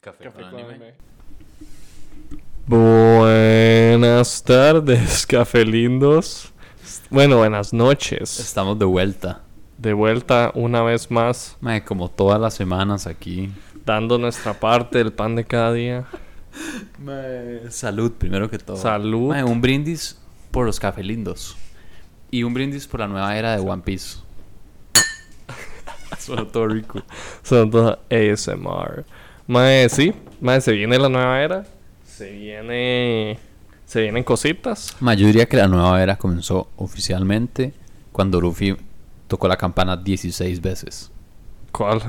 Café, Café con, con anime. anime. Buenas tardes, cafelindos. Bueno, buenas noches. Estamos de vuelta. De vuelta una vez más, Mae, como todas las semanas aquí. dando nuestra parte, el pan de cada día. Salud, primero que todo. Salud. Mae, un brindis por los cafelindos. Y un brindis por la nueva era de One Piece. Suena todo rico. Son todo ASMR. Mae, sí, mae, se viene la nueva era. Se viene. Se vienen cositas. Mae, yo diría que la nueva era comenzó oficialmente cuando Luffy tocó la campana 16 veces. ¿Cuál?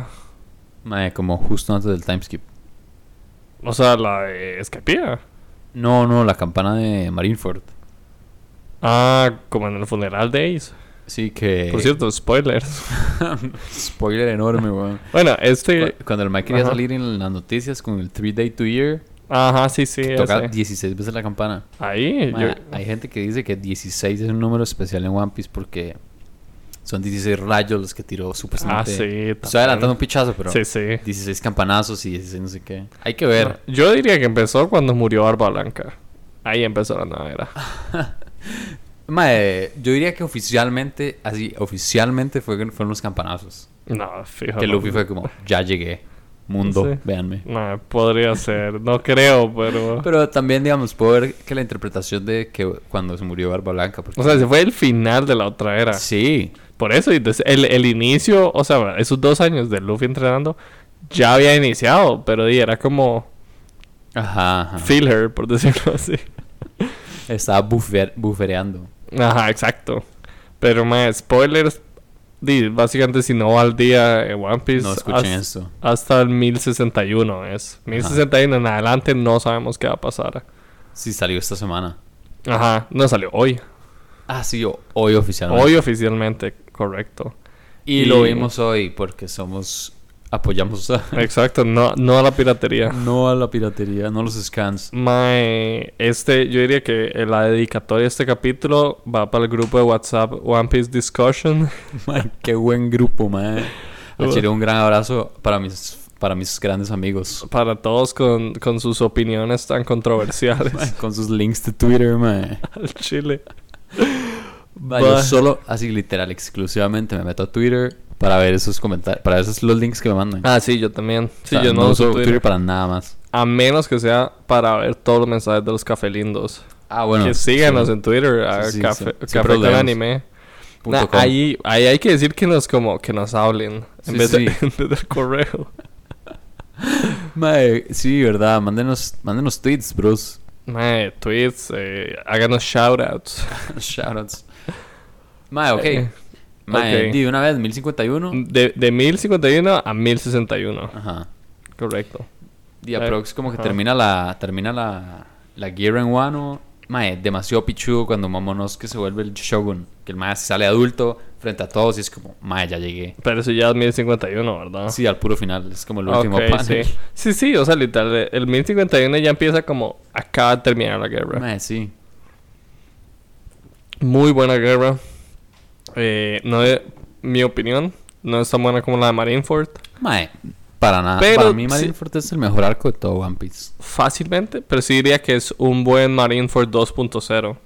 Mae, como justo antes del timeskip. O sea, la de Escapía. No, no, la campana de Marineford. Ah, como en el funeral de Ace. Sí que... Por cierto, spoilers. Spoiler enorme, weón. bueno, este. Cu- Cuando el Mike quería Ajá. salir en las noticias con el 3 Day to Year, Ajá, sí, sí. toca ese. 16 veces la campana. Ahí, Ma, yo- Hay gente que dice que 16 es un número especial en One Piece porque son 16 rayos los que tiró Ah, supuestamente. sí. Estoy adelantando un pichazo, pero Sí, sí. 16 campanazos y 16 no sé qué. Hay que ver. Yo diría que empezó cuando murió Barba Blanca. Ahí empezó la nueva era. Ma, eh, yo diría que oficialmente, así, oficialmente fue, fueron los campanazos. No, fíjate. Que Luffy fue como, ya llegué. Mundo, Sí. véanme. No, podría ser. No creo, pero... Pero también, digamos, puedo ver que la interpretación de que cuando se murió Barba Blanca. Porque... O sea, ese fue el final de la otra era. sí. Por eso, y des- el, el inicio, o sea, esos dos años de Luffy entrenando ya había iniciado, pero di, era como Ajá, ajá. filler, por decirlo así. Estaba bufer- bufereando. Ajá, exacto. Pero más spoilers. di, básicamente, si no va al día en One Piece. No escuchen haz- esto. Hasta el 1061 es. 1061 en adelante no sabemos qué va a pasar. Sí, salió esta semana. Ajá, no salió hoy. Ah, sí, o- hoy oficialmente. Hoy oficialmente, correcto. Y, lo y- vimos hoy porque somos. Apoyamos a. Exacto, no, no a la piratería. no a la piratería, no a los scans. Mae, este, yo diría que la dedicatoria de este capítulo va para el grupo de WhatsApp One Piece Discussion. Man, qué buen grupo, man. Achille, un gran abrazo para mis, para mis grandes amigos. Para todos con, con sus opiniones tan Man, controversiales con sus links de Twitter, man. al chile. Man, yo Bah. solo, así literal, exclusivamente me meto a Twitter para ver esos comentarios, para ver esos los links que me mandan. Ah, sí, yo también. O Sí, sea, yo no, uso Twitter. para nada más. A menos que sea para ver todos los mensajes de los cafelindos. Ah, bueno. que síganos sí. en Twitter, a Sí, sí, Café, sí. Café Siempre lo con leemos. Anime. Punto Nah, com. ahí, ahí hay que decir que nos como que nos hablen en, Sí, vez de- sí. en vez del correo. Mae, sí, verdad. Mándenos, mándenos tweets, bros. Mae, tweets, eh, háganos shoutouts. Shoutouts. Mae, Eh, ok. Mae, ok. Mm. di de una vez, 1051. De, de 1051 a 1061, Ajá. correcto. Di Eh, aprox como que ajá. termina la, termina la, la Gear en Wano. Mae, demasiado pichudo cuando Momonosuke se vuelve el Shogun. Que el mae sale adulto frente a todos y es como, mae, ya llegué. Pero eso ya es 1051, ¿verdad? Sí, al puro final. Es como el Ah. Ok, último sí. panel. sí, sí, o sea, literal, el 1051 ya empieza como acaba de terminar la guerra. Mae, sí. Muy buena guerra. Eh, no es mi opinión. No es tan buena como la de Marineford. Mae, para nada. Pero para mí, sí- Marineford es el mejor arco de todo One Piece. Fácilmente. Pero sí diría que es un buen Marineford 2.0.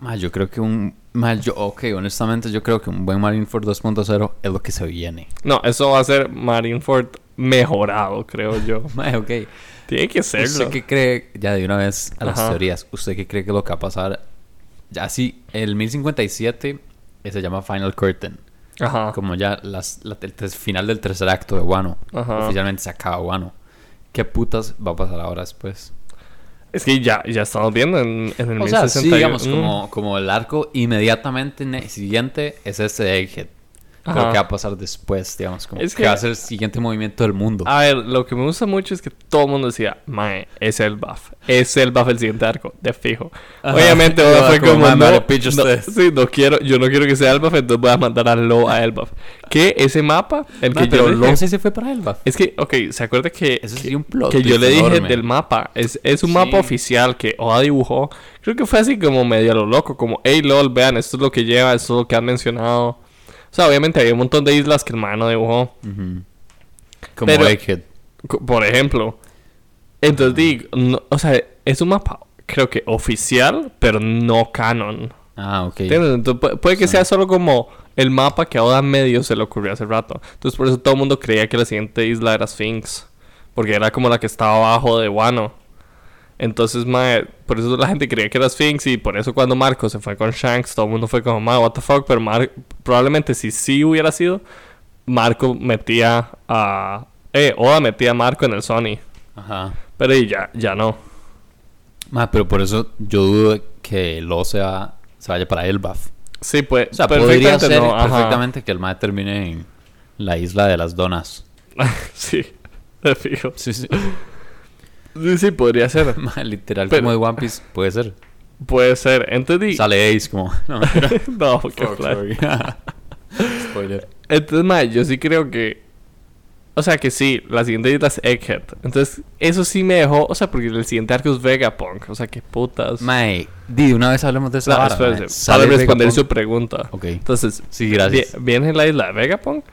Ma, yo creo que un. Ma, yo, ok, honestamente, yo creo que un buen Marineford 2.0 es lo que se viene. No, eso va a ser Marineford mejorado, creo yo. Ma, ok. Tiene que serlo. ¿Usted qué cree? Ya de una vez a las Ajá. teorías. ¿Usted qué cree que lo que va a pasar? Ya, sí, el 1057 eh, se llama Final Curtain. Ajá. Como ya las, la- el ter- final del tercer acto de Wano. Ajá. Oficialmente se acaba Wano. ¿Qué putas va a pasar ahora después? Es que ya, ya estamos viendo en, en el O sea, sí, 1061. digamos, Mm. como, como el arco inmediatamente ne- siguiente es este de Egghead. Pero Ajá. qué va a pasar después, digamos, como Es que que- Ah, va a ser el siguiente movimiento del mundo. A ver, lo que me gusta mucho es que todo el mundo decía, mae, es el buff, es el buff el siguiente arco, de fijo. Ajá. Obviamente Y uno va fue como, como, "Mae, no, madre, picho no, ustedes". sí, no quiero, yo no quiero que sea el buff, entonces voy a mandar a Lo a el buff. Que ese mapa, el Ma, que yo pero le Law dije- sí se fue para Elba. es que, ok, ¿se acuerda que, Eso que, sería un plot que yo twist le dije enorme. del mapa? Es, es un Sí. mapa oficial que Oda dibujó. Creo que fue así como medio a lo loco, como, hey, lol, vean, esto es lo que lleva, esto es lo que han mencionado. O O sea, obviamente hay un montón de islas que el mae no dibujó. Ujú. Como Pero- Egghead. Co- Por ejemplo. Entonces digo, no- o sea, es un mapa, creo que oficial, pero no canon. Ah, ok. ¿Entiendes? Entonces, pu- puede que sea solo como el mapa que a Oda medio se le ocurrió hace rato. Entonces por eso todo el mundo creía que la siguiente isla era Sphinx. Porque era como la que estaba abajo de Wano. Entonces, mae, por eso la gente creía que era Sphinx y por eso cuando Marco se fue con Shanks, todo el mundo fue como, mae, what the fuck, pero Mar- probablemente si sí hubiera sido, Marco metía a... Eh, Oda metía a Marco en el Sony. Ajá. Pero y ya, ya no. Ma, pero por eso yo dudo que Lo se, va- se vaya para el buff. Sí, pues... O sea, podría perfectamente ser no, ajá. perfectamente que el mae termine en la isla de las donas. sí, de fijo. Sí, sí. Sí, sí, podría ser. Ma, literal, Pero- como de One Piece, puede ser. Puede ser. Entonces, di- Sale Ace como. No, mentira. no, qué Fuck, flash. sorry. Spoiler. Entonces, mae, yo sí creo que. O sea, que sí, la siguiente isla es Egghead. Entonces, eso sí me dejó. O sea, porque el siguiente arco es Vegapunk. O sea, qué putas. Mae, di, una vez hablemos de esa No, vara, espérense, mae. para Sale responder su Vegapunk. pregunta. Ok. Entonces, Sí, gracias. vi- viene la isla de Vegapunk.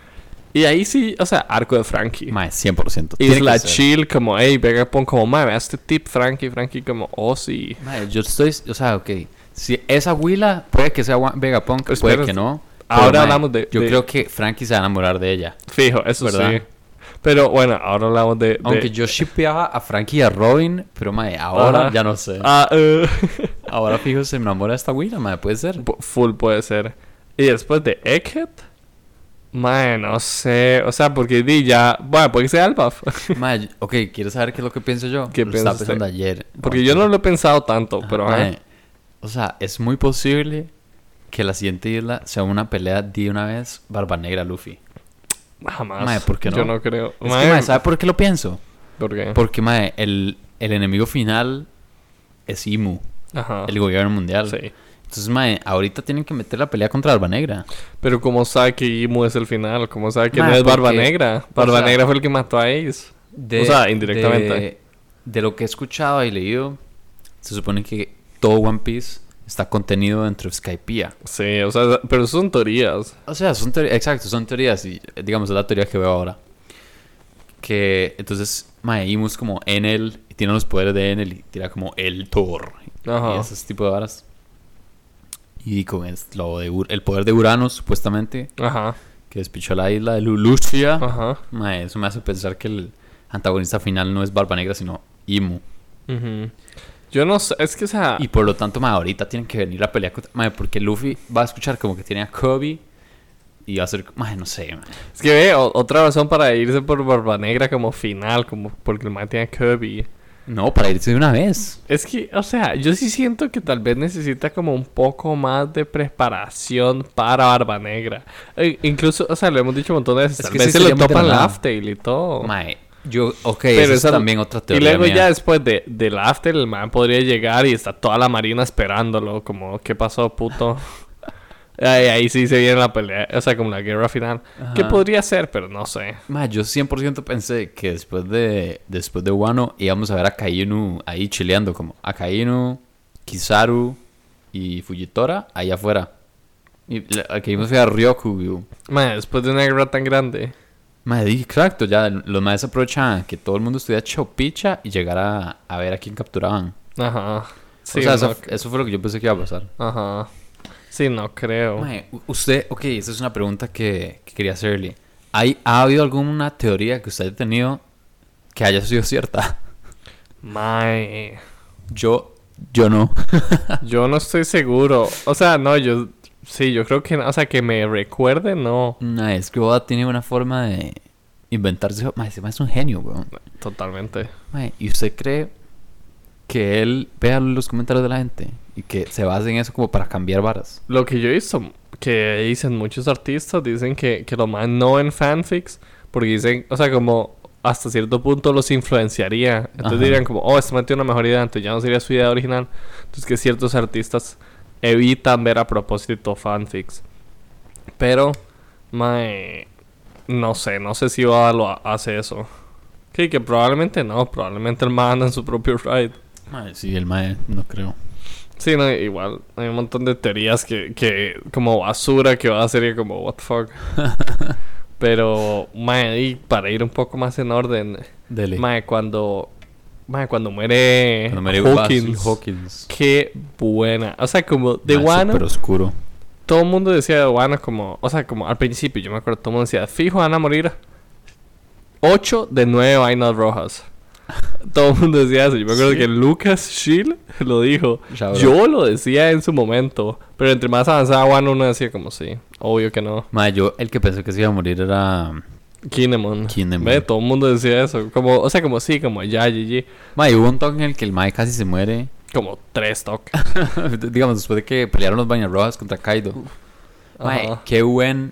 Y ahí sí, o sea, arco de Frankie. Mae, 100%. Y Tiene es que la ser. chill, como, hey, Vegapunk, como, mae, vea este tip, Frankie, Frankie, como, oh, sí. Mae, yo estoy, o sea, ok. Si esa Willa puede que sea Wa- Vegapunk, Pero puede Pues espera, que no. ahora hablamos de- Yo de- creo que Frankie se va a enamorar de ella. Fijo, eso ¿Verdad? sí. Pero bueno, ahora hablamos de. de- Aunque yo shipeaba a Frankie y a Robin, pero mae, ahora Ajá. ya no sé. Ah, eh. Ahora fijo se enamora de esta Willa, mae, puede ser. Pu- Full puede ser. Y después de Egghead. Mae, no sé. O sea, porque di ya. Bueno, puede que sea Albaf. Mae, ok, ¿quieres saber qué es lo que pienso yo? ¿Qué lo piensa estaba usted? pensando ayer. porque yo no lo he pensado tanto, Ajá, pero. ajá. Ah, mae, o sea, es muy posible que la siguiente isla sea una pelea de una vez Barba Negra Luffy. Jamás. Mae, ¿por qué no? Yo no creo. Es que, mae, ¿sabe por qué lo pienso? ¿Por qué? Porque, mae, el, el enemigo final es Imu, Ajá. el gobierno mundial. Ah. Sí. Entonces, mae, ahorita tienen que meter la pelea contra Barba Negra. Pero ¿cómo sabe que Imu es el final? ¿Cómo sabe que no Mae, es Barba porque- Negra? Barba o sea, Negra fue el que mató a Ace. De- o sea, indirectamente. De, de lo que he escuchado y leído, se supone que todo One Piece está contenido dentro de Skypiea. Sí, o sea, pero eso son teorías. O sea, son teorías, exacto, son teorías y eh, digamos es la teoría que veo ahora. Que entonces mae, Imu es como Enel y tiene los poderes de Enel y tira como el Thor Ajá. y ese tipo de varas. Y con el, lo de Ur- el poder de Urano supuestamente Ajá. que despichó la isla de Lulucia. Ajá. Mae, eso me hace pensar que el antagonista final no es Barba Negra sino Imu. Ujú. Yo no sé. Es que, o sea. Y por lo tanto, mae, ahorita tienen que venir la pelea contra- mae, porque Luffy va a escuchar como que tiene a Kobe y va a ser, mae, no sé, mae. Es que ve, o- otra razón para irse por Barba Negra como final, como porque el man tiene a Kirby. No, para irse de una vez. Es que, o sea, yo sí siento que tal vez necesita como un poco más de preparación para Barba Negra. E- incluso, o sea, lo hemos dicho un montón de veces. Es tal que vez sí se lo sería muy de la topan nada. Laughdale y todo. Mae, yo, ok, esa es esa- también otra teoría. Y luego mía. ya después de, de Laughdale, el man podría llegar y está toda la marina esperándolo. Como, ¿qué pasó, puto? Ay, ahí sí se viene la pelea, o sea, como la guerra final. Que Ajá. podría ser, pero no sé. Mae, yo 100% pensé que después de después de Wano íbamos a ver a Kainu ahí chileando, como a Kainu, Kizaru y Fujitora ahí afuera. Y la- al que vimos fue a Ryoku. Man, después de una guerra tan grande. Mae, dije, exacto, ya los maes aprovechaban que todo el mundo estuviera chopicha y llegara a ver a quién capturaban. Ajá. Sí, o sea, no, eso, eso fue lo que yo pensé que iba a pasar. Ajá. Sí, no creo. Mae, u- usted, ok, esa es una pregunta que, que quería hacerle. ¿Hay, ¿Ha habido alguna teoría que usted haya tenido que haya sido cierta? Mae. Yo, yo no. Yo no estoy seguro. O sea, no, yo... Sí, yo creo que... no. O sea, que me recuerde, no. Mae, es que Oda tiene una forma de inventarse. Mae, ese mae es un genio, weón. Totalmente. Mae, ¿y usted cree que él vea los comentarios de la gente y que se base en eso como para cambiar varas? Lo que yo he visto, que dicen muchos artistas, dicen que, que lo más no en fanfics, porque dicen, o sea, como hasta cierto punto los influenciaría. Entonces Ajá. dirían como, oh, este man tiene una mejor idea, entonces ya no sería su idea original. Entonces que ciertos artistas evitan ver a propósito fanfics. Pero, mae, no sé, no sé si Oda lo ha- hace eso. Que, que probablemente no, probablemente el man anda en su propio ride. Mae, sí, el mae, no creo. Sí, no, igual. Hay un montón de teorías que, que como basura que va a ser como, what the fuck. Pero, mae, y para ir un poco más en orden, Dele. mae, cuando, mae, cuando muere, Cuando me digo, ah, sí, Hawkins, Hawkins. qué buena. O sea, como de Mae, Wano, súper oscuro. todo el mundo decía de Wano como, o sea, como al principio, yo me acuerdo, todo el mundo decía, fijo, van a morir 8 de 9 vainas rojas. Todo el mundo decía eso. Yo me acuerdo Sí. que Lucas Schill lo dijo. Ya, bro. Yo lo decía en su momento, pero entre más avanzaba Wano uno decía como sí, obvio que no. Mae, yo el que pensé que se iba a morir era. Kinemon. Kinemon. Ve, todo el mundo decía eso, como, o sea, como sí, como ya, GG, Mae, hubo un toque en el que el Mae casi se muere. como tres toques. Ah, Digamos, después de que pelearon los Bañas Rojas contra Kaido. Mae, Ajá. qué buen.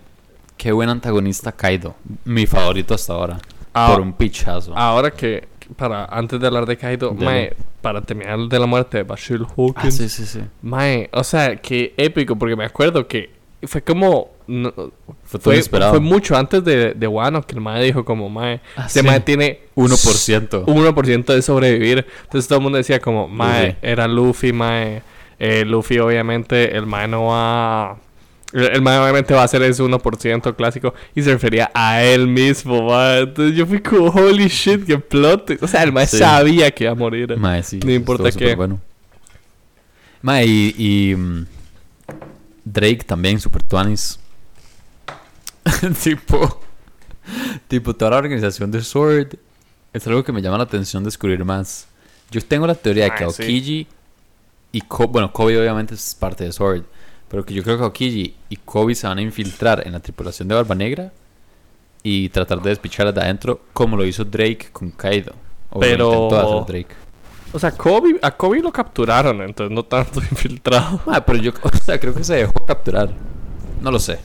Qué buen antagonista Kaido. Mi favorito hasta ahora. Ah, por un pichazo. Ahora que para antes de hablar de Kaido, Dale. mae, para terminar de la muerte de Bashir Hawkins. Ah, sí, sí, sí. Mae, o sea, qué épico porque me acuerdo que fue como no- Fue todo fue, inesperado. fue mucho antes de, de Wano que el mae dijo como mae, Ah, este sí. mae tiene 1%. 1% de sobrevivir. Entonces todo el mundo decía como, mae, Ujú. era Luffy, mae. Eh, Luffy obviamente, el mae no va... El el mae obviamente va a ser ese 1% clásico y se refería a él mismo, mae. Entonces yo fui como, holy shit, que plot. O sea, el mae Sí. sabía que iba a morir. Mae, sí. No importa estuvo qué. superbueno. Mae, y, y, mm, Drake también, Super Twanis. tipo. Tipo, toda la organización de Sword. Es algo que me llama la atención descubrir más. Yo tengo la teoría de que Mae, sí. Aokiji y Kobe. Bueno, Kobe obviamente es parte de Sword. Pero que yo creo que Aokiji y Kobe se van a infiltrar en la tripulación de Barba Negra. Y tratar de despicharla de adentro, como lo hizo Drake con Kaido. O Pero- lo intentó hacer Drake. O sea, Kobe, a Kobe lo capturaron, entonces no tanto infiltrado. Ah, pero yo o sea, creo que se dejó capturar. No lo sé.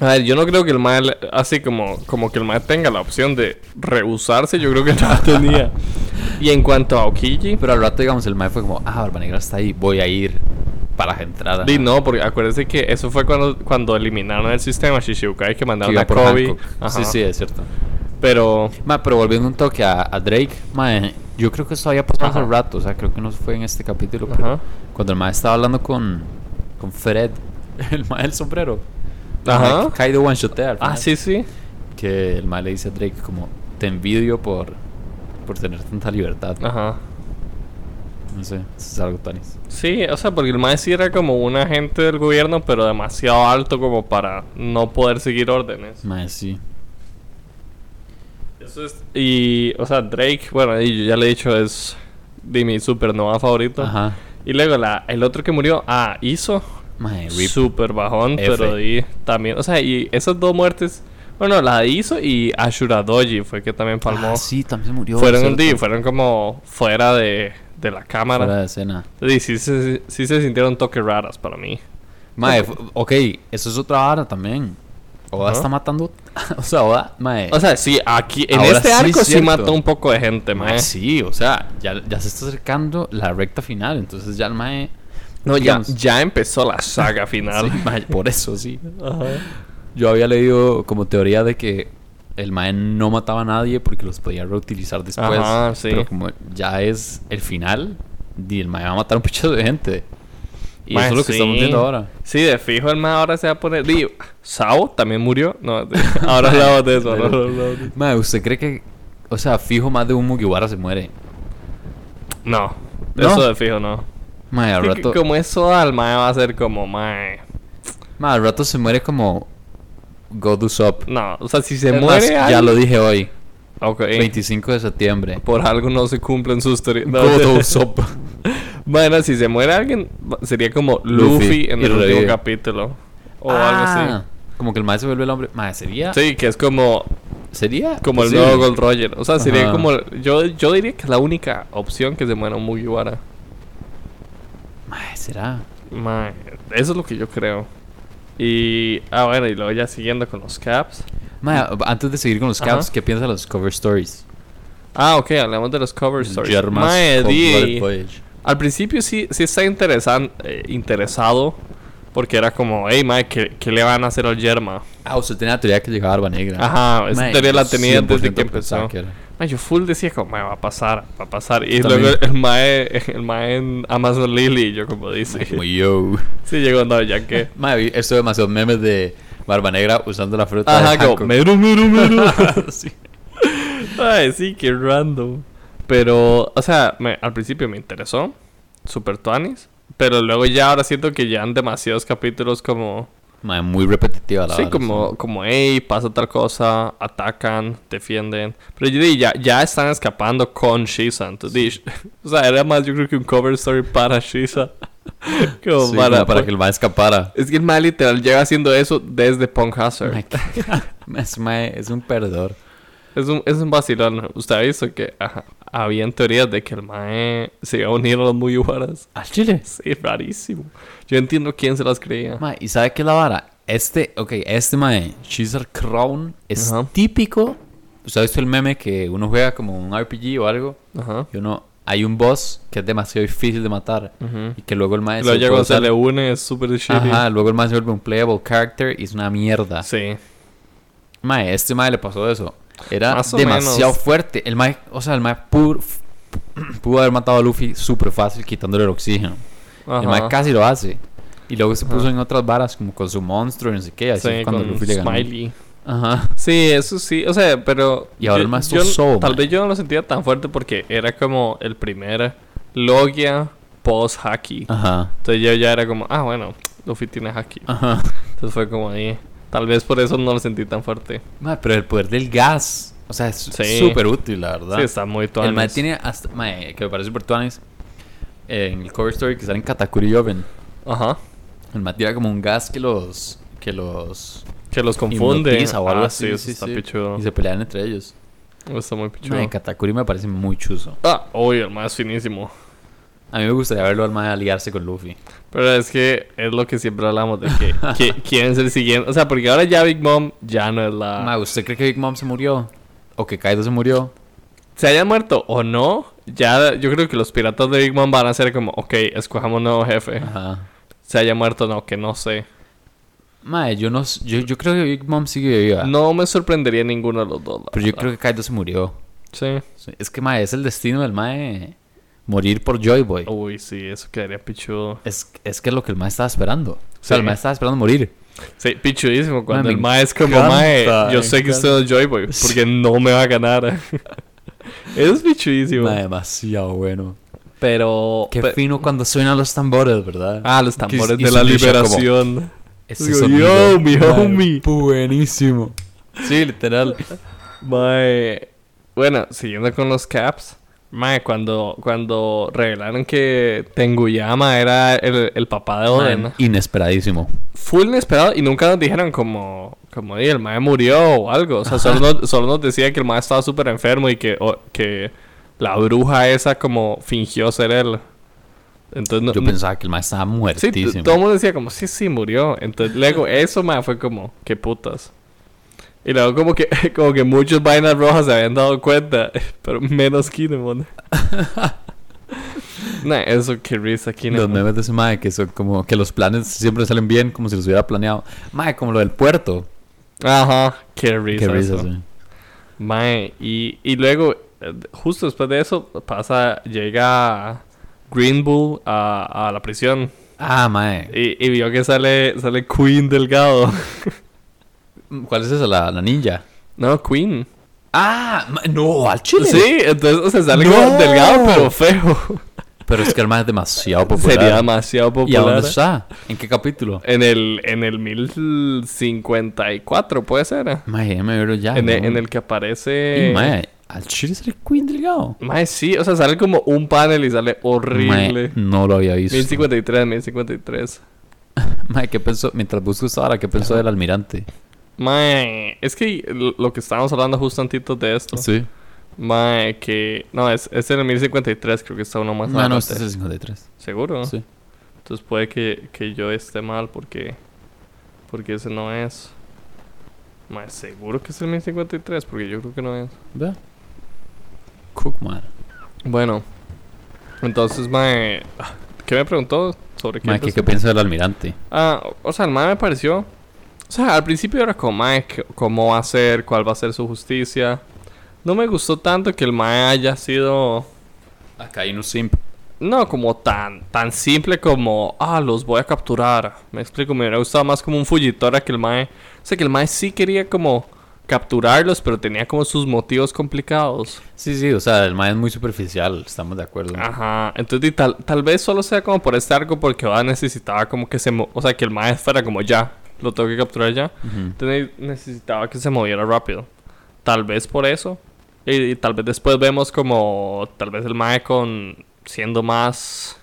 A ver, yo no creo que el mae, le- así como, como que el mae tenga la opción de rehusarse, yo creo que no la tenía. y en cuanto a Aokiji, Pero al rato, digamos, el mae fue como, ah, Barba Negra está ahí, voy a ir para entrar. a- Di, no, porque acuérdense que eso fue cuando, cuando eliminaron el sistema Shishibukai que que mandaron iba a por Kobe. Hancock". Ajá. Sí, sí, es cierto. Pero, Mae, pero volviendo un toque a, a Drake, mae, yo creo que eso había pasado Ajá. hace rato. O sea, creo que no fue en este capítulo. pero Ajá. Cuando el mae estaba hablando con, con Fred, el mae del sombrero. El Ajá. mae que Kaido one shotea al ah, final. sí, sí. Que el mae le dice a Drake, como, te envidio por, por tener tanta libertad. Ajá. No sé, eso es algo tanis. Sí, o sea, porque el mae sí era como un agente del gobierno, pero demasiado alto como para no poder seguir órdenes. Mae, sí. Eso es, y, o sea, Drake, bueno, y yo ya le he dicho, es de mi supernova favorito. Ajá. Y luego la, el otro que murió, ah, hizo. Mae, rip. Super bajón, F. pero di también, o sea, y esas dos muertes, bueno, la de Iso y Ashura Doji fue que también palmó. Ah, sí, también se murió. fueron un cierto. día, fueron como fuera de, de la Fuera cámara. de escena. Y sí, se- sí se sintieron toques raras para mí. Eh. Mae, fu- ok, eso es otra vara también. Oda Ajá. Ah, está matando. o sea, Oda, mae. O sea, sí, aquí, en Ahora este sí, arco sí cierto. mató un poco de gente, mae. mae, sí, o sea, ya, ya se está acercando la recta final. Entonces ya el mae. No, ya, digamos- ya empezó la saga final. Sí, mae, por eso sí. Ajá. Yo había leído como teoría de que el mae no mataba a nadie porque los podía reutilizar después. Ajá, sí. Pero como ya es el final, y el mae va a matar a un pichazo de gente. Y Mae, eso es lo que sí. estamos viendo ahora. Sí, de fijo el mae ahora se va a poner... Di, Sao también murió. No, di, ahora hablamos de eso. ahora hablamos de eso. Mae, ¿usted cree que, o sea, fijo más de un Mugiwara se muere? No, ¿No? eso de fijo no. Mae, al Sí, que rato, Como es Soda, el mae va a ser como, mae. mae, al rato se muere como Godu Sop. No, o sea, si se Es más, muere. ya alguien- lo dije hoy, Ok. 25 de septiembre. Por algo no se cumplen sus teorías. No, Godu Sop. bueno, si se muere alguien, va- sería como Luffy, Luffy, en y el revive. último capítulo. O algo Ah. así. Como que el mae se vuelve el hombre. Mae, sería, Sí, que es como, sería como el posible. nuevo Gold Roger. O sea, sería Ajá. como. Yo, yo diría que es la única opción que se muera un Mugiwara. Mae, será. Mae, eso es lo que yo creo. Y. Ah, bueno, y luego ya siguiendo con los caps. Mae, antes de seguir con los Ajá. caps, ¿qué piensa de los cover stories? Ah, ok, hablamos de los cover stories. Germas Mae, Cold-Blooded di- Voyage. Al principio sí, sí está interesan, eh, interesado. Porque era como, hey, mae, ¿qué, qué le van a hacer al Yerma? Ah, usted tenía la teoría que llegaba Arba Negra. Ajá, esa Mae, teoría la yo tenía desde que 100% empezó. pensaba que era. Mae, yo full decía como, mae, va a pasar, va a pasar. Y Yo luego también. el mae, el mae en Amazon Lily, yo como dice. Como yo. Sí, llegó, no, ya que... Mae, vi esto demasiados memes de Barba Negra usando la fruta de Ajá, como, Hancock. meru, meru, meru. Ay, sí, qué random. Pero, o sea, me- al principio me interesó. Super Tuanis. Pero luego ya ahora siento que ya han demasiados capítulos como... Mae, muy repetitiva la sí, vara, como, como, hey, pasa tal cosa, atacan, defienden. Pero yo di, ya, ya están escapando con Shisa. Entonces, di, o sea, era más yo creo que un cover story para Shisa. como Sí, para... como para que el mae escapara. Es que el mal literal lleva haciendo eso desde Punk Hazard. Mae, es, mae, es un perdedor. Es un, es un vacilón. Usted ha visto que ajá, habían teorías de que el Mae se iba a unir a los Mugiwaras. ¿Al chile? Sí, rarísimo. Yo entiendo quién se las creía. Mae, ¿y sabe qué es la vara? Este, ok, este mae, Caesar Crown, es Ajá. típico. ¿Usted ha visto el meme que uno juega como un RPG o algo? Ajá. Y uno, hay un boss que es demasiado difícil de matar. Ujú. Y que luego el mae Luego ya cuando se puede le usar- une es súper shitty. Ajá, luego el mae se vuelve un playable character y es una mierda. Sí. Mae, este mae le pasó eso. Era Más o demasiado menos. fuerte. El mae, o sea, el mae pudo, pudo haber matado a Luffy súper fácil quitándole el oxígeno. El mae Ajá. casi lo hace. Y luego se Ajá. puso en otras varas, como con su monstruo y no sé qué. Así Sí, fue cuando con Luffy le ganó. Smiley. Ajá. Sí, eso sí. O sea, pero... Y ahora yo- el mae es yo- soso, Tal mae. vez yo no lo sentía tan fuerte porque era como el primer Logia post-Haki. Ajá. Entonces yo ya era como, ah, bueno, Luffy tiene Haki. Ajá. Entonces fue como ahí. Tal vez por eso no lo sentí tan fuerte. Mae, pero el poder del gas. O sea, es Sí. súper útil, la verdad. Sí, está muy El mae tuanis. tiene hasta. Mae, que me parece súper tuanis. eh, En el cover story que sale en Katakuri Oven. Ajá. El mae tira como un gas que los. Que los. Que los confunde. hipnotiza o algo ah, así, sí, eso sí, está sí. pichudo. Y se pelean entre ellos. Eso Está muy pichudo. Mae, Katakuri me parece muy chuzo. Ah, obvio, el más finísimo. A mí me gustaría verlo al mae aliarse con Luffy. Pero es que es lo que siempre hablamos de que, que quieren ser siguiente. O sea, porque ahora ya Big Mom ya no es la. Mae, ¿usted cree que Big Mom se murió? ¿O que Kaido se murió? Se haya muerto o no, ya yo creo que los piratas de Big Mom van a ser como, ok, escojamos un nuevo jefe. Ajá. Se haya muerto o no, que no sé. Mae, yo no s- yo, yo creo que Big Mom sigue viva. No me sorprendería ninguno de los dos. la Pero yo verdad. creo que Kaido se murió. Sí. Sí, Es que mae, es el destino del mae morir por Joy Boy. Uy, sí, eso quedaría pichudo. Es, es que es lo que el mae estaba esperando. O sea, Sí. el mae estaba esperando morir. Sí, pichudísimo cuando Mae, el me mae es como, encanta, mae, yo me sé que encanta". usted no es Joy Boy, porque no me va a ganar. Eso es pichudísimo. Mae, demasiado bueno. Pero... Qué pe- fino cuando suenan los tambores, ¿verdad? ah, los tambores y de la su lucha como- liberación. Ese Digo, sonido, yo, mi mae, homie. Buenísimo. Sí, literal. Mae. Bueno, siguiendo con los caps. Mae, cuando, cuando revelaron que Tenguyama era el, el papá de Oden. Mae, inesperadísimo. Full inesperado y nunca nos dijeron como... Como "Ey, el mae murió o algo. O sea, solo nos, solo nos decía que el mae estaba súper enfermo y que, o- que la bruja esa como fingió ser él. Entonces no, Yo no- pensaba que el mae estaba Sí, t- muertísimo. todo el mundo decía como, sí, sí, murió. Entonces, luego eso, más fue como, qué putas. Y luego como que, como que muchos vainas rojas se habían dado cuenta, pero menos Kinemon. nah, eso que risa Los Kinemon. memes de ese mae que son como que los planes siempre salen bien, como si los hubiera planeado. Mae, como lo del puerto. Ajá, qué risa. Qué risa, eso. sí. Mae, y, y luego, eh, justo después de eso, pasa, llega Green Bull a, a la prisión. Ah, mae. Y, y vio que sale, sale Queen Delgado. ¿Cuál es esa? La, la ninja. No, Queen. Ah, ma- no, al chile. Sí, entonces, o sea, sale ¡No! como delgado, pero feo. Pero es que el mae es demasiado popular. Sería demasiado ¿Y a dónde popular. está? ¿En qué capítulo? En el, en el 1054, puede ser. ¿eh? Mae, ya me vieron ya. En, el, Ah, ¿no? en el que aparece. Y, mae, al chile sale Queen Delgado. Mae, sí, o sea, sale como un panel y sale horrible. Mae, no lo había visto. 1053, 1053. Mae, ¿qué pensó? Mientras busco esta hora, ¿qué pensó del almirante? Mae, es que lo lo que estábamos hablando justo antitos de esto. Sí. Mae, que. No, es, es en el 1053, creo que está uno más Mae, no, adelante. este es el 53. ¿Seguro? Sí. Entonces puede que, que yo esté mal porque porque ese no es. Más seguro que es el 1053 porque yo creo que no es. Vea. Cook, mae. Bueno, entonces mae, ah, ¿qué me preguntó sobre qué? Mae, ¿qué, empezó? ¿qué piensa del almirante? Ah, o sea, el mae me pareció, o sea, al principio era como mae, ¿qué- cómo va a ser, cuál va a ser su justicia. No me gustó tanto que el mae haya sido. Acá hay unos simp. No, como tan, tan simple como, ah, los voy a capturar. Me explico, me hubiera gustado más como un fugitora que el Mae. O sea, que el Mae sí quería como capturarlos, pero tenía como sus motivos complicados. Sí, sí, o sea, el mae es muy superficial, estamos de acuerdo. Ajá, entonces y tal, tal vez solo sea como por este arco porque Oda necesitaba como que se... mo- O sea, que el mae fuera como ya, lo tengo que capturar ya. Ujú. Entonces necesitaba que se moviera rápido. Tal vez por eso. Y, y tal vez después vemos como tal vez el mae con... siendo más...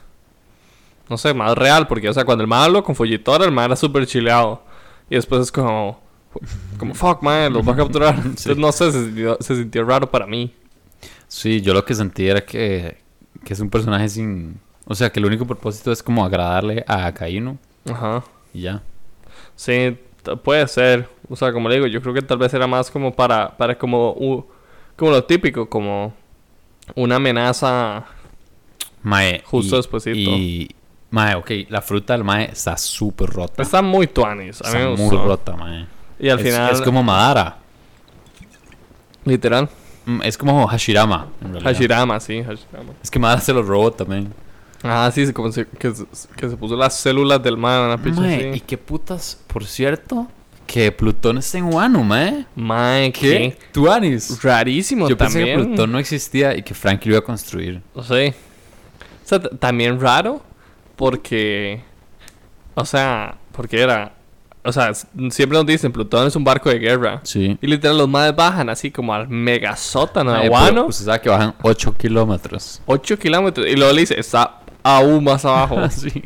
No sé, más real, porque o sea, cuando el mae habló con Follitora, el mae era súper chileado. Y después es como... Como, fuck, mae, los va a capturar. Entonces, no sé, se sintió- se sintió raro para mí. Sí, yo lo que sentí era que, que es un personaje sin. O sea, que el único propósito es como agradarle a Akainu Ajá. y ya. Sí, t- puede ser. O sea, como le digo, yo creo que tal vez era más como para, para como, u- como lo típico, como una amenaza. Mae. Justo y- despuesito. Y. Mae, ok, la fruta del mae está súper rota. Está Pues muy tuanis, a mí Está me muy gustó. rota, mae. Y al Es- final, Es como Madara. literal, Mm, Es como Hashirama. en realidad. Hashirama, sí, Hashirama. Es que Madara se lo robó también. Ah, sí, se- como se- que, se- que se puso las células del man en la picha Mae, y así. qué putas, por cierto, que Plutón está en Wano, mae. Mae, ¿Qué? qué Tuanis. rarísimo Yo pensé que también. Plutón no existía y que Frank lo iba a construir. No sé. O sea, t- también raro porque... O sea, porque era... O sea, s- siempre nos dicen, Plutón es un barco de guerra. Sí. Y literal, los madres bajan así como al mega sótano Mae, de pero pues Guano. Usted sabe que bajan 8 kilómetros. 8 kilómetros. Y luego le dice, está aún más abajo. sí.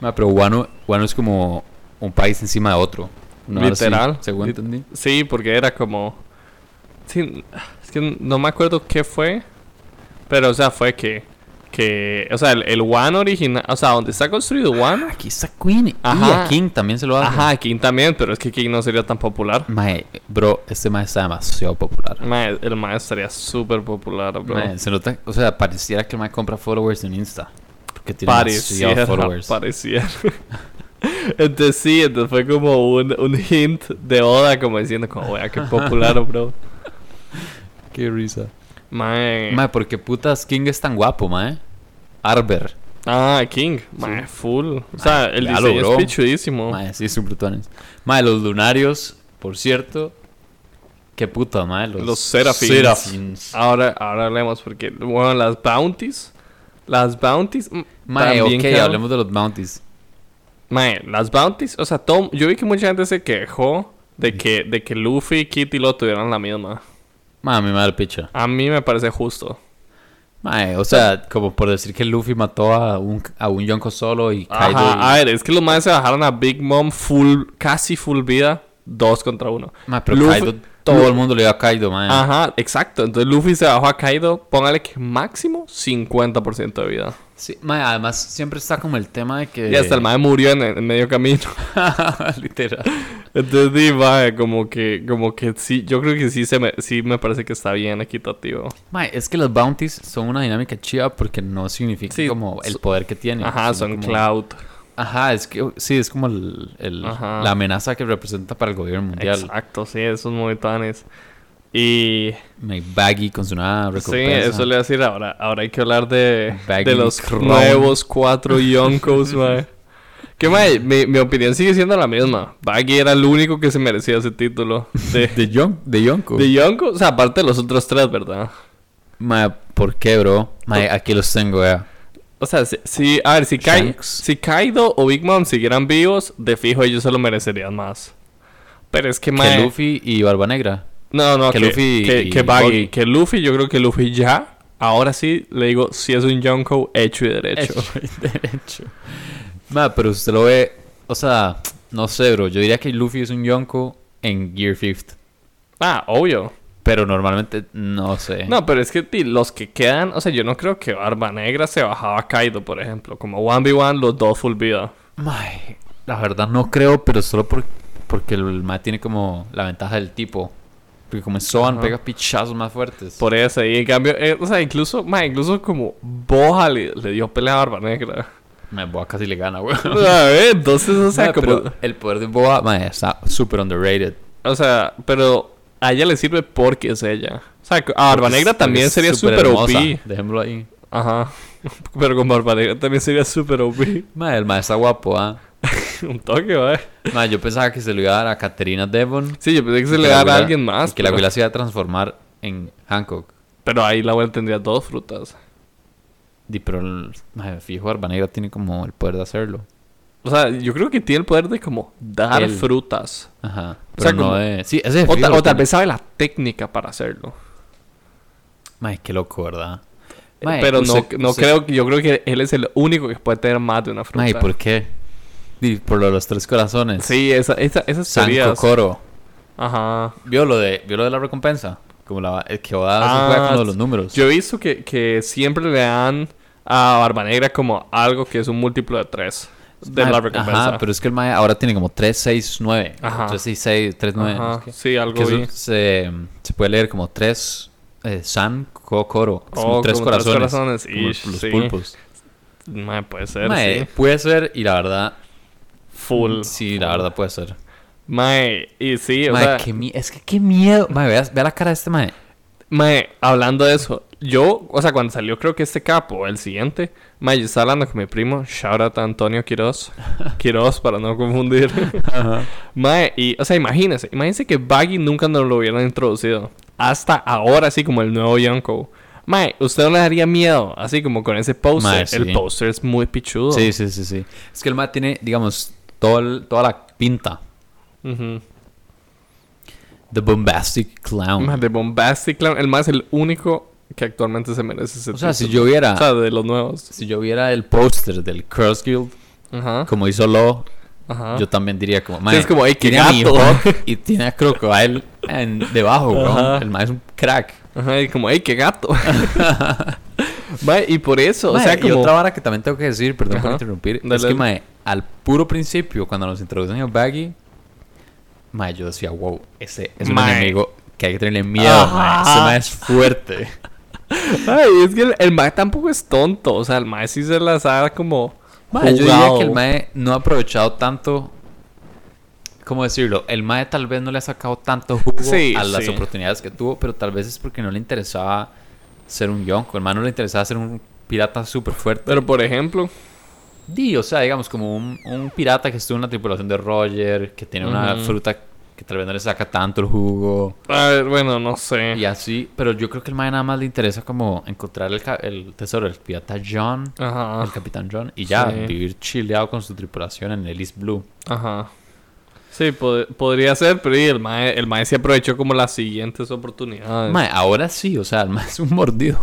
Mae, pero Guano, Guano es como un país encima de otro. Una hora así, Literal. según Lit- entendí. sí, porque era como... Sí, es que no me acuerdo qué fue. Pero, o sea, fue que... que o sea, el, el Guano original... O sea, donde está construido Guano... Aquí está Queen. Y Ajá. a King también se lo hacen. Ajá, King también, pero es que King no sería tan popular. Mae, bro, este mae está demasiado popular. Mae, el mae estaría súper popular, Mm, bro. Mae, se nota, o sea, pareciera que el mae compra followers en Insta. Porque tiene pareciera, demasiados followers. pareciera. entonces sí, entonces fue como un, un hint de Oda, como diciendo, como, vea, qué popular, bro. Qué risa. Mae. Eh. Mae, porque putas King es tan guapo, mae. Arber. Ah, King. Mae, full. O sea, el Ah, ya diseño logró. es pichudísimo. Mae, sí, son plutones. Mae, los lunarios, por cierto. Qué puta, mae. Los, Los Ah, serafines. serafines. Ahora, ahora hablemos, porque, bueno, las bounties. Las bounties. mm, Mae, también ok, quedaron- hablemos de los bounties. Mae, las bounties, o sea, todo- yo vi que mucha gente se quejó de que, de que Luffy y Kitty lo tuvieran la misma. Mae, mi madre picha. A mí me parece justo. Mae, o sea, como por decir que Luffy mató a un, a un Yonko solo y Kaido. Ajá, y- a ver, es que los maes se bajaron a Big Mom full, casi full vida, dos contra uno. Mae, pero Luffy- Ah. Kaido, todo el mundo le dio a Kaido, mae. Ajá, exacto. Entonces Luffy se bajó a Kaido, póngale que máximo 50% de vida. Sí, mae, además siempre está como el tema de que. Y hasta el mae murió en, en medio camino. Literal. Entonces, di, mae, como que, como que sí, yo creo que sí, se me, sí me parece que está bien equitativo. Mae, es que los bounties son una dinámica chiva porque no significa Sí, como el so- poder que tienen. Ajá, sino son como- Cloud. Ajá, es que sí, es como el- el- Ajá. la amenaza que representa para el gobierno mundial. Exacto, sí, esos movitanes. Y Mae, Baggy con su nada sí, recompensa. eso le voy a decir ahora. Ahora hay que hablar de, Baggy de los Crown. nuevos cuatro Yonkos, mae. Que mae, mi, mi opinión sigue siendo la misma. Baggy era el único que se merecía ese título. De, De, Yon- de Yonko. de Yonko, o sea, aparte de los otros tres, ¿verdad? Mae, ¿por qué, bro? Mae, aquí los tengo, ya. O sea, si, si- a ver, si, Kai- Shanks. si Kaido o Big Mom siguieran vivos, de fijo ellos se lo merecerían más. Pero es que, mae. Que Luffy y Barba Negra. No, no, Que que, Luffy que, y que Baggy, Buggy. que Luffy, yo creo que Luffy ya, ahora sí, le digo, si es un Yonko hecho y derecho. Derecho. Mae, pero usted lo ve. O sea, no sé, bro. Yo diría que Luffy es un Yonko en Gear Fifth. Ah, obvio. Pero normalmente no sé. No, pero es que ti, los que quedan, o sea, yo no creo que Barba Negra se bajaba a Kaido, por ejemplo, como 1v1, los dos full vida. Mae, la verdad no creo, pero solo por- porque el mae tiene como la ventaja del tipo. Porque como es Soban, Ajá. pega pichazos más fuertes. Por eso, y en cambio, eh, o sea, incluso, ma, incluso como Boja le, le dio pelea a Barba Negra. Mae, Boa casi le gana, weón. A ver, entonces, o sea, Mae, como... pero el poder de Boa, mae, está súper underrated. O sea, pero A ella le sirve porque es ella. O sea, que- a Barba Porque es- Negra porque también es sería súper superhermosa. OP. Dejémoslo ahí. Ajá. Pero con Barba Negra también sería súper OP. Madre, el mae está guapo, ¿ah? Un toque, ¿vale? Mae, yo pensaba que se lo iba a dar a Katerina Devon. Sí, yo pensé que se y la le daba a abuela- alguien más. y que la pero- abuela se iba a transformar en Hancock. Pero ahí la abuela tendría dos frutas. Di, pero el, mae, fijo, Barba Negra tiene como el poder de hacerlo. O sea, yo creo que tiene el poder de como dar Él. frutas. Ajá. O Pero sea, no como- de- Sí, ese O, fijo ta- lo o tal tiene. vez sabe la técnica para hacerlo. Mae, qué loco, ¿verdad? Eh, Mae, pues pero no, usted- no usted- creo que yo creo que él es el único que puede tener más de una fruta. Mae, ¿por qué? Di, por lo de los tres corazones. Sí, esa, esa, esas San teorías. Kokoro. Ajá. ¿Vio lo, de, ¿Vio lo de la recompensa? Como la, el que Oda se Ah, juega con uno de los números. Yo he visto que, que siempre le dan a Barba Negra como algo que es un múltiplo de tres de Mae, la recompensa. Ah, Ajá, pero es que el Mae ahora tiene como 3, 6, 9. Ajá. 3, 6, 6, 3, 9. Ajá, Sí, algo Que eso vi. se, se puede leer como 3 San Kokoro. que son Oh, tres como tres corazones. corazones, como ish, los sí. pulpos. Mae, puede ser, Mae, sí. puede ser y la verdad. Full. Sí, la verdad puede ser. Mae, y sí, o Mae, sea, qué mie- es que qué miedo. Mae, vea, vea la cara de este Mae. mae, hablando de eso, yo, o sea, cuando salió creo que este capo, el siguiente, mae, yo estaba hablando con mi primo, shout out a Antonio Quiroz, Quiroz para no confundir. Mae, y, o sea, imagínense, imagínense que Baggy nunca nos lo hubieran introducido. Hasta ahora, así como el nuevo Yonko. Mae, ¿usted no le daría miedo? Así como con ese póster. Mae, sí. El póster es muy pichudo. Sí, sí, sí, sí. Es que el Mae tiene, digamos, todo el- toda la pinta. Ujú. The Bombastic Clown. Mae, de Bombastic Clown. El más es el único que actualmente se merece ese o sea, si título. yo viera, O sea, de los nuevos. si yo viera el póster del Curse Guild, Ajá. como hizo Lo, Ajá. yo también diría Ah. como, Sí, mae, es como, "Ey, qué tiene a mi gato". Hawk y tiene a Crocodile en- debajo, bro. Ajá. El mae es un crack. Ajá, y como, ¡ey, qué gato! Mae, y por eso, Mae, o sea, y como. otra vara que también tengo que decir, perdón por Ajá. interrumpir, Dale, es que dale. mae, al puro principio, cuando nos introducen a Baggy, mae, yo decía, wow, ese es un Mae. enemigo que hay que tenerle miedo, mae. Ese Ajá. mae es fuerte. Ay, es que el, el Mae tampoco es tonto. O sea, el Mae sí se las ha como. Mae, yo diría jugado. que el Mae no ha aprovechado tanto. ¿Cómo decirlo? El Mae tal vez no le ha sacado tanto jugo Sí, a las sí. oportunidades que tuvo, pero tal vez es porque no le interesaba ser un yonko. El Mae no le interesaba ser un pirata súper fuerte. Pero por ejemplo, Di, o sea, digamos, como un, un pirata que estuvo en la tripulación de Roger, que tiene una Ujú. fruta que tal vez no le saca tanto el jugo a ver, bueno, no sé. y así. Pero yo creo que el Mae nada más le interesa como encontrar el, ca- el tesoro del pirata John. El Ajá, capitán John y ya, Ah. Sí. vivir chileado con su tripulación en el East Blue. ajá. Sí, pod- podría ser, pero y el mae, el mae sí aprovechó como las siguientes oportunidades. Mae, ahora sí, o sea, el mae es un mordido.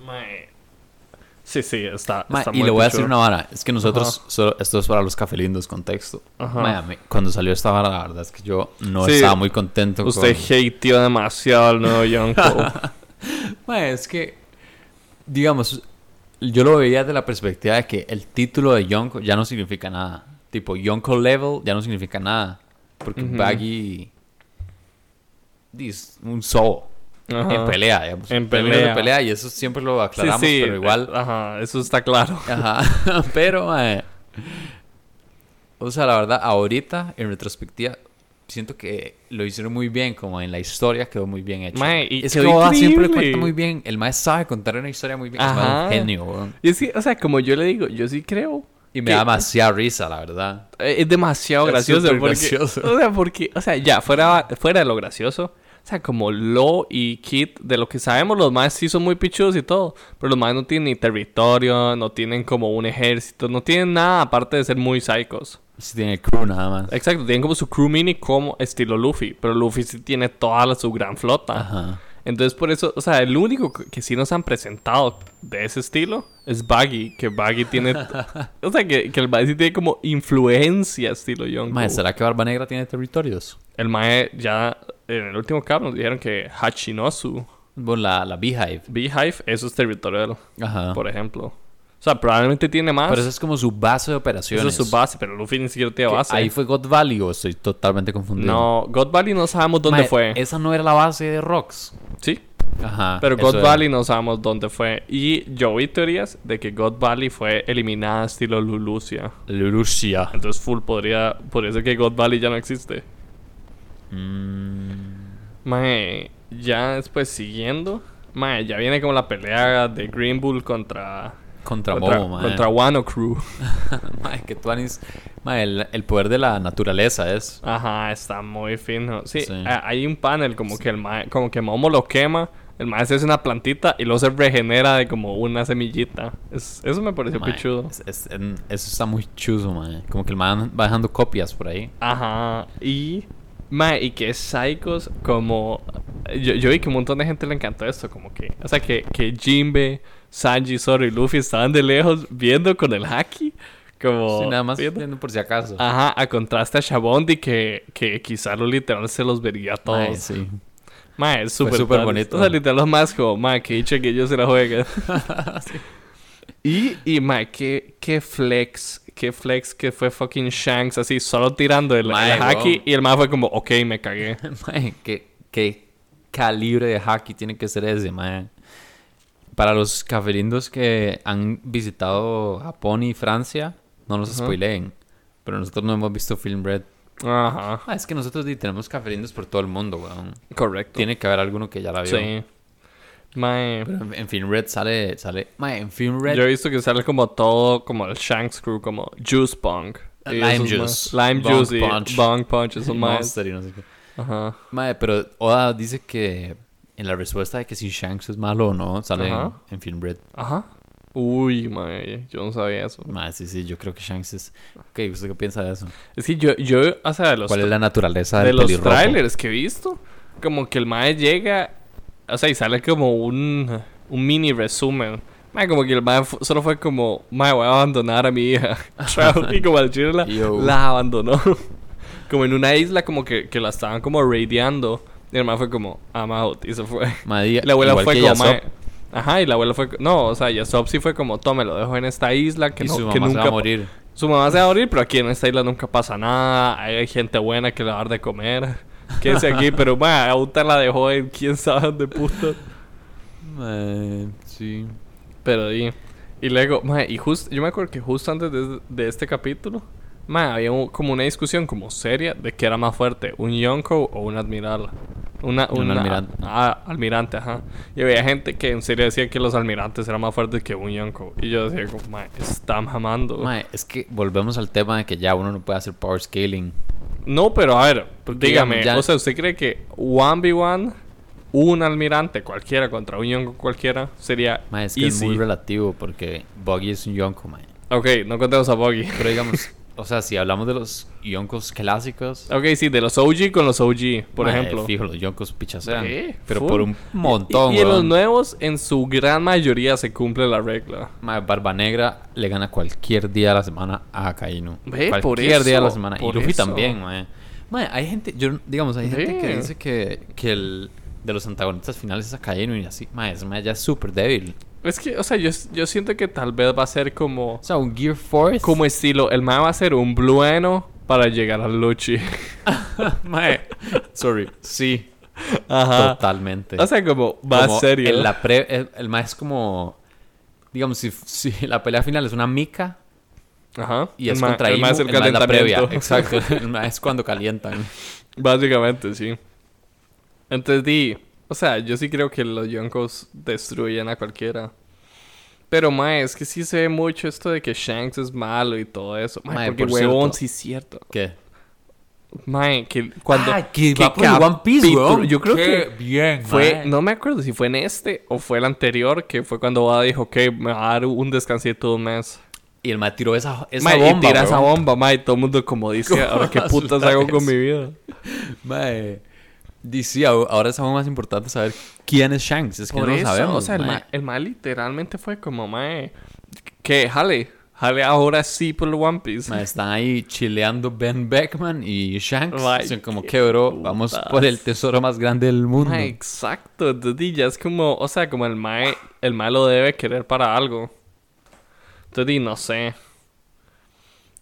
Mae. Sí, sí, está. Mae, está y muy le voy a pichudo. decir una vara. Es que nosotros, solo- esto es para los cafelindos, contexto. Ajá. Mae, a mí, cuando salió esta vara, la verdad es que yo no Sí. estaba muy contento. Usted hateó demasiado al nuevo Yonko. Con... Mae, es que, digamos, yo lo veía de la perspectiva de que el título de Yonko ya no significa nada. Tipo, Yonko Level ya no significa nada. Porque Ujú. Baggy es un zoo. En Ajá. pelea, digamos. En Términos pelea. De pelea. Y eso siempre lo pues, aclaramos, sí, sí, pero igual... eh, Ajá, eso está claro. Ajá, pero, mae. O sea, la verdad, ahorita, en retrospectiva, siento que lo hicieron muy bien, como en la historia quedó muy bien hecho. Mae, y es que quedó Oda siempre increíble. cuenta muy bien, el mae sabe contar una historia muy bien, es mae es un Ajá. genio, weón. Y es que, o sea, como yo le digo, yo sí creo. Y me que- da demasiada risa, la verdad. Eh, Es demasiado Es gracioso. súper porque, gracioso. O sea, porque, o sea, ya, fuera, fuera de lo gracioso. O sea, como Lo y Kit, de lo que sabemos, los más sí son muy pichudos y todo. Pero los más no tienen ni territorio, no tienen como un ejército, no tienen nada aparte de ser muy psicos. Si tiene crew nada más. Exacto, tienen como su crew mini como estilo Luffy. Pero Luffy sí tiene toda la- su gran flota. Ajá. Entonces, por eso, o sea, el único que que sí nos han presentado de ese estilo es Baggy, que Baggy tiene. o sea, que, que el Baggy sí tiene como influencia estilo Yonko. Mae, ¿será que Barba Negra tiene territorios? El Mae ya en el último cap nos dijeron que Hachinosu, Bueno, la, la Beehive. Beehive, eso es territorio de él, Ajá. por ejemplo. O sea, probablemente tiene más. Pero esa es como su base de operaciones. eso es su base, pero Luffy ni siquiera tiene Que base. Ahí fue God Valley o estoy totalmente confundido. No, God Valley no sabemos dónde Mae, eh, fue. Esa no era la base de Rocks. Sí, Ajá. pero ah, eso God era. Valley no sabemos dónde fue. Y yo vi teorías de que God Valley fue eliminada estilo Lulucia. Lucia. Entonces full podría, podría ser que God Valley ya no existe. Mm, Mae, ya después siguiendo. Mae, ya viene como la pelea de Green Bull contra. contra contra, Momo, mae. contra Wano Crew. Mae, que tuanis. Mae, el, el poder de la naturaleza es. Ajá, está muy fino. Sí, Sí. a- hay un panel como que el mae, como que Momo lo quema. El mae se hace una plantita y luego se regenera de como una semillita. Es- eso me pareció Mae, pichudo. es- es- en- eso está muy chuzo, mae. Como que el man va dejando copias por ahí. Ajá. Y. Mae, y que Psychos, como. Yo, yo vi que un montón de gente le encantó esto. Como que. O sea, que, que Jinbe, Sanji, Zoro y Luffy estaban de lejos viendo con el haki. Como. Sí, nada más viendo. viendo por si acaso. Ajá, a contraste a Shabondi, que, que quizá lo literal se los vería a todos. Mae, sí. Mae, es Fue súper súper padre. bonito. O sea, literal, los más como, mae, que dicho que ellos se la juegan. Y, y mae, qué, qué flex, qué flex que fue fucking Shanks, así, solo tirando el, el Mae, haki. weón. Y el mae fue como, ok, me cagué. Mae, ¿qué, qué calibre de hockey tiene que ser ese, mae. Para los caferindos que han visitado Japón y Francia, no nos spoileen. Pero nosotros no hemos visto Film Red. Ajá, Ah, es que nosotros di, tenemos caferindos por todo el mundo, weón. correcto. Tiene que haber alguno que ya la vio. Sí. Mae, Pero en, en Film Red sale, sale... Mae, en Film Red... yo he visto que sale como todo, como el Shanks crew, como Juice Punk. Y Uh, Lime esos Juice. maes- Lime Bong Juice y Punch. Bong Punch, esos más. Monster y no sé qué. Ajá. Mae, pero Oda dice que... En la respuesta de que si Shanks es malo o no, sale en- Ajá. en Film Red. Ajá. Uy, mae, yo no sabía eso. Mae, sí, sí, yo creo que Shanks es... Ok, ¿usted qué piensa de eso? Es que yo, yo, o sea, de los, ¿Cuál es la naturaleza de del los pelirrojo? trailers que he visto, como que el mae llega, o sea, y sale como un, un mini resumen. Mae, como que el mae fu- solo fue como, mae, voy a abandonar a mi hija. Chao. y como al chile la, Yo. la abandonó. como en una isla, como que, que la estaban como radiando. Y el mae fue como, I'm out, y se fue. Madre, La abuela igual fue que como, Yasop, mae. Ajá, y la abuela fue. co- No, o sea, Yasop sí fue como, tome, lo dejo en esta isla que, y no, su que mamá se nunca va a morir. Su mamá se va a morir, pero aquí en esta isla nunca pasa nada. Hay gente buena que le va a dar de comer. Quédese aquí, pero ma, Auta la dejó en quién sabe dónde puta. Mae, sí. Pero y, y luego, ma, y justo, yo me acuerdo que justo antes de, de este capítulo, ma, había un- como una discusión como seria de que era más fuerte, un Yonko o un admiral. Una, Un una- almirante. ah, almirante, ajá. Y había gente que en serio decía que los almirantes eran más fuertes que un Yonko. Y yo decía, como, ma, están jamando. Mae, es que volvemos al tema de que ya uno no puede hacer power scaling. No, pero a ver, Porque, dígame, digamos, ya- o sea, ¿usted cree que 1v1, un almirante cualquiera contra un Yonko cualquiera sería Mae, es que es easy? muy relativo porque Buggy es un yonko, mae. ok, no contemos a Boggy. Pero digamos, o sea, si hablamos de los yonkos clásicos, Ok, sí, de los OG con los OG, Ah, por mae, ejemplo. fijo, los yonkos pichasean. Sí, Pero full. por un montón, y, y en los weón. nuevos, en su gran mayoría se cumple la regla. Mae, Barba Negra le gana cualquier día de la semana a Akainu. Ve, cualquier por día de la eso, semana. Y por Luffy eso. también, mae. Mae, hay gente, yo, digamos, hay gente Ve. que dice que, que el de los antagonistas finales es Akainu y así. Mae, ese mae ya es súper débil. Es que, o sea, yo, yo siento que tal vez va a ser como, O sea, un Gear Force. como estilo, el man va a ser un blueno para llegar al Luchi. mae. Sorry. Sí, Ajá. totalmente. O sea, como, va Como serio. en la pre- el, el mae es como. Digamos, si, si la pelea final es una mica Ajá. y es ma- contra el Inu, ma es el mae es la previa. calentamiento. Exacto. El mae es cuando calientan. Básicamente, sí. Entonces di, o sea, yo sí creo que los Yonkos destruyen a cualquiera. Pero, mae, es que sí se ve mucho esto de que Shanks es malo y todo eso. Mae, Mae, porque por huevón, cierto. sí es cierto. ¿Qué? Mae, que cuando... Ah, que qué va por el One Piece, capítulo. weón. Yo creo Qué que bien, fue... mae. No me acuerdo si fue en este o fue el anterior, que fue cuando Oda dijo, ok, me va a dar un descansito de un mes. Y el mae tiró esa, esa Mae, bomba, y tira esa weón. bomba, mae, y todo el mundo como dice, ¿Cómo ahora qué va a putas soltar hago con eso? mi vida. Mae. Y sí, ahora ahora es aún más importante saber quién es Shanks. Es que Por no eso, lo sabemos. O sea, el mae. ma, el ma literalmente fue como, mae, que jale, jale ahora sí por el One Piece. Mae, están ahí chileando Ben Beckman y Shanks. Mae, Son como qué que, bro, vamos putas. por el tesoro más grande del mundo. Mae, exacto, entonces ya es como, o sea, como el mae, el mae lo debe querer para algo. Entonces, di, no sé.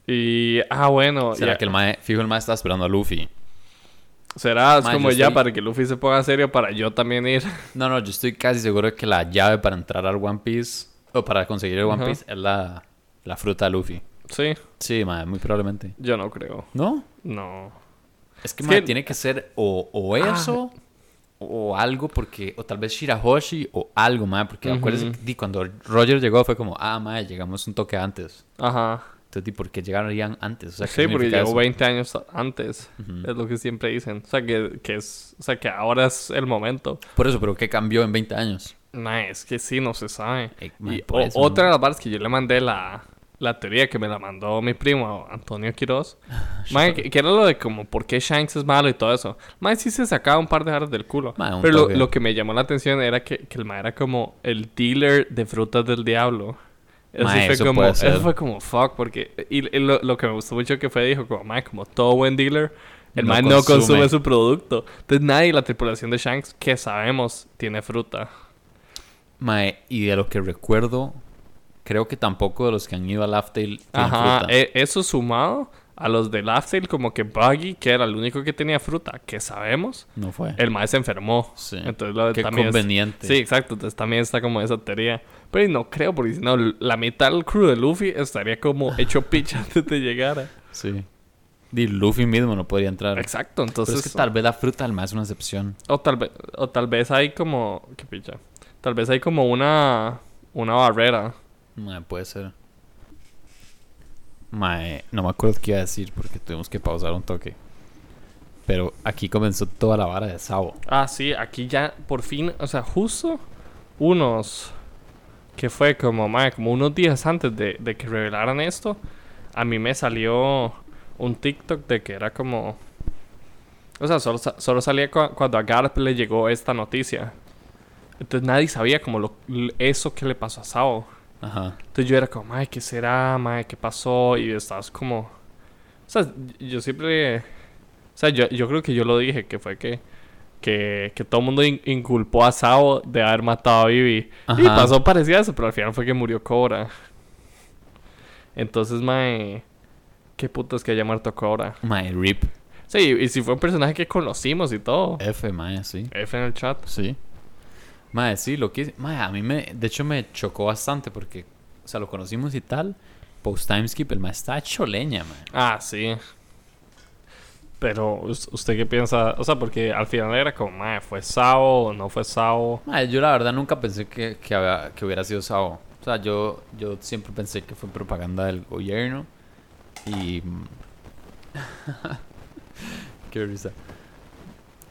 Y, ah, bueno, ¿Será ya- que el mae, fijo, el mae está esperando a Luffy? será es Mae, como yo ya estoy- para que Luffy se ponga serio para yo también ir. No, no, yo estoy casi seguro de que la llave para entrar al One Piece, o para conseguir el One Ajá. Piece, es la, la fruta de Luffy. sí, Sí, mae, muy probablemente. yo no creo, ¿No? no. Es que, Es mae, que- Ah. tiene que ser o, o eso o algo porque o tal vez Shirahoshi o algo, mae, porque Ujú. acuérdense que di, cuando Roger llegó fue como, "Ah, mae, llegamos un toque antes." Ajá. Entonces, di, ¿por qué llegarían antes? O sea, ¿qué Sí, porque significa llegó eso? 20 años antes. Es lo que siempre dicen. O sea, que, que es, o sea, que ahora es el momento. Por eso, pero ¿qué cambió en 20 años? Nah, es que sí, no se sabe. Eh, man, Y por o- eso, otra de las barras que yo le mandé la, la teoría que me la mandó mi primo Antonio Quiroz. Ah, Man, que, que era lo de como por qué Shanks es malo y todo eso. Man, sí se sacaba un par de jaras del culo. Man, un Pero lo, toque. lo que me llamó la atención era que, que el man era como el dealer de frutas del diablo. Eso, Man, fue eso como, puede eso ser. fue como fuck, porque y, y lo, lo que me gustó mucho que fue, dijo como, man, como todo buen dealer, el No man no consume. consume su producto. Entonces nadie de la tripulación de Shanks, que sabemos, tiene fruta. Mae, y de lo que recuerdo, creo que tampoco de los que han ido al Aftail tienen Ajá, fruta. e- eso sumado a los del Aftail, como que Buggy, que era el único que tenía fruta, que sabemos, no fue. el maestro se enfermó. Sí. eh, Entonces lo de- Eh, Qué también es- conveniente. sí, exacto, entonces también está como esa teoría. Pero no creo, porque si no, la mitad del crew de Luffy estaría como hecho picha antes de llegar. Sí. Y Luffy mismo no podría entrar. Exacto, entonces... Pero es que tal vez la fruta del mae es una excepción. O tal vez, o tal vez hay como... ¿Qué picha? Tal vez hay como una... Una barrera. Mae, puede ser. Mae, no me acuerdo qué iba a decir porque tuvimos que pausar un toque. Pero aquí comenzó toda la vara de Sabo. Ah, sí, aquí ya por fin, o sea, justo unos que fue como, madre, como unos días antes de, de que revelaran esto, a mí me salió un TikTok de que era como. O sea, solo, sa- solo salía cua- cuando a Garp le llegó esta noticia. Entonces nadie sabía como lo, l- eso que le pasó a Sao. Ajá. Entonces yo era como, madre, ¿qué será? Madre, ¿qué pasó? Y estabas como... O sea, y- yo siempre... O sea, yo, yo creo que yo lo dije, que fue que... Que, que todo el mundo in- inculpó a Sao de haber matado a Vivi. Y Ajá. pasó parecido a eso, pero al final fue que murió Cobra. Entonces, mae... Qué putas que haya muerto Cobra. Mae, Rip. Sí, y, y si fue un personaje que conocimos y todo. F, mae, sí. F en el chat. Sí. Mae, sí, lo que... Mae, a mí me... De hecho, me chocó bastante porque... O sea, lo conocimos y tal. Post Timeskip, el mae está hecho leña, mae. Ah, sí. Pero, ¿us- ¿usted qué piensa? O sea, porque al final era como, "Mae, ¿fue Sao o no fue Sao? Mae, yo la verdad nunca pensé que, que, había- que hubiera sido Sabo. O sea, yo, yo siempre pensé que fue propaganda del gobierno. Y... mm, Qué risa.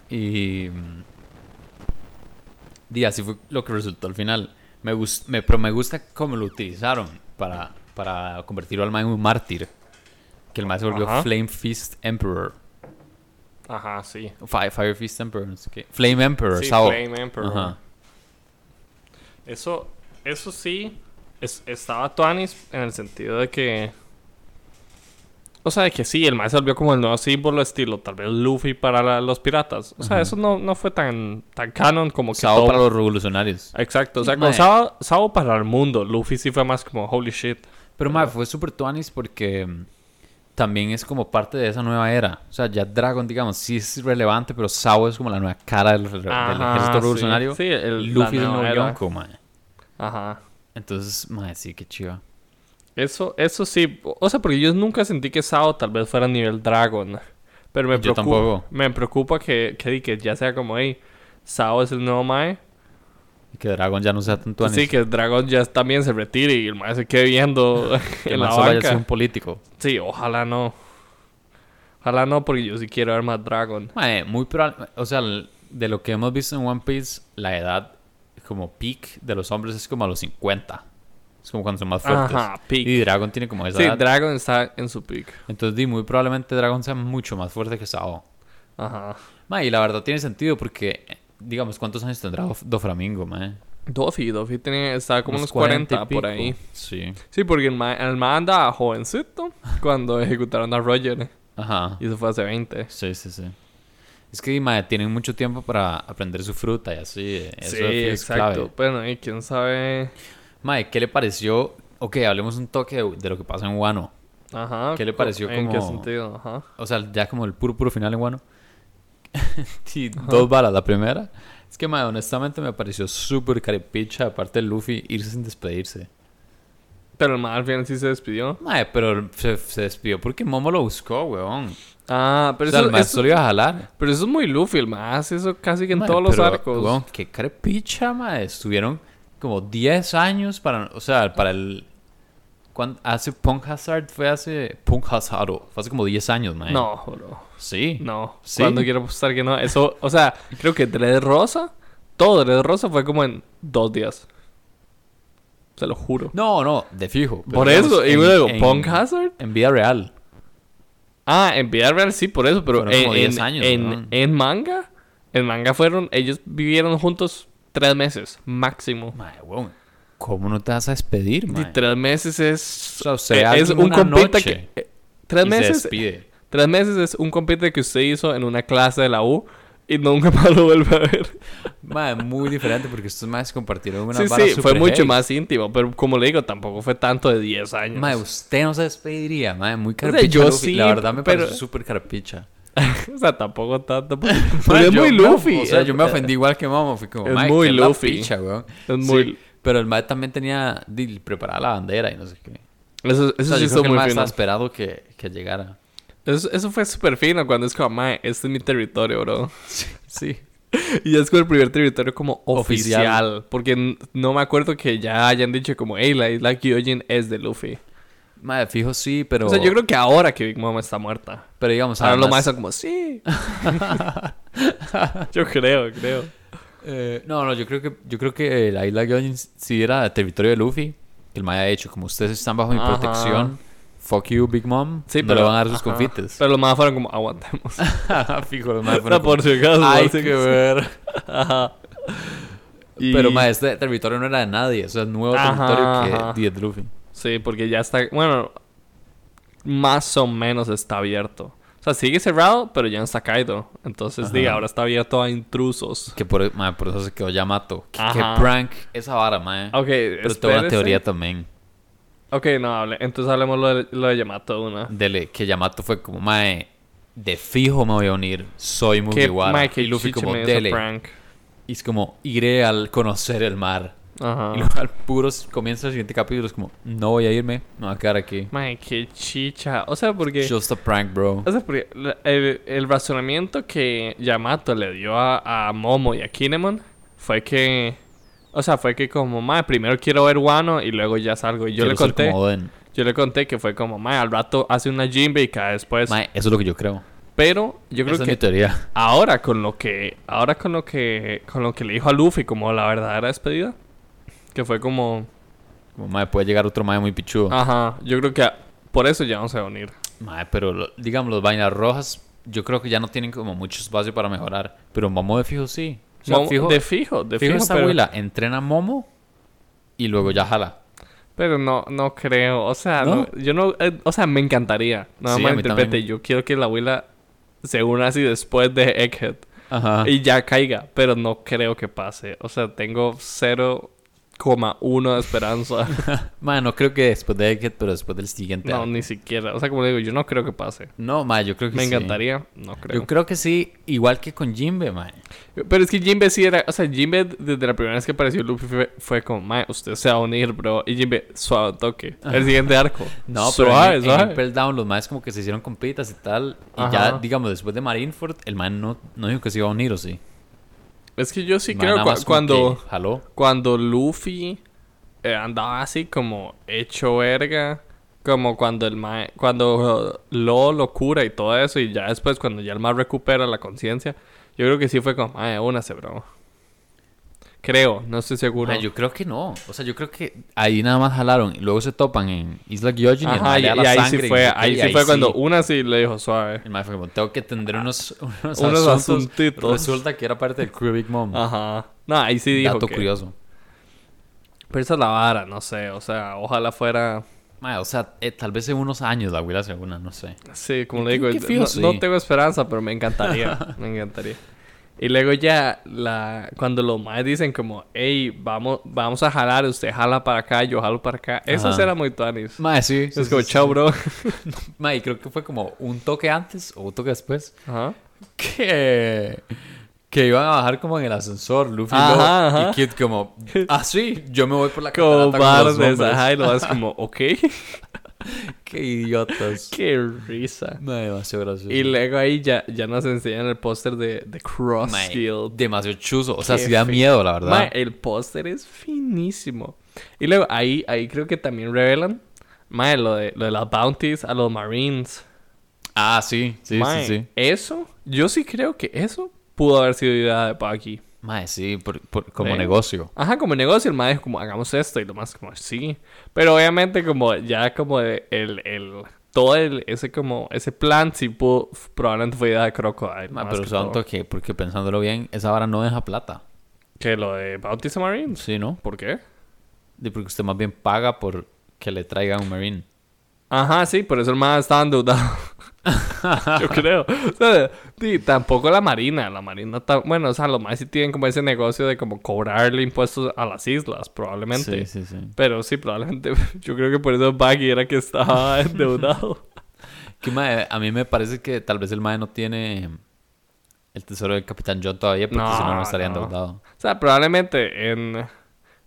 Y... mm, Y así fue lo que resultó al final. Me gus- me, pero me gusta cómo lo utilizaron para, para convertirlo al man en un mártir. Que el man se volvió Ajá. Flame Fist Emperor. Ajá, sí. Fi- Fire Fist Emperor, no sé qué. Flame Emperor, Sí, Sabo. Flame Emperor. Ajá. Eso, eso sí, es- estaba Tuanis en el sentido de que... O sea, de que sí, el maestro volvió como el nuevo símbolo estilo, tal vez Luffy para la- los piratas. O sea, eso no, no fue tan, tan canon como que... Sabo todo- para los revolucionarios. Exacto, o sea, con Mae. Sao, Sao para el mundo, Luffy sí fue más como, holy shit. Pero mae, fue super tuanis porque mm, también es como parte de esa nueva era. O sea, ya Dragon, digamos, sí es relevante, pero Sabo es como la nueva cara del, re- del Ajá, ejército sí. revolucionario. Sí, el- la Luffy es el nueva nuevo era. Yonko, mae. Ajá. Entonces, mae, sí, qué chiva. Eso, eso sí. O sea, porque yo nunca sentí que Sao tal vez fuera a nivel Dragon. Pero me Yo preocupa. tampoco. Me preocupa que, que, di que ya sea como, hey, Sao es el nuevo Mae. pues Y que Dragon ya no sea tan tuanis. Sí, que Dragon ya también se retire y el Mae se quede viendo que en la más solo haya sido un banca. político. Sí, ojalá no. Ojalá no, porque yo sí quiero ver más Dragon. Mae, muy probable. O sea, l- de lo que hemos visto en One Piece, la edad como peak de los hombres es como a los 50. Es como cuando son más fuertes. Ajá, peak. Y Dragon tiene como esa Sí, edad. Dragon está en su pick. Entonces, di, muy probablemente Dragon sea mucho más fuerte que Sabo. Ajá. Ma, y la verdad tiene sentido porque, eh, digamos, ¿cuántos años tendrá Dof- Doflamingo, ma? Doffy, Doffy tenía, estaba como unos 40, y por pico. ahí. Sí. Sí, porque el Mae, el mae andaba jovencito cuando ejecutaron a Roger. Ajá. Y eso fue hace 20. Sí, sí, sí. Es que, ma, tienen mucho tiempo para aprender su fruta y así. eh, Eso sí, es clave. exacto. Bueno, y quién sabe. Ma, ¿qué le pareció? Ok, hablemos un toque de, de lo que pasa en Wano. Ajá. ¿Qué le co- pareció ¿En qué como- sentido? Ajá. O sea, ya como el puro, puro final en Wano. Sí, dos balas. La primera es que, ma, honestamente me pareció súper carepicha, aparte de Luffy, irse sin despedirse. Pero el mal al final sí se despidió. Mae, pero se, se despidió porque Momo lo buscó, weón. Ah, pero, o sea, el eso, mae eso- solo iba a jalar. pero eso es muy Luffy. El mal hace eso casi que en Mae, todos los pero, arcos. Weón, qué crepicha, mae. Estuvieron como 10 años para. O sea, para el. cuan- hace Punk Hazard fue hace. Punk Hazard, oh, fue hace como 10 años, mae. No, bro. Sí. No. eh. Sí. Cuando quiero apostar que no. Eso, o sea, creo que Dread Rosa, todo Dread Rosa fue como en dos días. Se lo juro. No, no, de fijo. Pero Por digamos, eso, y en- luego, en- Punk Hazard. En vida real. Ah, en vida real sí, por eso, pero Fueron en, como 10 en- años, en- weón. en manga, en manga fueron, ellos vivieron juntos tres meses, máximo. Mae, weón. ¿Cómo no te vas a despedir, Y mae? tres meses es. eh, O sea, usted hace es como un una compita noche que. eh, Tres y se meses. despide. Tres meses es un compite que usted hizo en una clase de la U y nunca más lo vuelve a ver. Mae, muy diferente porque estos maes compartieron una sí, vara sí, fue super mucho heavy. más íntimo, pero como le digo, tampoco fue tanto de 10 años. Mae, usted no se despediría, mae, muy sea, carpicha. yo Luffy. sí, La verdad me pero- pareció súper carpicha. o sea, tampoco tanto. Pero Mae, es yo muy me- Luffy. o sea, yo me Eh, ofendí igual que Momo. Fui como, es mae, muy qué la Luffy. picha, weón. Es muy- pero el mae también tenía di, preparada la bandera y no sé qué. Eso, O eso sea, sí yo creo estuvo que el muy mae fino. estaba esperado que, que llegara. Eso, eso fue súper fino cuando es como, mae, este es mi territorio, bro. Sí. Y es como el primer territorio como oficial. Oficial. Porque n- no me acuerdo que ya hayan dicho como, hey, la isla Kyojin es de Luffy. Mae, fijo sí, pero... O sea, yo creo que ahora que Big Mom está muerta. Pero digamos, Ahora los además- más son como, sí. yo creo, creo. Eh, no, no, yo creo que, yo creo que eh, la isla Gyojin si era territorio de Luffy, que el Maya ha hecho, como ustedes están bajo mi Ajá. protección, fuck you, Big Mom, Sí, no pero- le van a dar sus ajá. confites. Pero los más fueron como, aguantemos. Fijo, los O maes sea, fueron como, por si acaso. "Ay, así qué que- ver". Ajá. Y- Pero ma, este territorio no era de nadie, o sea, es nuevo Ajá, territorio ajá. que di de Luffy. Sí, porque ya está, bueno, más o menos está abierto. O sea, sigue cerrado, pero ya no está caído. Entonces, diga, ahora está abierto a intrusos. Que por, ma, por eso se quedó Yamato. Que, que Ajá. prank esa vara, mae. Ok, Pero tengo una espérese. teoría también. Ok, no, hable. Entonces hablemos lo de, lo de Yamato de una. Dele, que Yamato fue como, mae, de fijo me voy a unir, soy Que Mugiwara. Mike y Luffy como, dele. dele. prank. Y es como, iré al conocer el mar. Ajá. Y luego al puro s- comienza el siguiente capítulo, es como, no voy a irme, me voy a quedar aquí. Mae, qué chicha. O sea, porque... Just a prank, bro. O sea, porque la- el, el razonamiento que Yamato le dio a, a Momo y a Kinemon fue que... O sea, fue que como, mae, primero quiero ver Wano y luego ya salgo. Y yo le Quiero ser conté... como Oden. Yo le conté que fue como, mae, al rato hace una Jinbe y cae después. Mae, eso es lo que yo creo. Pero yo creo Esa es mi que teoría. ahora con lo que ahora con lo que con lo que le dijo a Luffy como la verdadera despedida, que fue como, Como, mae, puede llegar otro mae muy pichudo. ajá, yo creo que a- por eso ya vamos a unir. Mae, pero lo- digamos, los vainas rojas, yo creo que ya no tienen como mucho espacio para mejorar. Pero Momo de fijo sí. O sea, Momo- fijo, de fijo, de fijo fijo, esta pero, abuela entrena a Momo y luego ya jala. pero no no creo, o sea, ¿No? no- yo no eh, o sea, me encantaría. Nada Sí, más a mí interprete, también. yo quiero que la abuela se una así después de Egghead. Ajá. y ya caiga, pero no creo que pase. O sea, tengo 0,1 de esperanza. Mae, no creo que después de Egghead, pero después del siguiente. no, arco. ni siquiera. O sea, como le digo, yo no creo que pase. no mae, yo creo que Me sí. encantaría, no creo. Yo creo que sí, igual que con Jimbe, mae. Pero es que Jimbe sí era. O sea, Jimbe, desde la primera vez que apareció Luffy, fue, fue como, mae, usted se va a unir, bro. Y Jimbe, suave toque. El siguiente arco. Ah. No, suave, pero en, en suave. Impel Down los maes como que se hicieron compitas y tal. Y Ajá. ya, digamos, después de Marineford, el man no, no dijo que se iba a unir, ¿o sí? Es que yo sí El man creo nada cua- más como cuando. que jaló. cuando Luffy eh, andaba así como hecho verga, como cuando el ma cuando uh, Lo lo cura y todo eso y ya después cuando ya el ma recupera la conciencia, yo creo que sí fue como, ay, únase, bro. Creo, no estoy seguro. Mae, yo creo que no. O sea, yo creo que ahí nada más jalaron. Y luego se topan en Isla Gyojin y el Ajá, mae y, le da la y ahí sí sangre y no fue, sé qué, ahí y sí fue cuando sí. una sí le dijo suave. El mae fue como, tengo que tener unos, Ah, unos, Unos asuntos". Ah, asuntitos. Resulta que era parte del crew de Big Mom. Ajá. No, ahí sí dijo Dato que- curioso. Pero esa es la vara, no sé, o sea, ojalá fuera Mae, o sea, eh, tal vez en unos años la abuela se alguna, no sé. Sí, como Yo le digo, creo que fijo no, sí. no tengo esperanza, pero me encantaría. me encantaría. Y luego ya, la, cuando los más dicen como, hey, vamos, vamos a jalar, usted jala para acá, yo jalo para acá. Eso Ajá. será muy tuanis. Mae, sí. sí, Es como, sí, chao, sí. bro. Mae, y creo que fue como un toque antes o un toque después. Ajá. que que iban a bajar como en el ascensor, Luffy Ajá, Law, ajá. y Kid como, ah, sí, yo me voy por la catarata con los Cobardes, hombres". ajá, y lo vas como, ok, Qué idiotas. qué risa. Mae, demasiado gracioso. Y luego ahí ya, ya nos enseñan el póster de, de Cross Mae, Steel. demasiado chuzo. O sea, Qué sí da feo. miedo, la verdad. Mae, el póster es finísimo. Y luego ahí, ahí creo que también revelan mae, lo, de, lo de las bounties a los Marines. Ah, sí, sí, Mae, sí, sí. Eso, yo sí creo que eso pudo haber sido idea de Bucky. Mae, sí, por- por- como Sí. negocio. Ajá, como negocio, el mae es como, hagamos esto y lo más como, sí. Pero obviamente como ya como de- el, el, todo el, ese como, ese plan sí pudo, probablemente fue idea de Crocodile. Mae, más Ah, pero que todo. santo que, porque pensándolo bien, esa vara no deja plata. Que lo de Bounties a Marines. Sí, ¿no? ¿Por qué? De porque usted más bien paga por que le traigan un marine. Ajá, sí, por eso el más estaba endeudado. Yo creo. O sea, sí, tampoco la Marina. La Marina, ta- bueno, o sea, los más sí tienen como ese negocio de como cobrarle impuestos a las islas, probablemente. Sí, sí, sí. Pero sí, probablemente yo creo que por eso Baggy era que estaba endeudado. Que, mae, a mí me parece que tal vez el mae no tiene el tesoro del Capitán John todavía, porque No, si no, no estaría no. endeudado. O sea, probablemente en,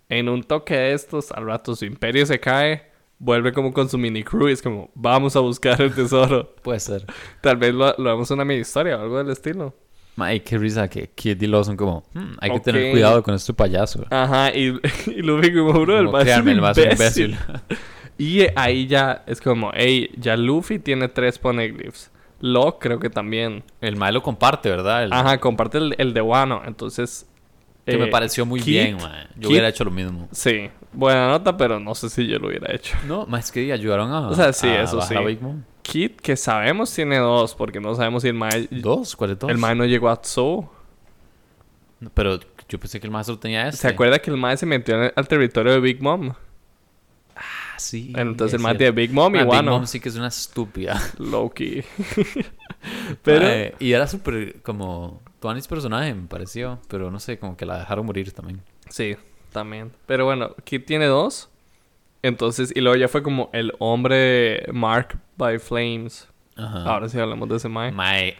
en un toque de estos, al rato su imperio se cae, vuelve como con su mini crew y es como, vamos a buscar el tesoro. Puede ser. Tal vez lo, lo vemos en una mini historia o algo del estilo. Mae, qué risa que Kid y Law son como, "Hmm, hay que Ok. tener cuidado con este payaso. Ajá, y, y Luffy como, bro, el Como, más "Créanme, el mae es un imbécil. Y eh, ahí ya es como, hey, ya Luffy tiene tres poneglyphs. Lo creo que también. El mae lo comparte, ¿verdad? El- Ajá, comparte el, el de Wano, entonces... que eh, me pareció muy Kid- bien, mae. Yo Kid- hubiera hecho lo mismo. Sí, buena nota, pero no sé si yo lo hubiera hecho. No, más que ayudaron a. O sea, sí, a eso bajar sí. a Big Mom. Kid, que sabemos tiene dos, porque no sabemos si el Mae... ¿Dos? ¿Cuál es dos? El Mae no llegó a Tso. Pero yo pensé que el maestro tenía este. ¿Se acuerda que el Mae se metió en el- al territorio de Big Mom? Ah, sí. Entonces el es Mae cierto. tiene Big Mom y Ah, Big Wano. Mom sí que es una estúpida. Loki. pero... Mae, y era súper como. Tuanis personaje me pareció. Pero no sé, como que la dejaron morir también. Sí, también. Pero bueno, Kid tiene dos. Entonces, y luego ya fue como el hombre Mark by Flames. Ajá. Ahora sí hablamos de ese Mike. Mae,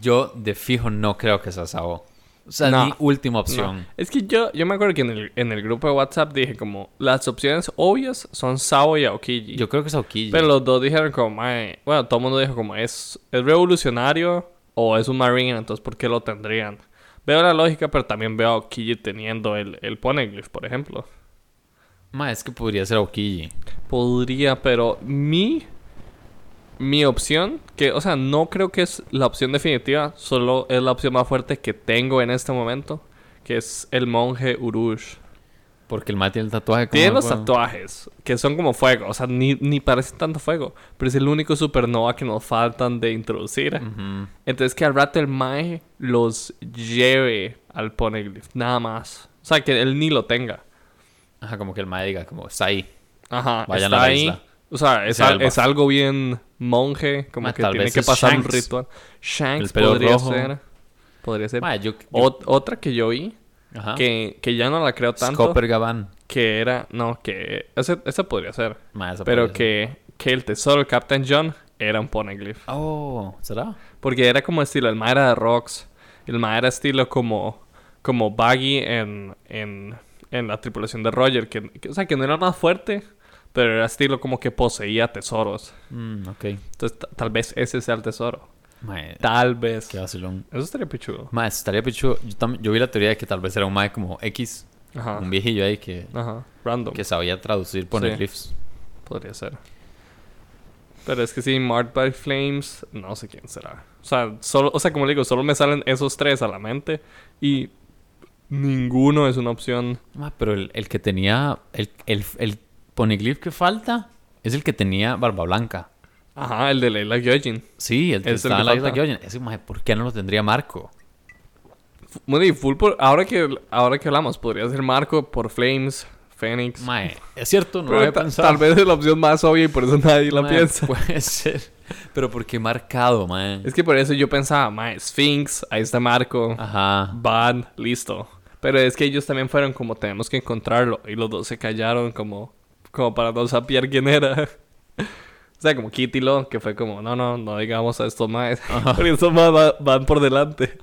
yo de fijo no creo que sea Sabo. O sea, No. mi última opción. Es que yo, yo me acuerdo que en el, en el grupo de WhatsApp dije como las opciones obvias son Sao y Aokiji. Yo creo que es Aokiji. Pero los dos dijeron como, "Mae", bueno, todo el mundo dijo como es, es revolucionario o es un marine, entonces ¿por qué lo tendrían? Veo la lógica, pero también veo a Aokiji teniendo el, el poneglyph, por ejemplo. Mae, es que podría ser Aokiji. Podría, pero mi. Mi opción, que, o sea, no creo que es la opción definitiva, solo es la opción más fuerte que tengo en este momento, que es el monje Urush. Porque el mae tiene el tatuaje. como Tiene el los huevo. tatuajes, que son como fuego, o sea, ni, ni parecen tanto fuego, pero es el único supernova que nos faltan de introducir. Ujú. Entonces, que al rato el Mae los lleve al Poneglyph, nada más. O sea, que él ni lo tenga. Ajá, como que el mae diga, como, está ahí. Ajá, Vayan está a la ahí. isla. O sea, es, Sea al- alba. es algo bien monje, como Ma, que Ah, tal tiene vez que es pasar un Shanks. ritual. Shanks El pelo podría rojo. ser. Podría ser. Mae, yo. yo- Ot- otra que yo vi, ajá. que, que ya no la creo tanto, Ah. Scopper Gabán. que era. No, que. Ese, esa podría ser. Mae, esa Pero podría ser. que, que el tesoro, el Captain John, era un poneglyph. Oh, ¿será? Porque era como estilo, el ma era de rocks. El ma era estilo como, como Baggy en, en, en la tripulación de Roger. Que, que- o sea, que no era más fuerte, pero era estilo como que poseía tesoros. Mm, ok. Entonces, ta- tal vez ese sea el tesoro. Mae, Tal vez. qué vacilón. Eso estaría pichudo. Mae, estaría pichu. Yo, tam- yo vi la teoría de que tal vez era un mae como X. Ajá. Un viejillo ahí que, Ajá. Random. Mm. que sabía traducir poneglyphs. Podría ser. Pero es que sí, Marked by Flames, no sé quién será. O sea, solo, o sea, como le digo, solo me salen esos tres a la mente y ninguno es una opción. Ma, pero el, el que tenía. El, el, el poneglyph que falta es el que tenía Barba Blanca. Ajá, el de Leila Gyojin. Sí, el que Es el estaba que en la isla falta. Georgian. Ese, ma, ¿por qué no lo tendría Marco? F- Bueno, y full por. Ahora que, ahora que hablamos, podría ser Marco por Flames, Phoenix. Ma, es cierto, no lo Pero había ta- pensado. tal vez es la opción más obvia y por eso nadie la Ma, piensa. Ah, Puede ser. Pero ¿por qué marcado, ma? Es que por eso yo pensaba, ma, Sphinx, ahí está Marco, Ajá. Van, listo. Pero es que ellos también fueron como, tenemos que encontrarlo. Y los dos se callaron como, como para no saber quién era. o sea, como Kitty Long, que fue como, no, no, no digamos a estos más. Porque estos más van por delante.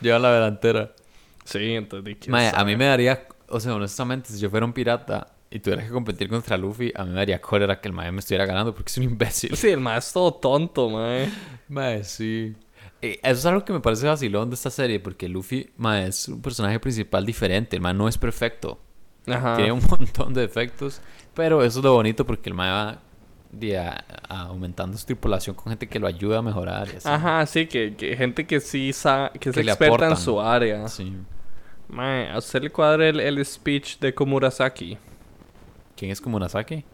Lleva la delantera. Sí, entonces di que. Mae, a mí me daría, o sea, honestamente, si yo fuera un pirata y tuviera que competir contra Luffy, a mí me daría cólera que el mae me estuviera ganando porque es un imbécil. Sí, el mae es todo tonto, mae. Mae, sí. Eh, Eso es algo que me parece vacilón de esta serie, porque Luffy, mae, es un personaje principal diferente. El mae no es perfecto. Ajá. Tiene un montón de defectos, pero eso es lo bonito porque el mae va di, a- a- aumentando su tripulación con gente que lo ayuda a mejorar. y así. Ajá, sí, que, que gente que sí sabe, que, es Que le experta en aportan. su área. Sí. Mae, a usted le cuadra el, el speech de Komurasaki. ¿Quién es como Nasaki?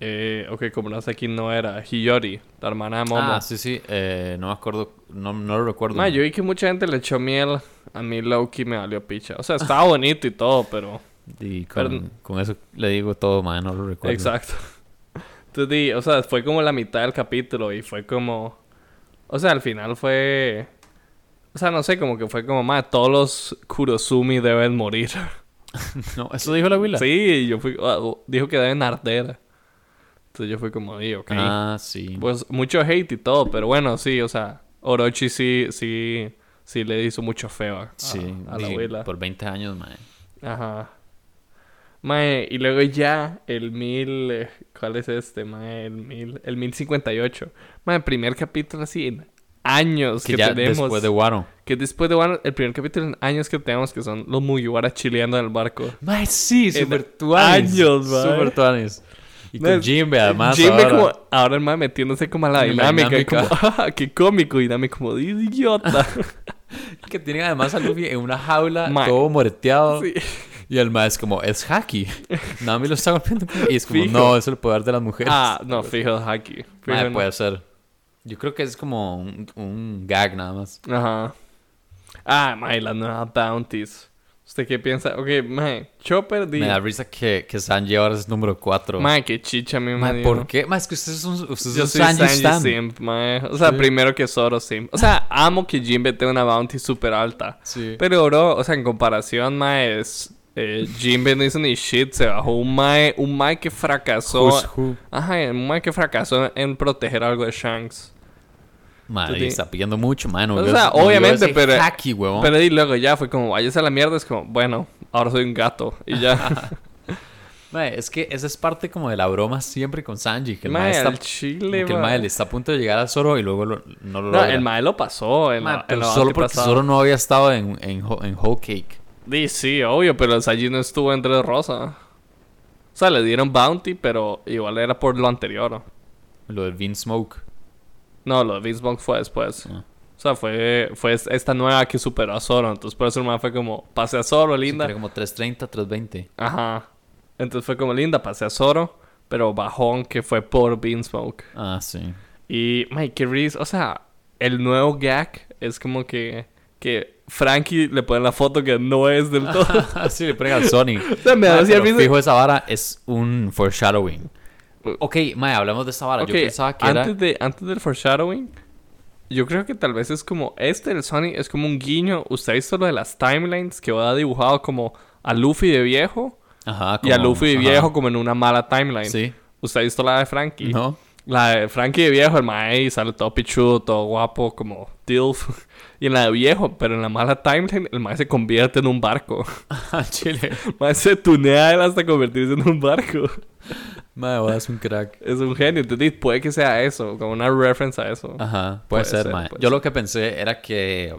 Eh, ok, Komurasaki no era, Hiyori, la hermana de Momo. Ah, sí, sí. eh, no me acuerdo. No, no lo recuerdo. Mae, yo vi que mucha gente le echó miel. A mí Loki me valió picha. O sea, estaba bonito y todo, pero... Y con, Pero- con eso le digo todo, mae, no lo recuerdo. Exacto. Entonces, di, o sea, fue como la mitad del capítulo y fue como... O sea, al final fue... O sea, no sé, como que fue como, mae, todos los Kurosumi deben morir. No, eso dijo la huila. Sí, y yo fui... ah, oh, dijo que deben arder. Entonces yo fui como, di, ok. Ah, sí. Pues mucho hate y todo, pero bueno, sí, o sea, Orochi sí, sí, sí le hizo mucho feo a, Sí, Ah, a la di- abuela. por 20 años, mae. Ajá. Mae, y luego ya el mil. eh, ¿Cuál es este, mae? El mil. El mil cincuenta y ocho. Mae, primer capítulo así en años que, Que, ya tenemos. después de Wano. Que después de Wano, el primer capítulo en años que tenemos, que son los Mugiwara chileando en el barco. Mae, sí, En super tuanes. años, mae. Super tuanes. Y Mae, con Jimbe, además. eh, Jimbe ahora. como. Ahora el mae metiéndose como a la En la dinámica. y como, dinámica. "Ah, qué cómico. Y Nami como, idiota. Que tienen además a Luffy en una jaula, Mae. todo moreteado. Sí. Y el mae es como, es Haki. Nami lo está golpeando. con- Y es como, Fijo. no, es el poder de las mujeres. Ah, no, fijo el haki. Fijo Mae, pues, en- puede ser. Yo creo que es como un, un gag nada más. Ajá. Ah, mae, las nuevas bounties. ¿Usted qué piensa? Ok, mae, Chopper di. Me da risa que, que Sanji ahora es número 4. Mae, qué chicha a mí me Mae, dio. ¿por qué? Mae, es que usted es un, usted es Yo un soy Sanji Sanji Stan. simp, mae. O sea, Sí. primero que Zoro simp. O sea, amo que Jinbe tenga una bounty súper alta. Sí. Pero, bro, o sea, en comparación, mae, es... Eh, Jinbe no hizo ni shit, se bajó un mae, un mae que fracasó. Who's who? Ajá, un mae que fracasó en proteger algo de Shanks. Mae, Entonces, está pidiendo mucho, mano. o sea, obviamente, pero- Haki, huevón. Pero y luego ya fue como, váyase a la mierda, es como, bueno, ahora soy un gato. Y ya. Mae, es que esa es parte como de la broma siempre con Sanji. Que el mae, Mae, está, al chile, que el mae. mae le está a punto de llegar a Zoro y luego lo- no lo No, logra. el mae lo pasó. En Mae, la, en pero la solo porque antepasada. Zoro no había estado en, en, Ho- en Whole Cake. Sí, sí, obvio, pero el Saji no estuvo entre Rosa. O sea, le dieron bounty, pero igual era por lo anterior. Lo del Vin Smoke. No, lo de Vince Vaughn fue después. Ah. O sea, fue, fue es- esta nueva que superó a Zoro. Entonces, por eso el mae fue como, pasé a Zoro, Linda. linda. como 3.30, 3.20. Ajá. Entonces fue como, linda, pasé a Zoro. Pero bajón que fue por Vince Vaughn. Ah, sí. Y, Mike, qué risa. O sea, el nuevo gag es como que, que Frankie le pone la foto que no es del todo. sí, le ponen al Sonic. O sea, me Mae, hacía pero risa. fijo, esa vara es un foreshadowing. Ok, mae, hablamos de esa vara. Ok, Yo pensaba que antes, era... de, antes del foreshadowing, yo creo que tal vez es como este del Sonic, es como un guiño. Usted ha visto lo de las timelines que va dibujado como a Luffy de viejo Ajá, y a como- Luffy de ajá. viejo como en una mala timeline. Sí. Usted ha visto la de Frankie. No. La de Frankie de viejo, el maíz sale todo pichudo, todo guapo, como DILF. Y en la de viejo, pero en la mala timeline, el maíz se convierte en un barco. Ah, Chile. El maíz se tunea él hasta convertirse en un barco. Mae, vos es un crack. Es un genio, entonces puede que sea eso, como una reference a eso. Ajá, puede, Puede ser, ser, mae. puede Yo ser. lo que pensé era que...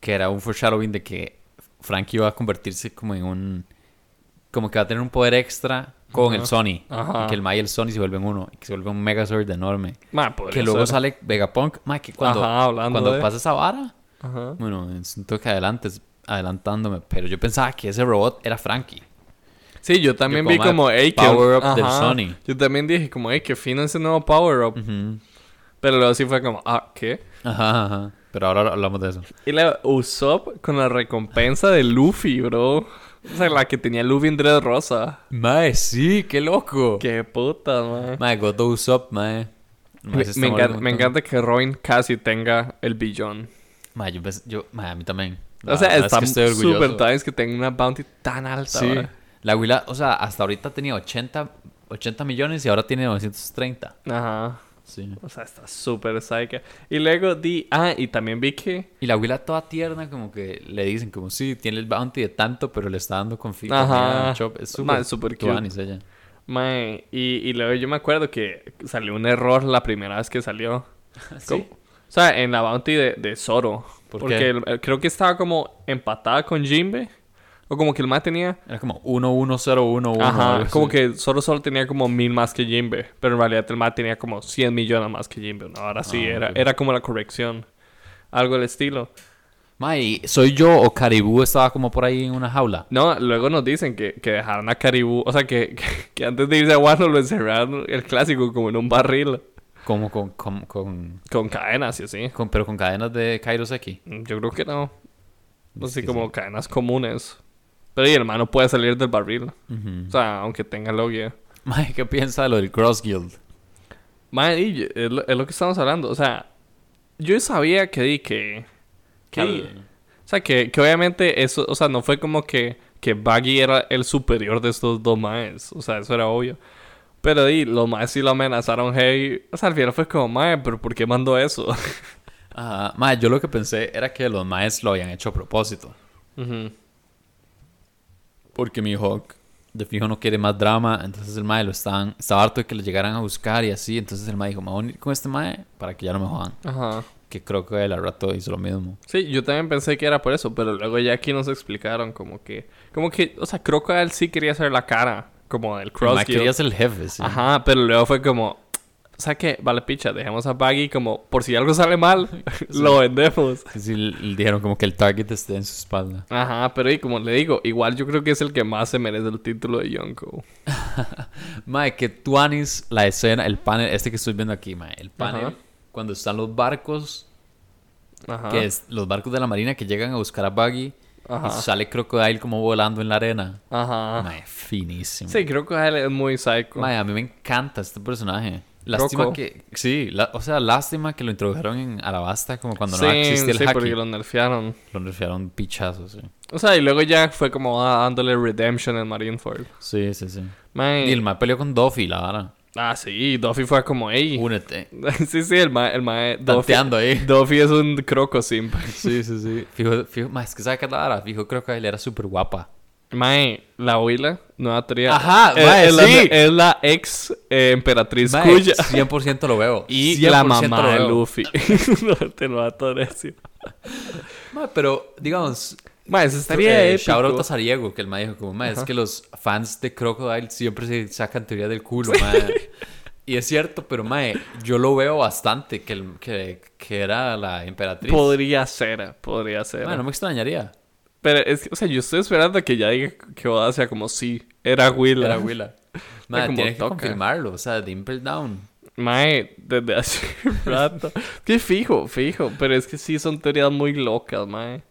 Que era un foreshadowing de que Frank iba a convertirse como en un... Como que va a tener un poder extra con el Sony. Ajá. Y que el Mae y el Sony se vuelven uno. Y que se vuelve un Megazord enorme. Ma, podría que luego ser. sale Vegapunk. Mae, que cuando, Ajá, hablando cuando de- pasa esa vara... Ajá. Bueno, es un toque adelante, es- adelantándome. Pero yo pensaba que ese robot era Frankie. Sí, yo también como, vi mae, como, hey, que... power up del ajá. Sony. Yo también dije como, hey, que fino ese nuevo power up. Pero luego sí fue como, ah, ¿qué? Ajá, ajá. Pero ahora hablamos de eso. Y la Usopp con la recompensa de Luffy, bro. O sea, la que tenía Luffy en Dread Rosa. Mae, sí, qué loco. Qué puta, man. Mae, go to Usopp, mae. Mae, Me, se está me encanta, muriendo me un montón. encanta que Robin casi tenga el billón. Mae, yo, pens- yo- mae, a mí también. O sea, está está súper times que tenga una bounty tan alta. Sí. ¿verdad? La abuela, o sea, hasta ahorita tenía 80, 80 millones y ahora tiene 930. Ajá. Sí. O sea, está súper psycho. Y luego di. Ah, y también vi que. Y la abuela toda tierna, como que le dicen, como sí, tiene el bounty de tanto, pero le está dando confianza. Ajá. Es Ma, súper es súper cute. tuanis ella. Mae, y, y luego yo me acuerdo que salió un error la primera vez que salió. ¿Sí? Como- O sea, en la bounty de, de Zoro. ¿Por porque qué? el- el- creo que estaba como empatada con Jinbe. O como que el más tenía. Era como 1-1-0-1-1. Ajá, Oh, algo como así. que Zoro solo tenía como mil más que Jinbe. Pero en realidad el más tenía como 100 millones más que Jinbe. No, ahora sí, Ah, era, ok. era como la corrección. Algo del estilo. Ma, ¿y ¿soy yo o Caribú estaba como por ahí en una jaula? No, luego nos dicen que, que dejaron a Caribú. O sea, que, que, que antes de irse a Wano lo encerraron el clásico como en un barril. Como con, con, con, Con cadenas y así. con- Pero con cadenas de Kairoseki. Yo creo que no. No Es sé, que como cadenas comunes. Pero y el hermano puede salir del barril. O sea, aunque tenga logia. Ma, ¿qué piensa de lo del Cross Guild? Madre, y yo- es lo, es lo que estamos hablando. O sea, yo sabía que di que. que di- Al- o sea, que, que obviamente eso. O sea, no fue como que, que Baggy era el superior de estos dos maes. O sea, eso era obvio. Pero di, los maes sí lo amenazaron heavy. O sea, al final fue como, mae, pero ¿por qué mandó eso? Ah, ma, yo lo que pensé era que los maes lo habían hecho a propósito. Ujú. Porque mi Hawk de fijo no quiere más drama. Entonces el mae lo estaban, estaba harto de que le llegaran a buscar y así. Entonces el mae dijo, me voy a unir con este mae para que ya no me jodan. Ajá. Que creo que el al rato hizo lo mismo. Sí, yo también pensé que era por eso, pero luego ya aquí nos explicaron como que... Como que, o sea, Crocodile sí quería hacer la cara, como del El mae Cross quería ser el jefe, sí. Ajá, pero luego fue como... O sea que, vale picha, dejemos a Baggy como... Por si algo sale mal, lo vendemos. Sí, sí, le dijeron como que el target esté en su espalda. Ajá, pero y como le digo, igual yo creo que es el que más se merece el título de Yonko. Mae, que tuanis la escena, el panel, este que estoy viendo aquí, mae. El panel, Ajá. cuando están los barcos, Ajá. que es los barcos de la marina que llegan a buscar a Buggy. Ajá. Ah. Y sale Crocodile como volando en la arena. Ajá. Mae, finísimo. Sí, Crocodile es muy psycho. Mae, a mí me encanta este personaje. Lástima Loco. que. Sí, la- o sea, lástima que lo introdujeron en Alabasta como cuando sí, no existía el sí, haki. porque Lo... lo nerfearon. nerfearon pichazos, sí. O sea, y luego ya fue como ah, dándole redemption en Marineford. Sí, sí, sí. Man, Y el mae peleó con Duffy, la vara. Ah, sí, Duffy fue como, ey. Únete. sí, sí, el mae, el mae, Duffy, Tanteando ahí. Duffy es un croco simp. Sí, sí, sí. Fijo, fijo, mae, es que sabe que la vara. Fijo, creo que él era súper guapa. Mae, la abuela, nueva teoría. Ajá, Es- mae, es, sí. la, es la ex eh, emperatriz Mae, Cuya. 100% lo veo. Y 100% la lo mamá de veo. Luffy. no, te lo va a todo decir. Mae, pero, digamos. Mae, eso estaría Eh, épico. Shoutout a Sariego, que el mae dijo como, mae, es que los fans de Crocodile siempre se sacan teoría del culo, mae. Y es cierto, pero mae, yo lo veo bastante que, el- que, que era la emperatriz. Podría ser, eh, podría ser. Mae, no me extrañaría. Pero es que, o sea, yo estoy esperando que ya diga que Oda sea como, sí, era Willa. Era Willa. Mae, como tienes que toca. confirmarlo, o sea, de Impel Down. Mae, desde hace rato. Qué fijo, fijo. Pero es que sí son teorías muy locas, mae.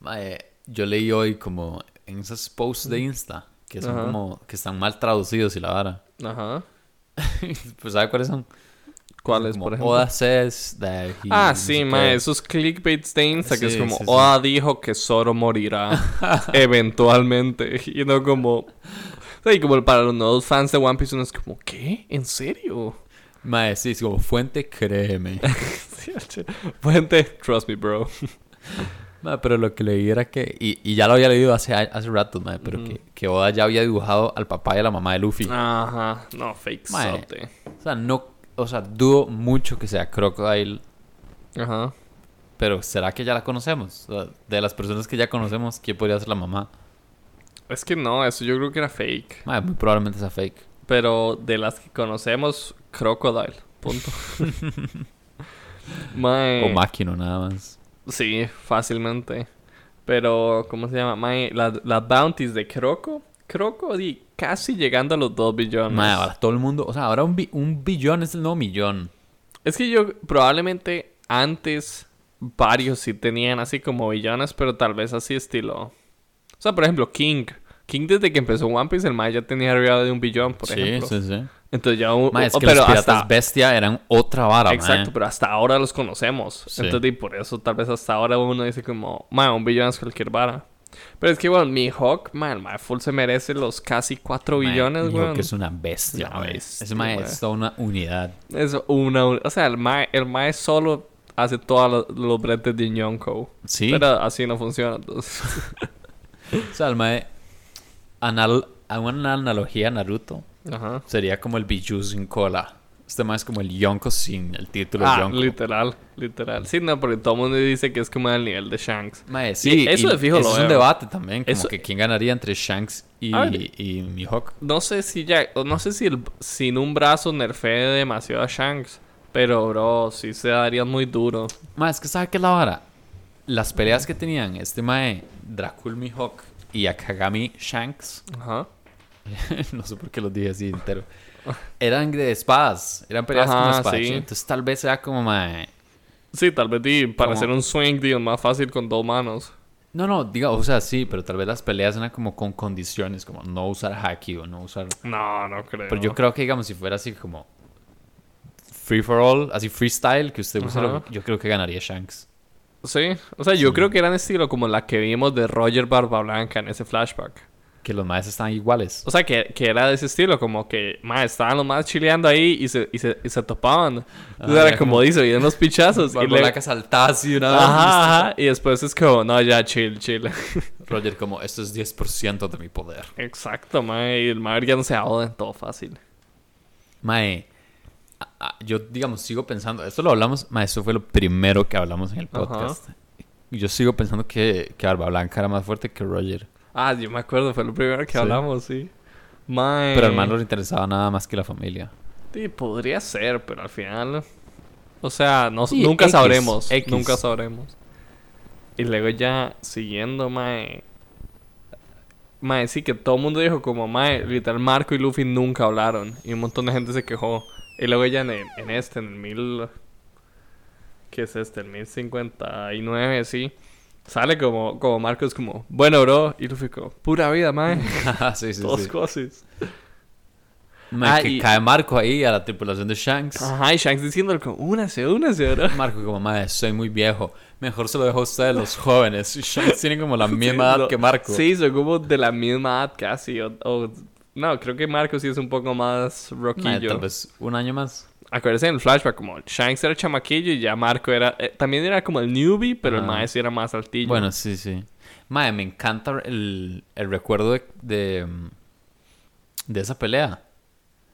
Mae, yo leí hoy como en esos posts de Insta, que son Mm. Ajá. como, que están mal traducidos y la vara. Ajá. pues, ¿sabe cuáles son? ¿Cuáles, Como, por ejemplo? Oda says that he- Ah, no sé sí, qué. mae, esos clickbaits de Insta que es Sí, como sí, sí. Oda dijo que Zoro morirá eventualmente. Y no como. O sea, y como para los nuevos fans de One Piece uno es como, ¿qué? ¿En serio? Mae, sí, es como fuente, créeme. Sí, che. Fuente, trust me, bro. Ma, pero lo que leí era que. Y, y ya lo había leído hace, a- hace rato, ma, pero que, que Oda ya había dibujado al papá y a la mamá de Luffy. Ah. Ajá. No, fake Mae. sote. O sea, no. O sea, dudo mucho que sea Crocodile. Ajá. Pero ¿será que ya la conocemos? O sea, de las personas que ya conocemos, ¿quién podría ser la mamá? Es que no, eso yo creo que era fake. Ma, muy probablemente sea fake. Pero de las que conocemos, Crocodile. Punto. Mae. O Eh. Máquino, nada más. Sí, fácilmente. Pero, ¿cómo se llama? Mae, las, las bounties de Croco. Croco, di, casi llegando a los 2 billones. Ma, ahora todo el mundo. O sea, ahora un, bi- un billón es el nuevo millón. Es que yo probablemente antes varios sí tenían así como billones, pero tal vez así estilo. O sea, por ejemplo, King. King desde que empezó One Piece, el Mae ya tenía arriba de un billón, por sí, ejemplo. sí, sí. Entonces ya un... Ma, es oh, que los piratas bestia eran otra vara, ma. Exacto, pero hasta ahora los conocemos. Sí. Entonces, y por eso tal vez hasta ahora uno dice como, ma, un billón es cualquier vara. Pero es que, bueno, mi Hawk, man, el mae full se merece los casi 4 Mae, billones, Mihawk weón. es una bestia, Una mae. bestia, Ese mae mae. es toda una unidad. Es una... O sea, el mae, el mae solo hace todos los, los bretes de Nyonko. Sí. Pero así no funciona, entonces... O sea, el mae. Anal a una analogía a Naruto. Ajá. Sería como el Biju sin cola. Este mae es como el Yonko sin el título Ah, Yonko. literal, literal. Sí, no, porque todo el mundo dice que es como el nivel de Shanks. Mae, sí. Y eso y de fijo ese lo es un veo. debate también. Como Eso- que quién ganaría entre Shanks y, Ah, y Mihawk. No sé si ya, o no sé si el- sin un brazo nerfee demasiado a Shanks, pero bro, sí se daría muy duro. Mae, es que ¿sabe qué es la vara? Las peleas que tenían este mae, Dracul Mihawk y Akagami Shanks. Ajá. no sé por qué los dije así entero. Eran de espadas. Eran peleas con Ajá, espadas. sí. Entonces tal vez sea como mae. Sí, tal vez di, para Como- hacer un swing di, es más fácil con dos manos. No, no, diga, o sea, sí, pero tal vez las peleas eran como con condiciones, como no usar haki o no usar. No, no creo. Pero yo creo que, digamos, si fuera así como free for all, así freestyle, que usted usa lo Ajá. que- yo creo que ganaría Shanks. Sí, o sea, yo creo que eran estilo como la que vimos de Roger Barbablanca en ese flashback. Que los maestros están iguales. O sea, que, que era de ese estilo, como que más estaban los más chileando ahí y se, y se, y se topaban. O sea, Ah, era ya como como- Ah, dice, vienen los pichazos. y, Pues le- Barbolaca saltaba así de una vez. Ajá, ajá, y después es como, no, ya, chill, chill. Roger, como, esto es 10% de mi poder. Exacto, mae. Y el mae ya no se ahoga, todo fácil. Mae, a- a- yo, digamos, sigo pensando, esto lo hablamos, mae, esto fue lo primero que hablamos en el Ajá. podcast. Y Yo sigo pensando que, que Barba Blanca era más fuerte que Roger. Ah, yo me acuerdo, fue lo primero que Sí. hablamos, sí. Mae. Pero al man no le interesaba nada más que la familia. Sí, podría ser, pero al final. O sea, no, Sí, nunca X, sabremos. X. Nunca sabremos. Y luego ya siguiendo, mae. Mae, sí, que todo el mundo dijo como, mae, literal, Marco y Luffy nunca hablaron. Y un montón de gente se quejó. Y luego ya en, el- en este, en el mil... ¿Qué es este? El 1059, sí. Sale como, como Marco es como, bueno, bro. Y Luffy como, pura vida, mae. sí, sí, Dos sí. cosas. Mae, Ah, que y- cae Marco ahí a la tripulación de Shanks. Ajá, y Shanks diciéndole como, únase, únase, bro. Marco como, madre, soy muy viejo. Mejor se lo dejo a ustedes los jóvenes. Y Shanks tiene como la misma edad lo- que Marco. Sí, son como de la misma edad casi. o- o- no, creo que Marco sí es un poco más Mae, roquillo. Eh, tal vez un año más. Acuérdense en el flashback, como Shanks era chamaquillo y ya Marco era. eh, también era como el newbie, pero el Ah. maestro era más altillo. Bueno, sí, sí. Madre, me encanta el, el recuerdo de, de, mm, de esa pelea.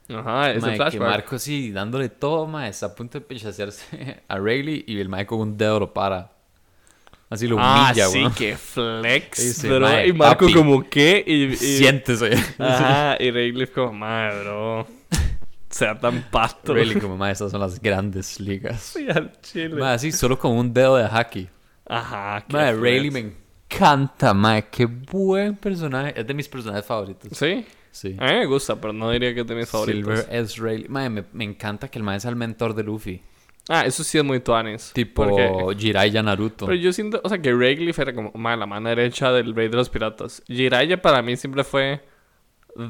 Ajá, ese Mae, que flashback. Marco sí, dándole todo, mae, está a punto de pichasearse a Rayleigh y el mae con un dedo lo para. Así lo ah, humilla, sí, weón. que flex. Dice, bro. "Mae, y Marco, papi". como qué. Y, y- Siéntese. Ajá, y Rayleigh, como, madre, bro. Sea tan pasto. Rayleigh como, mae, esas son las grandes ligas. Sí, al chile. Mae, así, solo con un dedo de haki. Ajá, qué Mae, flex. Rayleigh me encanta, mae. Qué buen personaje. Es de mis personajes favoritos. Sí, Sí. a mí me gusta, pero no diría que es de Ah, mis favoritos. Silver es Rayleigh. Mae, me, me encanta que el mae sea el mentor de Luffy. Ah, eso sí es muy tuanis. Tipo porque- Jiraiya Naruto. Pero yo siento, o sea, que Rayleigh era como ma, la mano derecha del rey de los piratas. Jiraiya para mí siempre fue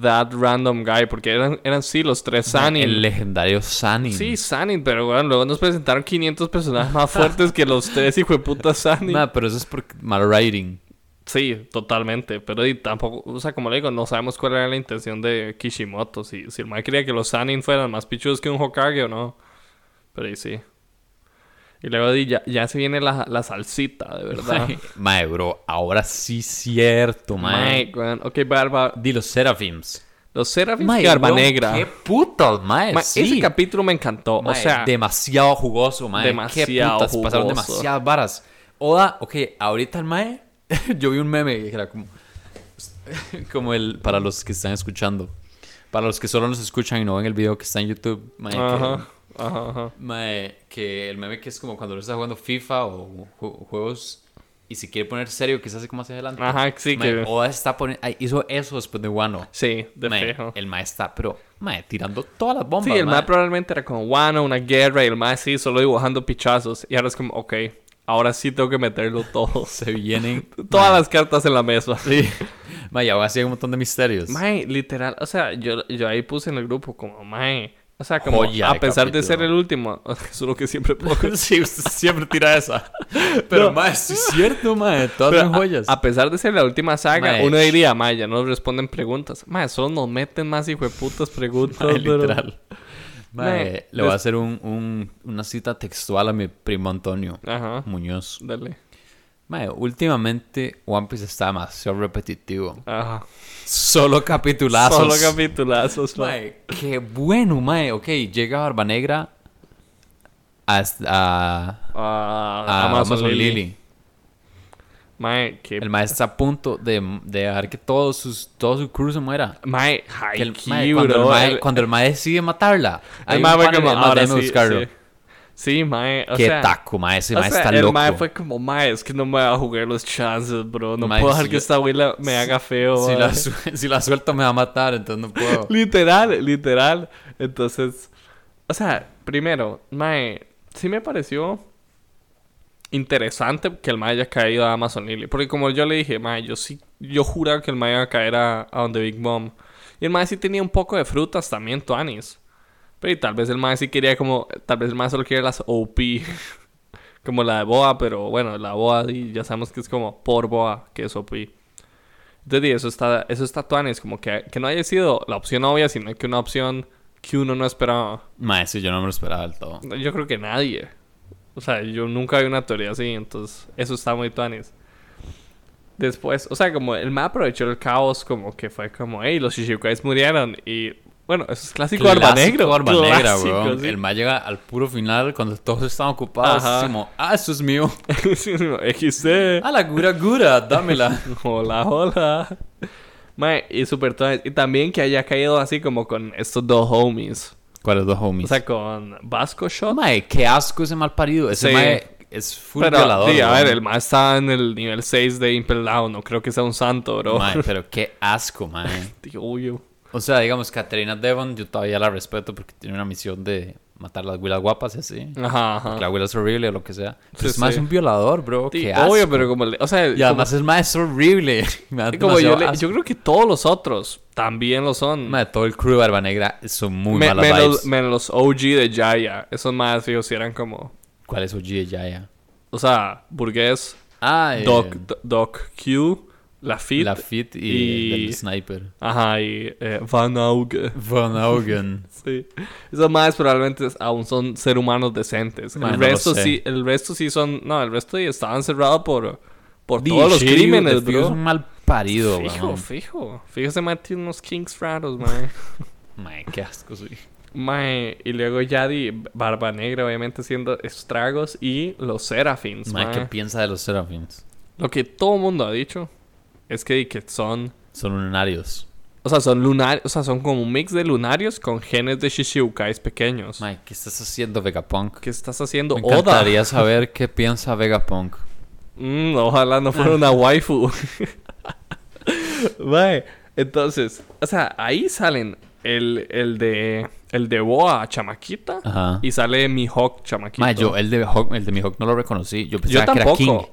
that random guy, porque eran, eran sí los tres Sanin. El legendario Sunny. Sí, Sanin, pero bueno, luego nos presentaron 500 personajes más fuertes que los tres hijo de puta Sanin. Mae, pero eso es por mal writing. Sí, totalmente, pero y tampoco, o sea, como le digo, no sabemos cuál era la intención de Kishimoto, si, si el man quería que los Sanin fueran más pichudos que un Hokage o no, pero y sí. Y luego di, ya, ya se viene la, la salsita, de verdad. Mae, Mae, bro, ahora sí cierto, mae. Mike, weón. Ok, barba. Di los Seraphims. Los Seraphims Mae, y Barba weón, Negra. Qué putos, mae. Ma, sí. Ese capítulo me encantó. Mae, o sea, demasiado jugoso, mae. Qué demasiado putas, pasaron jugoso. demasiadas varas. Oda, ok, ahorita el mae, yo vi un meme que era como, como el, para los que están escuchando, para los que solo nos escuchan y no ven el video que está en YouTube, mae, que- ajá, ajá, ajá. mae, que, el meme que es como cuando uno está jugando FIFA o ju- juegos y se quiere poner serio, que se hace como hacia adelante. Ajá, Ah, sí, Mae, que. Oda está poniendo, ay, hizo eso después de Wano. Sí, de Mae, fijo. el mae está, pero, mae, tirando todas las bombas. Sí, el mae. más probablemente era como Wano, una guerra, y el más sí, solo dibujando pichazos. Y ahora es como, ok, ahora sí tengo que meterlo todo. se vienen Todas las cartas en la mesa. Sí. Mae, y aún así hay un montón de misterios. Mae, literal, o sea, yo, yo ahí puse en el grupo como, mae, O sea, como Joya de a pesar de capítulo. ser el último, eso es lo que siempre pongo. sí, usted siempre tira esa. Pero, No. mae, sí es cierto, mae. Todas Pero ah, son a- joyas. A, pesar de ser la última saga, Mae. uno diría, mae, ya no responden preguntas. Mae, solo nos meten más hijueputas preguntas. Mae, bro. literal. Mae, Mae, le voy a es- hacer un, un- una cita textual a mi primo Antonio Ajá. Muñoz. Dale. Mae, últimamente One Piece está demasiado repetitivo. Ajá. Solo capitulazos. Solo capitulazos, mae. Mae, qué bueno, mae. Ok, llega Barba Negra hasta a, Ah, a Amazon, Amazon Lily. Lily. Mae, que. El mae está a punto de, de dejar que todo, sus, todo su crew se muera. Mae, Que el- haiku, mae, cuando, el bro. mae- El- cuando el mae decide matarla, hay el un mae fue panel de, como, "No, ahora déjame sí, buscarlo". sí. Sí, mae. O Qué sea, taco, mae. Ese o mae sea, está el loco. mae fue como, mae, es que no me va a jugar los chances, bro. No Mae, puedo dejar si que yo- esta abuela me haga feo. Si mae". la, su- si la suelto me va a matar, entonces no puedo. literal, literal. Entonces, o sea, primero, mae, sí me pareció interesante que el mae haya caído a Amazon Lily. Porque como yo le dije, mae, yo sí, yo juraba que el mae iba a caer a, a donde Big Mom. Y el mae sí tenía un poco de frutas también, Tuanis. Pero y tal vez el mae sí quería como, tal vez el mae solo quiere las OP. Como la de Boa, pero bueno, la Boa sí, ya sabemos que es como por Boa, que es OP. Entonces, di, eso está, eso está tuanis, como que, que no haya sido la opción obvia, sino que una opción que uno no esperaba. Mae, sí, yo no me lo esperaba del todo. Yo creo que nadie. O sea, yo nunca vi una teoría así, entonces eso está muy tuanis. Después, o sea, como el mapa aprovechó el caos, como que fue como, hey, los Shishikais murieron. Y bueno, eso es clásico, Barba Clásico Negro. Barba Negra, Clásico, weón. sí. El mae llega al puro final cuando todos están ocupados. Ajá. Es como, ah, esto es mío. Sí, no, XD. A la gura gura, dámela. Hola, hola. Mae, y super tuanis. Y también que haya caído así como con estos dos homies. ¿Cuáles dos homies? O sea, con Vasco Shot. Mae, qué asco ese mal parido. Ese Sí. mae es full Pero, violador. sí, a weón. ver, el más está en el nivel 6 de Impel Down. No creo que sea un santo, bro. Mae, pero qué asco, mae. Tío, obvio. O sea, digamos, Katrina Devon, yo todavía la respeto porque tiene una misión de matar las güilas guapas y así. Ajá, La ajá. abuela es horrible o lo que sea. Pero Sí, es más sí. un violador, bro. Sí, qué asco. obvio, pero como... le- o sea, Y además es más horrible. Me da como, como yo, demasiado le- asco. yo creo que todos los otros también lo son. Mae, todo el crew de Barba Negra son muy Me- malas menos, vibes. menos los OG de Jaya. Esos más, fijo, si eran como... ¿Cuál es OG de Jaya? O sea, Burgués, Ah, eh, Doc, Doc Q, Lafitte... la Fit y, y- el Sniper. Ajá, y eh, Van Auge. Von Augen. Sí. Esos más probablemente aún son ser humanos decentes. Mae, el no lo resto sé. sí, el resto sí son, no, el resto sí estaban cerrados por por Di, todos los Shiryu, crímenes, de fijo Es bro. un mal parido, Fijo, weón. fijo. Fíjese, mae, tiene unos kinks raros, mae. Mae, qué asco, sí. mae, y luego Yadi, Barba Negra, obviamente haciendo estragos y los Serafins, Mae, ¿qué mae. piensa de los Serafins? Lo que todo el mundo ha dicho es que, que son, Son lunarios. o sea, son lunar, o sea, son como un mix de lunarios con genes de Shishibukais pequeños. Mae, ¿qué estás haciendo, Vegapunk? ¿Qué estás haciendo, Me Oda? encantaría saber qué piensa Vegapunk. Mm, ojalá no fuera una waifu. Mae, entonces, o sea, ahí salen el, el de el de Boa chamaquita Ajá. y sale Mihawk chamaquita. Mae, yo el de, Hawk, el de mi Hawk no lo reconocí. Yo pensaba que era tampoco. King. Dije,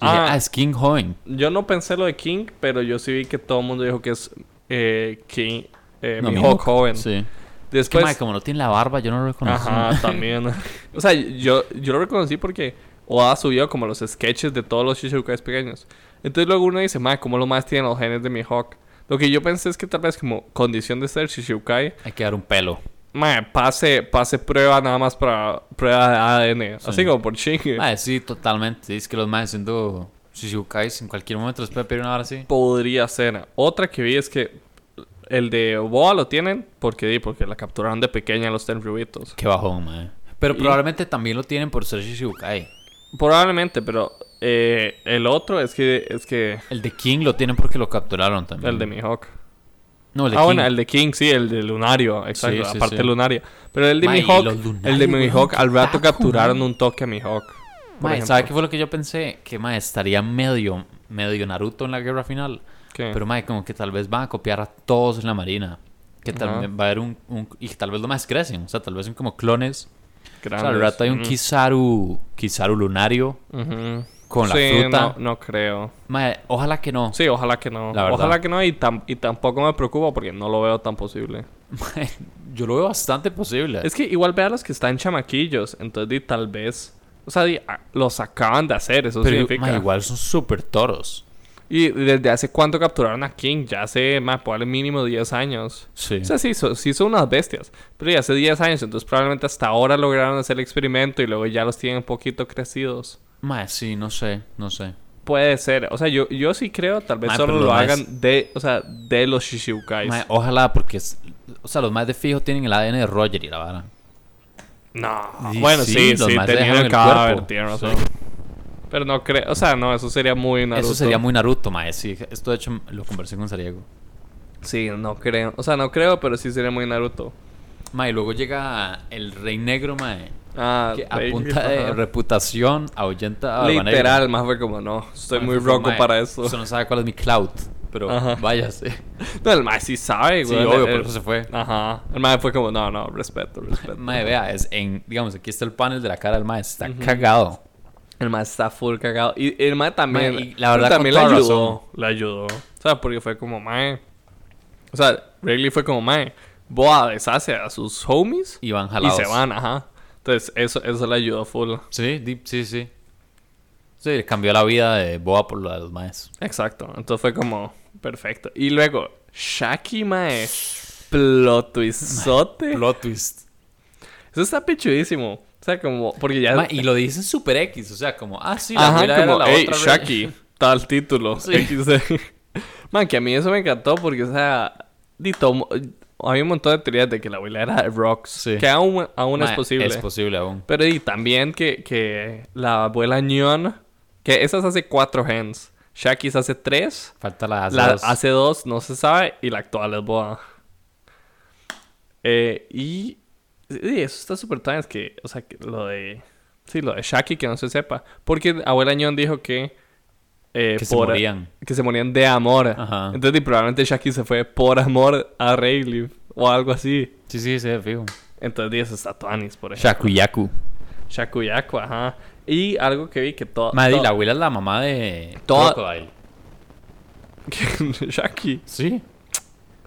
Ah. ah, es King joven. Yo no pensé lo de King, pero yo sí vi que todo el mundo dijo que es eh, King, eh, No, Mihawk joven. Sí. Es que, Después, mae, como no tiene la barba, yo no lo reconocí. pues, Ajá, también. o sea, yo, yo lo reconocí porque Oda subió como los sketches de todos los Shishibukais pequeños. Entonces luego uno dice, ma, ¿cómo lo más tienen los genes de Mihawk? Lo que yo pensé es que tal vez como condición de ser Shishibukai, Hay que dar un pelo. ma, pase, pase prueba nada más para prueba de ADN. Así como por chingue. Mae, sí, totalmente. Es que los maes siendo Shishibukais en cualquier momento les puede pedir una hora así. Podría ser. Otra que vi es que el de Boa lo tienen porque, di, porque la capturaron de pequeña los tenryubitos. Qué bajón, mae. Pero Y- probablemente también lo tienen por ser Shishibukai. Probablemente, pero eh, el otro es que, es que El de King lo tienen porque lo capturaron también. el de Mihawk. No, el de ah, King. bueno, el de King, sí, el de Lunario, exacto, sí, aparte sí. Lunario. Pero el de Mae, y Mihawk, los Lunario, el de weón, Mihawk, qué al rato taco, capturaron man. un toque a Mihawk. por Mae, ejemplo. ¿sabe qué fue lo que yo pensé? Que mae, estaría medio, medio Naruto en la guerra final. ¿Qué? Pero mae, como que tal vez van a copiar a todos en la marina. Que tal Ajá. vez va a haber un, un- Y que tal vez los más crecen. O sea, tal vez son como clones. O sea, Grandes. al rato hay un Mm. Kizaru... Kizaru lunario Ujú. con la Sí, fruta. No, no creo. Mae, ojalá que no. Sí, ojalá que no. La verdad. ojalá que no y, tam- y tampoco me preocupa porque no lo veo tan posible. Mae, Yo lo veo bastante posible. Es que igual vea los que están chamaquillos. Entonces, di, tal vez. O sea, di, ah, los acaban de hacer, eso Pero significa. ma, igual son súper toros. Y desde hace cuánto capturaron a King? Ya hace, más probable mínimo 10 años. Sí. O sea, sí, so- sí son unas bestias. Pero ya hace 10 años, entonces probablemente hasta ahora lograron hacer el experimento y luego ya los tienen un poquito crecidos. Ma, sí, no sé, no sé. Puede ser. O sea, yo, yo sí creo, tal vez Mae, solo pero lo lo más- hagan de, o sea, de los Shishibukais. Ma, ojalá, porque. es- o sea, los más de fijo tienen el ADN de Roger y la vara. No. Sí, bueno, sí, sí, sí, los maes tenían dejaron el el cadáver, cuerpo. tienen Sí. razón. Pero no creo, o sea, no, eso sería muy Naruto. Eso sería muy Naruto, ma. Sí, esto de hecho lo conversé con Sariego. Sí, no creo. O sea, no creo, pero sí sería muy Naruto. Ma, y luego llega el Rey Negro, ma. Ah, Que Rey- a punta de Ah, ajá. reputación ahuyenta a Habanero. Literal, más fue como no. Estoy muy Fue como, roco "Mae, para eso. Usted no sabe cuál es mi cloud, pero Ajá. váyase. No, el mae sí sabe, Sí, güey. obvio, El- por eso se fue. Ajá. El mae fue como, no, no, respeto, respeto. Mae, vea, es en, digamos, aquí está el panel de la cara del mae, está cagado. El mae está full cagado. Y el mae también. Mae, y la verdad, pero también le con toda ayudó. razón. Le ayudó. O sea, porque fue como, mae. O sea, Rayleigh fue como, mae. Boa deshace a sus homies Y van y jalados. se van, ajá. Entonces, eso, eso le ayudó full. Sí, di- sí, sí. Sí, le cambió la vida de Boa por la de los maes. Exacto. Entonces fue como, perfecto. Y luego, Shaki, mae. Plot twistote. Plot twist. Eso está pichudísimo. O sea, como, porque ya. Mae, y lo dicen super X, o sea, como, ah, sí, la abuela Ajá, era como, la hey, otra Rey". Shaki, tal título. Sí. XD. Man, que a mí eso me encantó porque, o sea, di, tomo- había un montón de teorías de que la abuela era Rocks, Sí. que aún, aún es Mae, posible. Es posible aún. Pero y también que, que la abuela Ñon, que esas hace cuatro gens, Shaki se hace tres, Falta la la las dos. hace dos no se sabe y la actual es Boa. Eh, y, y eso está súper tan es que, o sea, que lo de, sí, lo de Shaki que no se sepa, porque abuela Ñon dijo que eh, Que se morían. que se morían de amor. Ajá. Entonces, y probablemente Shaki se fue por amor a Rayleigh o algo así. Sí, sí, sí, fijo. Entonces, y eso está Tuanis, por ejemplo. Shakuyaku. Shakuyaku, ajá. Y algo que vi que todo. Madre, y la abuela es la mamá de Oh, Toda- Crocodile. Shaki. Sí.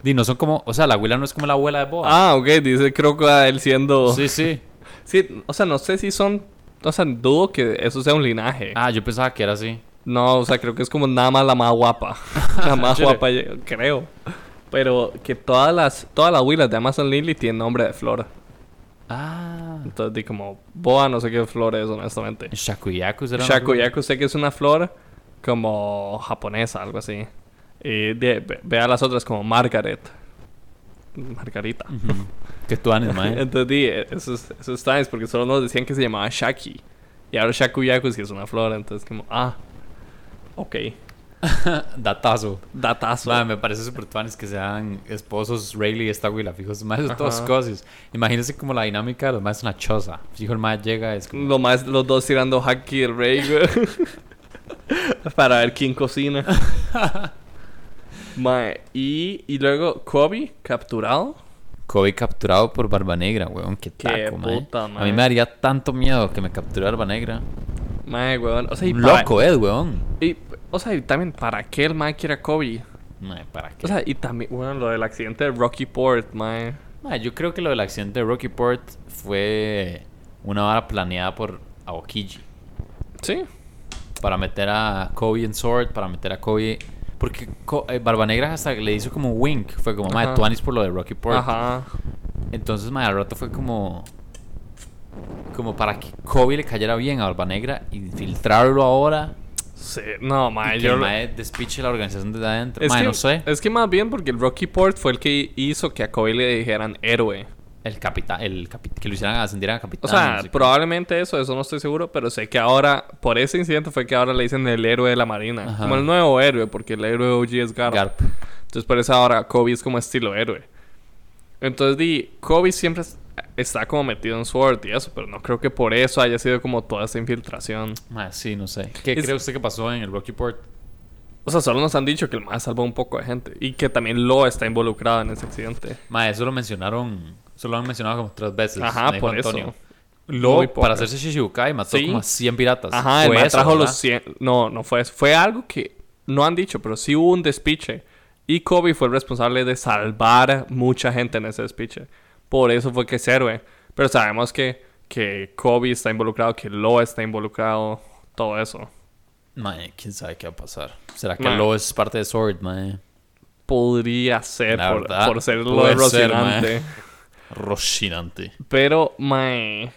Y no son como, o sea, la abuela no es como la abuela de Boa. Ah, oh. ok, dice Crocodile siendo. Sí, sí. Sí, o sea, no sé si son. O sea, dudo que eso sea un linaje. Ah, yo pensaba que era así. No, o sea, creo que es como nada más la más guapa. la más Chile. guapa, yo creo. Pero que todas las todas las huilas de Amazon Lily tienen nombre de flor. Ah. Entonces di como boa, no sé qué flor es, honestamente. Shakuyaku será. una flor? Shakuyaku sé que es una flor como japonesa, algo así. Y de- ve, ve a las otras como Margaret. Margarita. Que tú andes, mae. Entonces, di, eh, eso, es- eso está nice, porque solo nos decían que se llamaba Shaki. Y ahora Shakuyaku sí es una flor, entonces como, ah, ok, Datazo. datazo. Mae, me parece súper tuanes que sean esposos Rayleigh y esta abuela. Fijo, es más de Ajá. todas cosas. Imagínense como la dinámica de los más es una choza. Fijo, el mae llega es como. Lo más, los dos tirando haki el rey, güey. Para ver quién cocina. Mae, y, y luego Kobe capturado. Kobe capturado por Barba Negra, weón. Qué taco, Qué mae. puta, A mae. mí me daría tanto miedo que me capture Barba Negra. Mae, weón. O sea, y Un para- loco, eh, weón. Y, o sea, y también, ¿para qué el mae quiere a Kobe? Mae, ¿para qué? O sea, y también, bueno, lo del accidente de Rocky Port, mae. Mae, yo creo que lo del accidente de Rockyport fue una vara planeada por Aokiji. Sí. Para meter a Kobe en Sword, para meter a Kobe. Porque Co- eh, Barba Negra hasta le hizo como un wink. Fue como, Ajá. mae, Tuanis por lo de Rockyport. Ajá. Entonces, mae, al rato fue como. Como para que Kobe le cayera bien a Barba Negra, infiltrarlo ahora. Sí, no, mae, y que yo... el mae despiche la organización desde adentro. Es Mae, que, no sé. es que más bien porque el Rocky Port fue el que hizo que a Kobe le dijeran héroe. El capitán, el capi- que lo hicieran ascendir a capitán. O sea, Ah, no sé qué. probablemente eso, eso no estoy seguro, pero sé que ahora, por ese incidente fue que ahora le dicen el héroe de la marina. Ajá. Como el nuevo héroe, porque el héroe OG es Garp. Garp. Entonces por eso ahora Kobe es como estilo héroe. Entonces di, Kobe siempre es- está como metido en Sword y eso, pero no creo que por eso haya sido como toda esa infiltración. Mae, sí, no sé. ¿Qué Es- cree usted que pasó en el Rockyport? O sea, solo nos han dicho que el más salvó un poco de gente y que también lo está involucrado en ese accidente. Mae, eso lo mencionaron. Eso lo han mencionado como tres veces. Ajá, me dijo por eso. Lo, Muy para poco. hacerse Shishibukai mató Sí. como a 100 piratas. Ajá, el Fue man eso, trajo ¿verdad? los 100. No, no fue eso. Fue algo que no han dicho, pero sí hubo un despiche. Y Kobe fue el responsable de salvar mucha gente en ese despiche. Por eso fue que Cerve. Pero sabemos que, que Kobe está involucrado, que Loa está involucrado, todo eso. Mae, quién sabe qué va a pasar. ¿Será que Mae. Lowe es parte de Sword, mae? Podría ser, La por, verdad, por ser lo puede de ser, Rocinante. Rocinante. Pero, mae.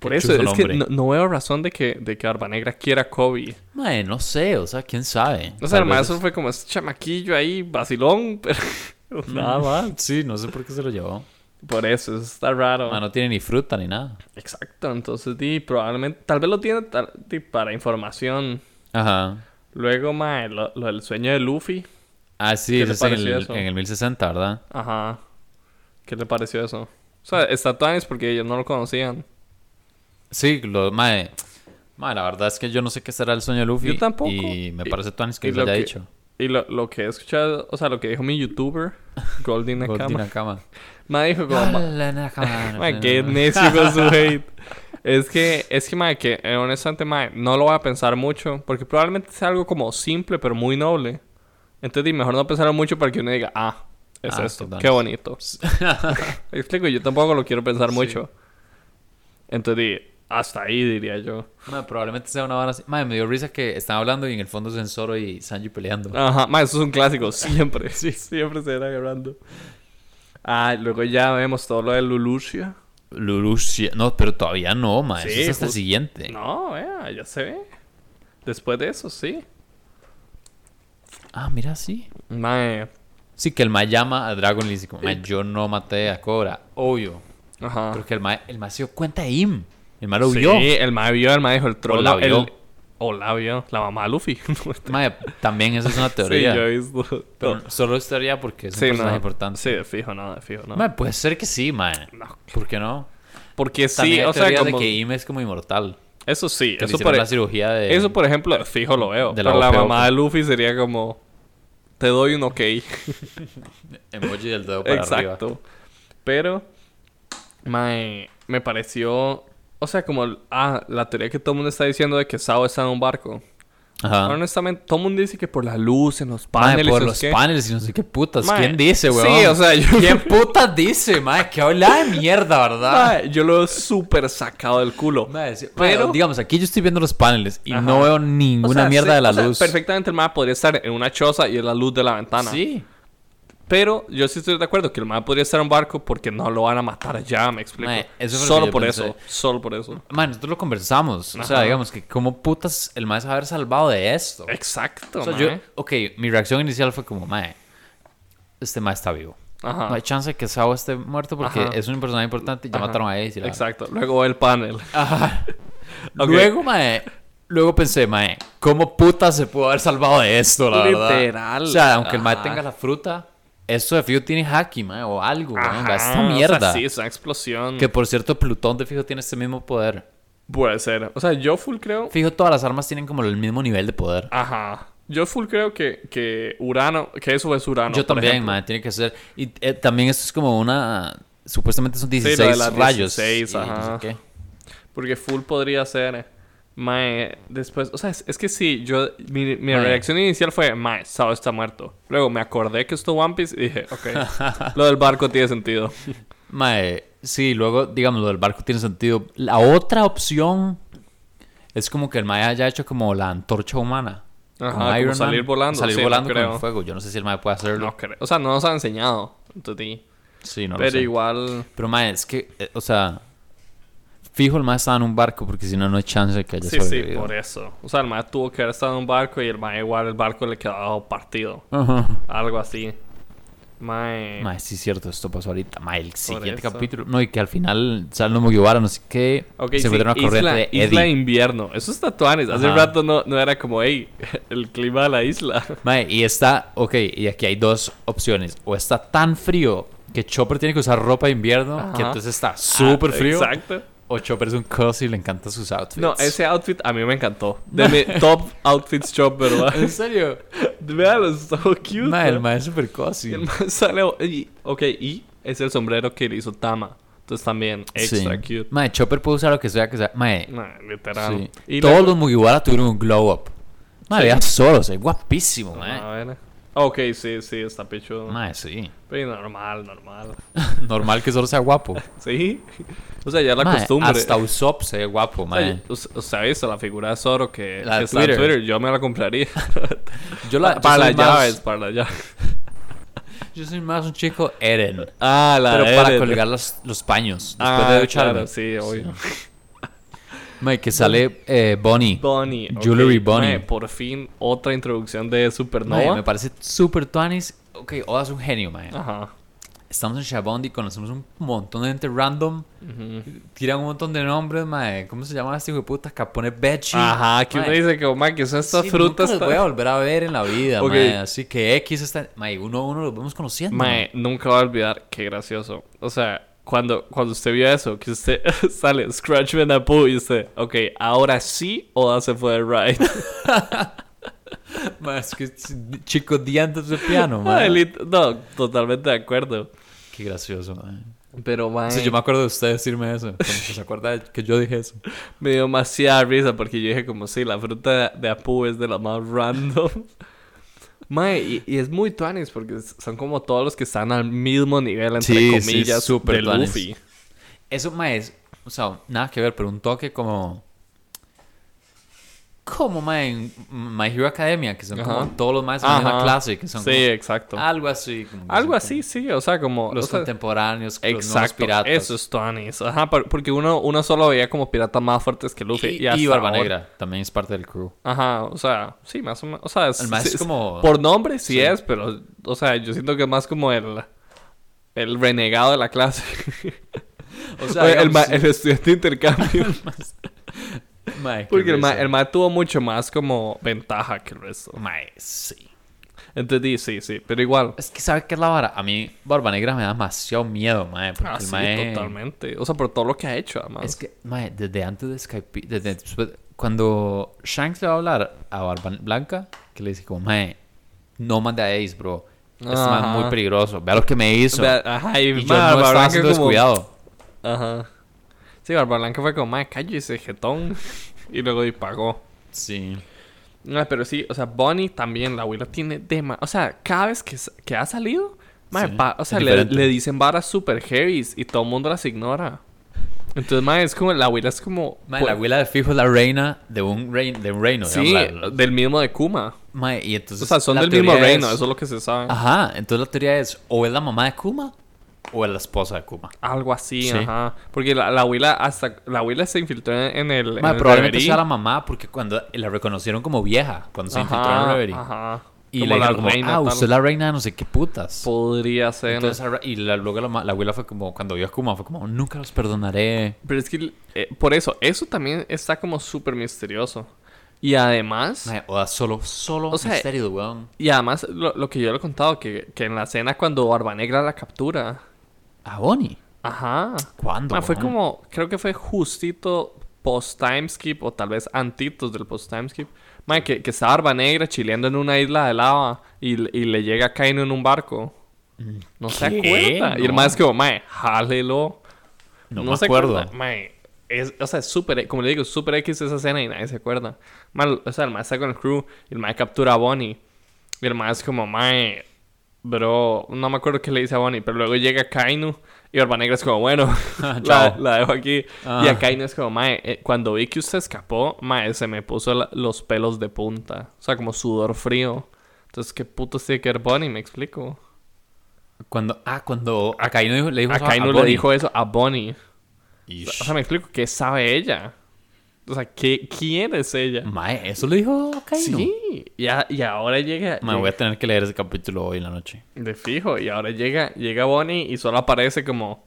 Por Qué eso, chuzo es que nombre. no, no veo razón de que, de que Barba Negra quiera a Kobe. Mae, no sé, o sea, quién sabe. No sé, el Tal vez maestro es- fue como ese chamaquillo ahí, vacilón, pero nada más. Sí, no sé por qué se lo llevó. Por eso, eso está raro. Mae, no tiene ni fruta ni nada. Exacto, entonces di, probablemente, tal vez lo tiene tal- di, para información. Ajá. Luego, mae, lo, lo del sueño de Luffy. Ah, sí, ¿Qué eso le es en pareció el, eso? en el 1060, ¿verdad? Ajá. ¿Qué le pareció eso? O sea, está Times porque ellos no lo conocían. Sí, lo, mae. Mae, la verdad es que yo no sé qué será el sueño de Luffy. Yo tampoco. Y me Y- parece tan que y lo lo haya que- dicho. Y lo, lo que he escuchado, o sea, lo que dijo mi youtuber, Goldin Goldie Ah, Nakama, Nakama. me dijo como, ma- Hola, Nakama. ma, qué necio con su hate. Es que, es que, ma, que eh, honestamente, ma, no lo voy a pensar mucho, porque probablemente sea algo como simple, pero muy noble. Entonces, di, mejor no pensarlo mucho para que uno diga, ah, es Ah, esto, qué qué bonito. Me explico, yo tampoco lo quiero pensar mucho. Entonces, di, hasta ahí diría yo. Mae, probablemente sea una vara así. Mae, me dio risa que están hablando y en el fondo son Zoro y Sanji peleando. Ajá, ma, eso es un clásico, siempre. siempre se van agarrando. Ah, y luego ya vemos todo lo de Lulucia. Lurusia. No, pero todavía no, mae. Sí, Eso es hasta el jus- siguiente. No, vea, ya se ve. Después de eso, sí. Ah, mira, sí. Mae. Sí, que el mae llama a Dragon Lee y dice como, mae, yo no maté a Cobra. Obvio. Ajá. Porque el mae, el mae se dio cuenta de Im. El mae lo Ah. Sí, vio. el mae vio, el mae dijo el trono. la vio. el- O la vio. La mamá de Luffy. sí, Mae, también esa es una teoría. yo he visto. Pero solo es teoría porque es un sí, personaje no. importante. Sí, de fijo, no, de fijo, no. Mae, puede ser que sí, mae. No. ¿Por qué no? Porque sí, También hay o sea, teorías como... de que Im es como inmortal. Eso Que sí, le eso hicieron pare- la cirugía de... Eso, por ejemplo, de fijo lo veo. de la pero la boca a mamá boca. de Luffy sería como... Te doy un ok. Emoji del dedo para Exacto. arriba. Pero... mae, me pareció... O sea, como... Ah, la teoría que todo el mundo está diciendo de que Sao está en un barco. Ajá. Honestamente, todo el mundo dice que por la luz, en los Ah. Mae, paneles... por ¿sabes los qué? paneles y no sé qué putas. Mae, ¿Quién dice, weón? Sí, o sea, yo... ¿Quién putas dice, mae? Que habla de mierda, ¿verdad? mae, yo lo he súper sacado del culo. Mae, sí, Pero- mae, digamos, aquí yo estoy viendo los paneles y Ajá. no veo O ninguna sea, mierda sí, de la o sea, luz. perfectamente el mapa podría estar en una choza y en la luz de la ventana. Sí. Pero yo sí estoy de acuerdo que el mapa podría estar en un barco porque no lo van a matar allá, me explico. Mae, eso fue lo que solo yo por pensé. eso, solo por eso. Mae, nosotros lo conversamos. O sea, Ajá. digamos que cómo putas el mae se va a haber salvado de esto. Exacto, O sea, mae. yo, ok, mi reacción inicial fue como, mae, este mae está vivo. Ajá. No hay chance de que Sao esté muerto porque Ah. Ajá. es un personaje importante y ya Ajá. mataron a Ace. y la- Exacto. Luego el panel. Ajá. Ok. Luego, mae, luego pensé, mae, ¿cómo puta se pudo haber salvado de esto, la verdad? Literal. O sea, aunque el mae Ajá. tenga la fruta, esto de fijo tiene haki, mae, o algo, weón, Ajá, esta o sea, mierda. sí, es una explosión. Que por cierto, Plutón de fijo tiene este mismo poder. Puede ser. O sea, yo full creo. Fijo, todas las armas tienen como el mismo nivel de poder. Ajá. Yo full creo que, que Urano, que eso es Urano. Yo Ah, por también, ejemplo. mae, tiene que ser. Y eh, también esto es como una. Supuestamente son 16 de las rayos. 16, y no sé ajá. qué. Porque full podría ser. Mae, después, o sea, es, es que sí, yo, mi, mi Mae. reacción inicial fue, Mae, Sao está muerto. Luego me acordé que esto One Piece y dije, ok, lo del barco tiene sentido. Mae, sí, luego, digamos, lo del barco tiene sentido. La otra opción es como que el Mae haya hecho como la antorcha humana. Ajá, como salir volando, Salir sí, volando no con el creo. fuego. Yo no sé si el Mae puede hacerlo. No creo. O sea, no nos ha enseñado. Entonces, Sí, no lo pero sé. igual, Pero Mae, es que, eh, o sea, fijo el Mae estaba en un barco porque si no, no hay chance de que haya sí, sí, sobrevivido. por eso. O sea, el Mae tuvo que haber estado en un barco y el Mae igual el barco le quedaba partido. Ajá. Algo así. Mae. Mae, sí, cierto, esto pasó ahorita. Mae, el siguiente Eh, eso. capítulo. No, y que al final salen Mugiwara, no sé qué. Ok, se sí, metieron a corriente isla, de Eddie. isla de invierno. Esos tatuajes. Hace Ajá. rato no, no era como, hey, el clima de la isla. Mae, y está, ok, y aquí hay dos opciones. O está tan frío que Chopper tiene que usar ropa de invierno, Ajá. que entonces está súper Ah, frío. Exacto. O Chopper es un cos y le encantan sus outfits. No, ese outfit a mí me encantó. De mi top outfits shop, ¿verdad? ¿En serio? Veanlo, está so cute. Mae, el ¿verdad? mae es súper cozy. El man sale. y- ok, y es el sombrero que le hizo Tama. Entonces también, extra Sí. cute. Mae, Chopper puede usar lo que sea que sea. Mae, Nah, literal. sí. Y todos luego- los Mugiwara tuvieron un glow up. Mae, Sí. vean solos, es guapísimo, mae. Ah, bueno. Ah, ok, sí, sí, está pecho. Mae, sí. Pero normal, normal. Normal que solo sea guapo. Sí. O sea, ya la Mae, costumbre. Hasta Usopp se ve guapo, O sea, mae. yo- us- usted ha visto la figura de Zoro que, La de que está en Twitter. Twitter. Yo me la compraría. Yo la- yo para soy las más- llaves, para las llaves. Yo soy más un chico Eren. Ah, la Pero para Eren. colgar los, los paños. Después Ah, de ducharme. claro, sí, obvio. Mae, que sale eh, Bonnie. Bonnie. ok. Jewelry Bunny. Mae, por fin, otra introducción de Supernova. Mae, me parece super tuanis. Ok, Oda es un genio, mae. Ajá. Estamos en Shabondi, conocemos un montón de gente random. Tiran un montón de nombres, mae. ¿Cómo se llama este hijo de puta? Capone Bechi. Ajá, que uno Mae, dice como, man, que son estas sí, frutas. Nunca los tan- voy a volver a ver en la vida, Ok. mae. Así que X está. Mae, uno a uno los vamos conociendo. Mae, nunca voy a olvidar, qué gracioso. O sea, cuando, cuando usted vio eso, que usted sale, Scratchman a Pooh, y usted, ok, ahora sí, Oda se fue de ride. Mae, es que es chico diantes de piano, Mae, mae. lit- no, totalmente de acuerdo. Qué gracioso, mae. Pero, mae, Sí, yo me acuerdo de usted decirme eso. Como que ¿Se acuerda de que yo dije eso? me dio demasiada risa porque yo dije, como, sí, la fruta de Apu es de la más random. Mae, y, y es muy tuanis porque s- son como todos los que están al mismo nivel, entre Sí, sí, comillas, súper de tuanis. Luffy. Eso, mae, es... O sea, nada que ver, pero un toque como... Como, mae, en My Hero Academia, que son como Ajá. todos los maes en la misma Ajá. clase, que son Sí, exacto. como Ah, algo así. como que Algo son así, sí, o sea, como... como Los o sea, contemporáneos, los nuevos Exacto, piratas. eso es Tuanis. Ajá, por- porque uno, uno solo veía como piratas más fuertes que Luffy. Y, Y, hasta y Barba ahora- Negra también es parte del crew. Ajá, o sea, sí, más o menos. O sea, es, El más sí, es como- Por nombre sí, es, pero, o sea, yo siento que es más como el, el renegado de la clase. O O sea, el, digamos, ma- sí, el estudiante de intercambio. mae, qué porque el, ma- risa. el ma tuvo mucho más como ventaja que el resto. Mae, sí. Entendí, sí, sí, pero igual. Es que, ¿sabes qué es la vara? A mí, Barba Negra me da demasiado miedo, mae. Porque Ah, el sí, mae... totalmente. O sea, por todo lo que ha hecho, además. Es que, mae, desde antes de Skype, desde después- cuando Shanks le va a hablar a Barba Blanca, que le dice como, mae, no mande a Ace, bro. Este mae Ajá. es muy peligroso. Vea lo que me hizo. Vea, Ajá, y, y yo ma, no estaba Barba siendo Blanca como- descuidado. Ajá. Sí, Barba Blanca fue como, madre, cállese, jetón. y luego y pagó. Sí. No, Ah, pero sí, o sea, Bonnie también, la abuela tiene tema. O sea, cada vez que, s- que ha salido, madre, Sí, pa- o es sea, le, diferente. le dicen varas super heavy y todo el mundo las ignora. Entonces, madre, es como, la abuela es como. Mae, pues, la abuela de fijo es la reina de un, rein- de un reino. Sí, digamos, la- del mismo de Kuma. mae, y entonces. O sea, son la del mismo teoría reino, es- Ah. eso es lo que se sabe. Ajá, entonces la teoría es: o es la mamá de Kuma, o es la esposa de Kuma. Algo así, Sí. ajá. Porque la, la abuela hasta. La abuela se infiltró en el. en Mae, el probablemente Reverie. sea la mamá, porque cuando la reconocieron como vieja, cuando se infiltró en Ajá, Reverie. Ajá. Y Como le la dijeron como, reina, ah, tal. usted es la reina de no sé qué putas. Podría ser. ¿no? Entonces, ahora- y la- luego la, ma- la abuela fue como, cuando vio a Kuma, fue como, nunca los perdonaré. Pero es que, eh, por eso, eso también está como súper misterioso. Y además, Mae, Oda, solo, solo O sea, misterio, weón. y además lo, lo que yo le he contado, que, que en la cena cuando Barba Negra la captura, A Bonnie. ajá. ¿Cuándo? Ah, fue weón? como, creo que fue justito post timeskip o tal vez antitos del post timeskip. Man, que, que está Barba Negra chileando en una isla de lava y, le- y le llega Kaino en un barco. No se Mm. ¿Qué? acuerda. Y el No. más es como, mae, jálelo. No, me se acuerdo. acuerda, mae. Es, o sea, es súper, como le digo, es súper X esa escena y nadie se acuerda. Mae, o sea, el mae está con el crew y el mae captura a Bonnie. Y el mae es como, mae, bro, no me acuerdo qué le dice a Bonnie, pero luego llega Kainu y Barba Negra es como, bueno, la, Chao. la dejo aquí. Y Ah. a Kainu es como, mae, eh, cuando vi que usted escapó, mae, se me puso la- los pelos de punta. O sea, como sudor frío. Entonces, ¿qué puto tiene que ver Bonnie? Me explico. Cuando, ah, cuando a Kaino dijo- le dijo A eso a- a Kainu le Bonnie. dijo eso a Bonnie. Ish. O sea, me explico, ¿qué sabe ella? O sea, ¿qué, ¿quién es ella? Mae, ¿eso le dijo a Kaino? Sí, y, a- y ahora llega... Mae, voy a tener que leer ese capítulo hoy en la noche. De fijo, y ahora llega, llega Bonnie y solo aparece como...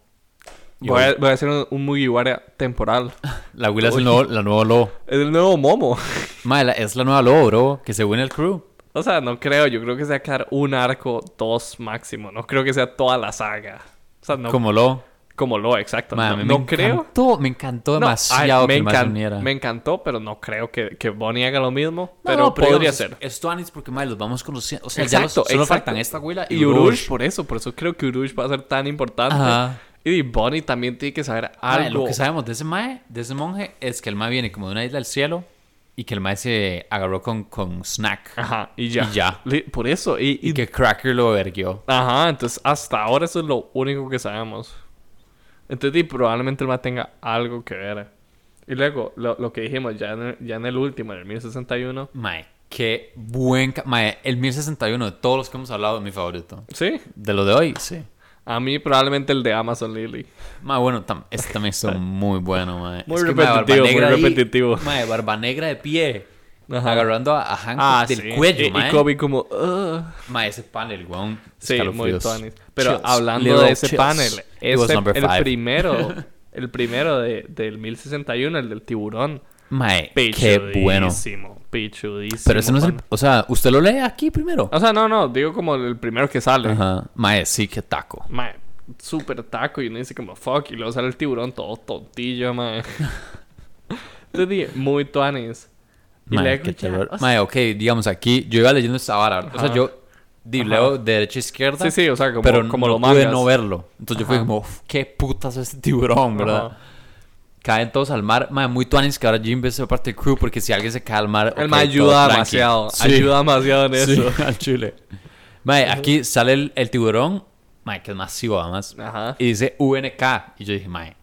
Yo- Voy a, voy a hacer un, un Mugiwara temporal. La abuela es el nuevo, la nueva lobo. Es el nuevo Momo. Mae, la- es la nueva lobo, bro, que se une al crew. O sea, no creo, yo creo que se va a quedar un arco, dos máximo. No creo que sea toda la saga. O sea, no... Como, Como lobo. lo, exacto. Mae, a no mí no me creo... encantó, me encantó No, ay, demasiado me, que el mae se encan- uniera. me encantó, pero no creo que, que Bonnie haga lo mismo. No, pero, no, podría digamos, ser. Es, es Tuanis porque mae, los vamos conociendo. O sea, ya los, Exacto, solo exacto. faltan esta abuela Y Urush, por eso, por eso creo que Urush va a ser tan importante. Ajá. Ah, Y Bonnie también tiene que saber Mae, algo. lo que sabemos de ese mae, de ese monje, es que el mae viene como de una isla del cielo Y que el mae se agarró con, con Snack. Ajá, y ya. Y ya. Li- Por eso, y, Ah, y- Y que Cracker lo verguió. Ajá, entonces hasta ahora eso es lo único que sabemos. Entonces, y probablemente el más tenga algo que ver. Y luego, lo, lo que dijimos ya en, el- ya en el último, en el 1061. Mae, qué buen... ca- Mae, el 1061 de todos los que hemos hablado es mi favorito. Sí, De lo de hoy, sí. a mí probablemente el de Amazon Lily. Mae, bueno, tam- este también estuvo muy bueno, mae. Muy Es que, mae, Barba repetitivo, muy Negra ahí- repetitivo. Mae, barba negra de pie. Ajá. Ah, Agarrando a, a Hank Ah, del sí. cuello, Y- y, mae. Kobe como... "Ugh". Mae, ese panel, weón. Sí, muy escalofríos. tuanis. Pero Chills, hablando little de ese chills. panel, It was ese- number el five. primero, el primero de, del 1061, el del tiburón. Mae, eh, qué bueno. Pichudísimo, pichudísimo. Pero ese no es el... pana. Ah. O sea, ¿usted lo lee aquí primero? O sea, no, no, digo como el primero que sale. Ajá. Mae, sí, qué taco. Mae, súper taco y uno dice como fuck y luego sale el tiburón todo tontillo, mae. Te dije, muy tuanis. Y Mae, luego eh, qué ya, terror. o sea- Mae, ok, digamos aquí, yo iba leyendo esta vara. O sea, Ajá. yo di- leo derecha a izquierda. Sí, sí, o sea, como, pero como no lo pude mangas. no verlo. Entonces yo fui como, "Uf, qué putas es este tiburón, ¿verdad? Ajá. Caen todos al mar. Mae, muy tuanis que ahora Jim es parte del crew porque si alguien se cae al mar. El ok, mae todo ayuda tranqui. demasiado. Sí. Ayuda demasiado en Sí, eso. al chile. Mae, aquí sale el, el tiburón, mae, que es masivo además. Ajá. Y dice UNK. Y yo dije, mae,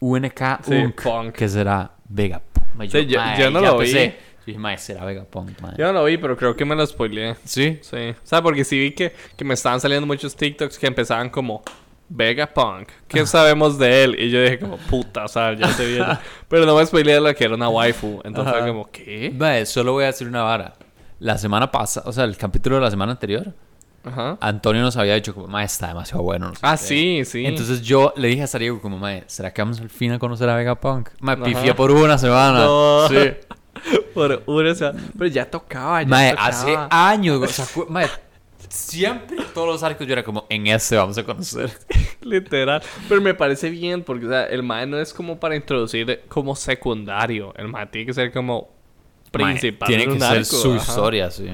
UNK, Sí, Unk, punk. ¿qué será? Vegapunk. Mae, Sí, yo- yo no ya lo vi. pensé. Yo dije, mae, será Vegapunk, mae. Yo no lo vi, pero creo que me lo spoileé. Sí. Sí. O sea, porque sí vi que, que me estaban saliendo muchos TikToks que empezaban como Vegapunk. ¿Qué sabemos de él? Y yo dije como, puta, o sea, ya se viene. Pero no me spoileé lo que era una waifu. Entonces Ajá. fue como, ¿qué? Mae, solo voy a decir una vara. La semana pasada, o sea, el capítulo de la semana anterior, Ajá. Antonio nos había dicho, como, mae, está demasiado bueno. no sé Ah, qué. sí, sí. Entonces yo le dije a Sariego como, mae, ¿será que vamos al fin a conocer a Vegapunk? Mae, Ajá. pifié por una semana. No. Sí. Por una semana. Pero ya tocaba, ya Mae, ah. tocaba. hace años, güey, o sea, fue- mae, siempre todos los arcos yo era como, en este vamos a conocer. Literal. Pero me parece bien, porque o sea, el mae no es como para introducir como secundario. El mae tiene que ser como principal. Mae, en tiene un que ser arco, su ajá. historia, sí.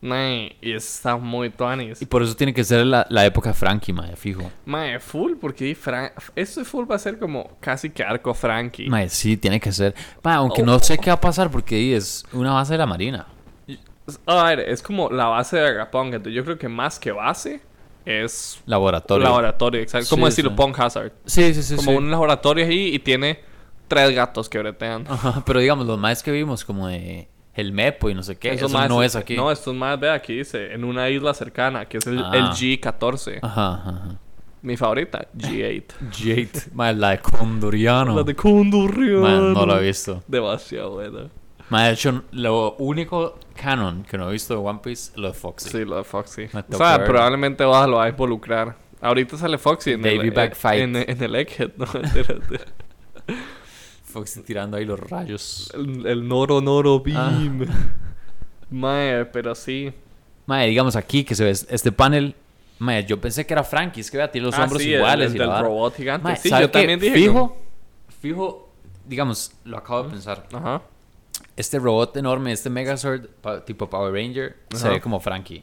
Mae, y está muy Y tuanis. por eso tiene que ser la, la época de Frankie, mae, fijo. Mae, full, porque di Fran- este full va a ser como casi que arco Frankie. Mae, sí, tiene que ser. Mae, aunque Oh. no sé qué va a pasar porque ahí es una base de la marina. A ver, es como la base de Agapong. Entonces yo creo que más que base es Laboratorio. laboratorio, exacto. Como Sí, decirlo, sí. Pong Hazard. Sí, sí, sí. Como sí. un laboratorio ahí y tiene tres gatos que bretean. Ajá, pero digamos, los maes que vimos, como de el Mepo y no sé qué, eso, Esos maes- no es aquí. No, estos más, ve aquí, dice, en una isla cercana, que es el, el Ah. G14. Ajá, ajá, ajá. Mi favorita, G8. Jade, mae, la de Condoriano. La de Condorrión. Mae, no la he visto. Demasiado buena. Ma, de hecho, lo único canon que no he visto de One Piece lo de Foxy. Sí, la de Foxy. Me O tocó sea, verla. probablemente vas, lo vas a involucrar. Ahorita sale Foxy en Baby el... back fight. En, en el Egghead, ¿no? Espérate. Foxy tirando ahí los rayos. el, el Noro Noro Ah. Beam. Mae, pero sí. Mae, digamos aquí que se ve este panel. Mae, yo pensé que era Frankie, es que vea, tiene los Ah, hombros sí, el- iguales. el y la del vara. robot gigante. Mae, sí, ¿sabe yo qué? también dije... Fijo, como- fijo, digamos, lo acabo de pensar. Ajá. Este robot enorme, este Megazord, pa- tipo Power Ranger, se Ajá. ve como Frankie.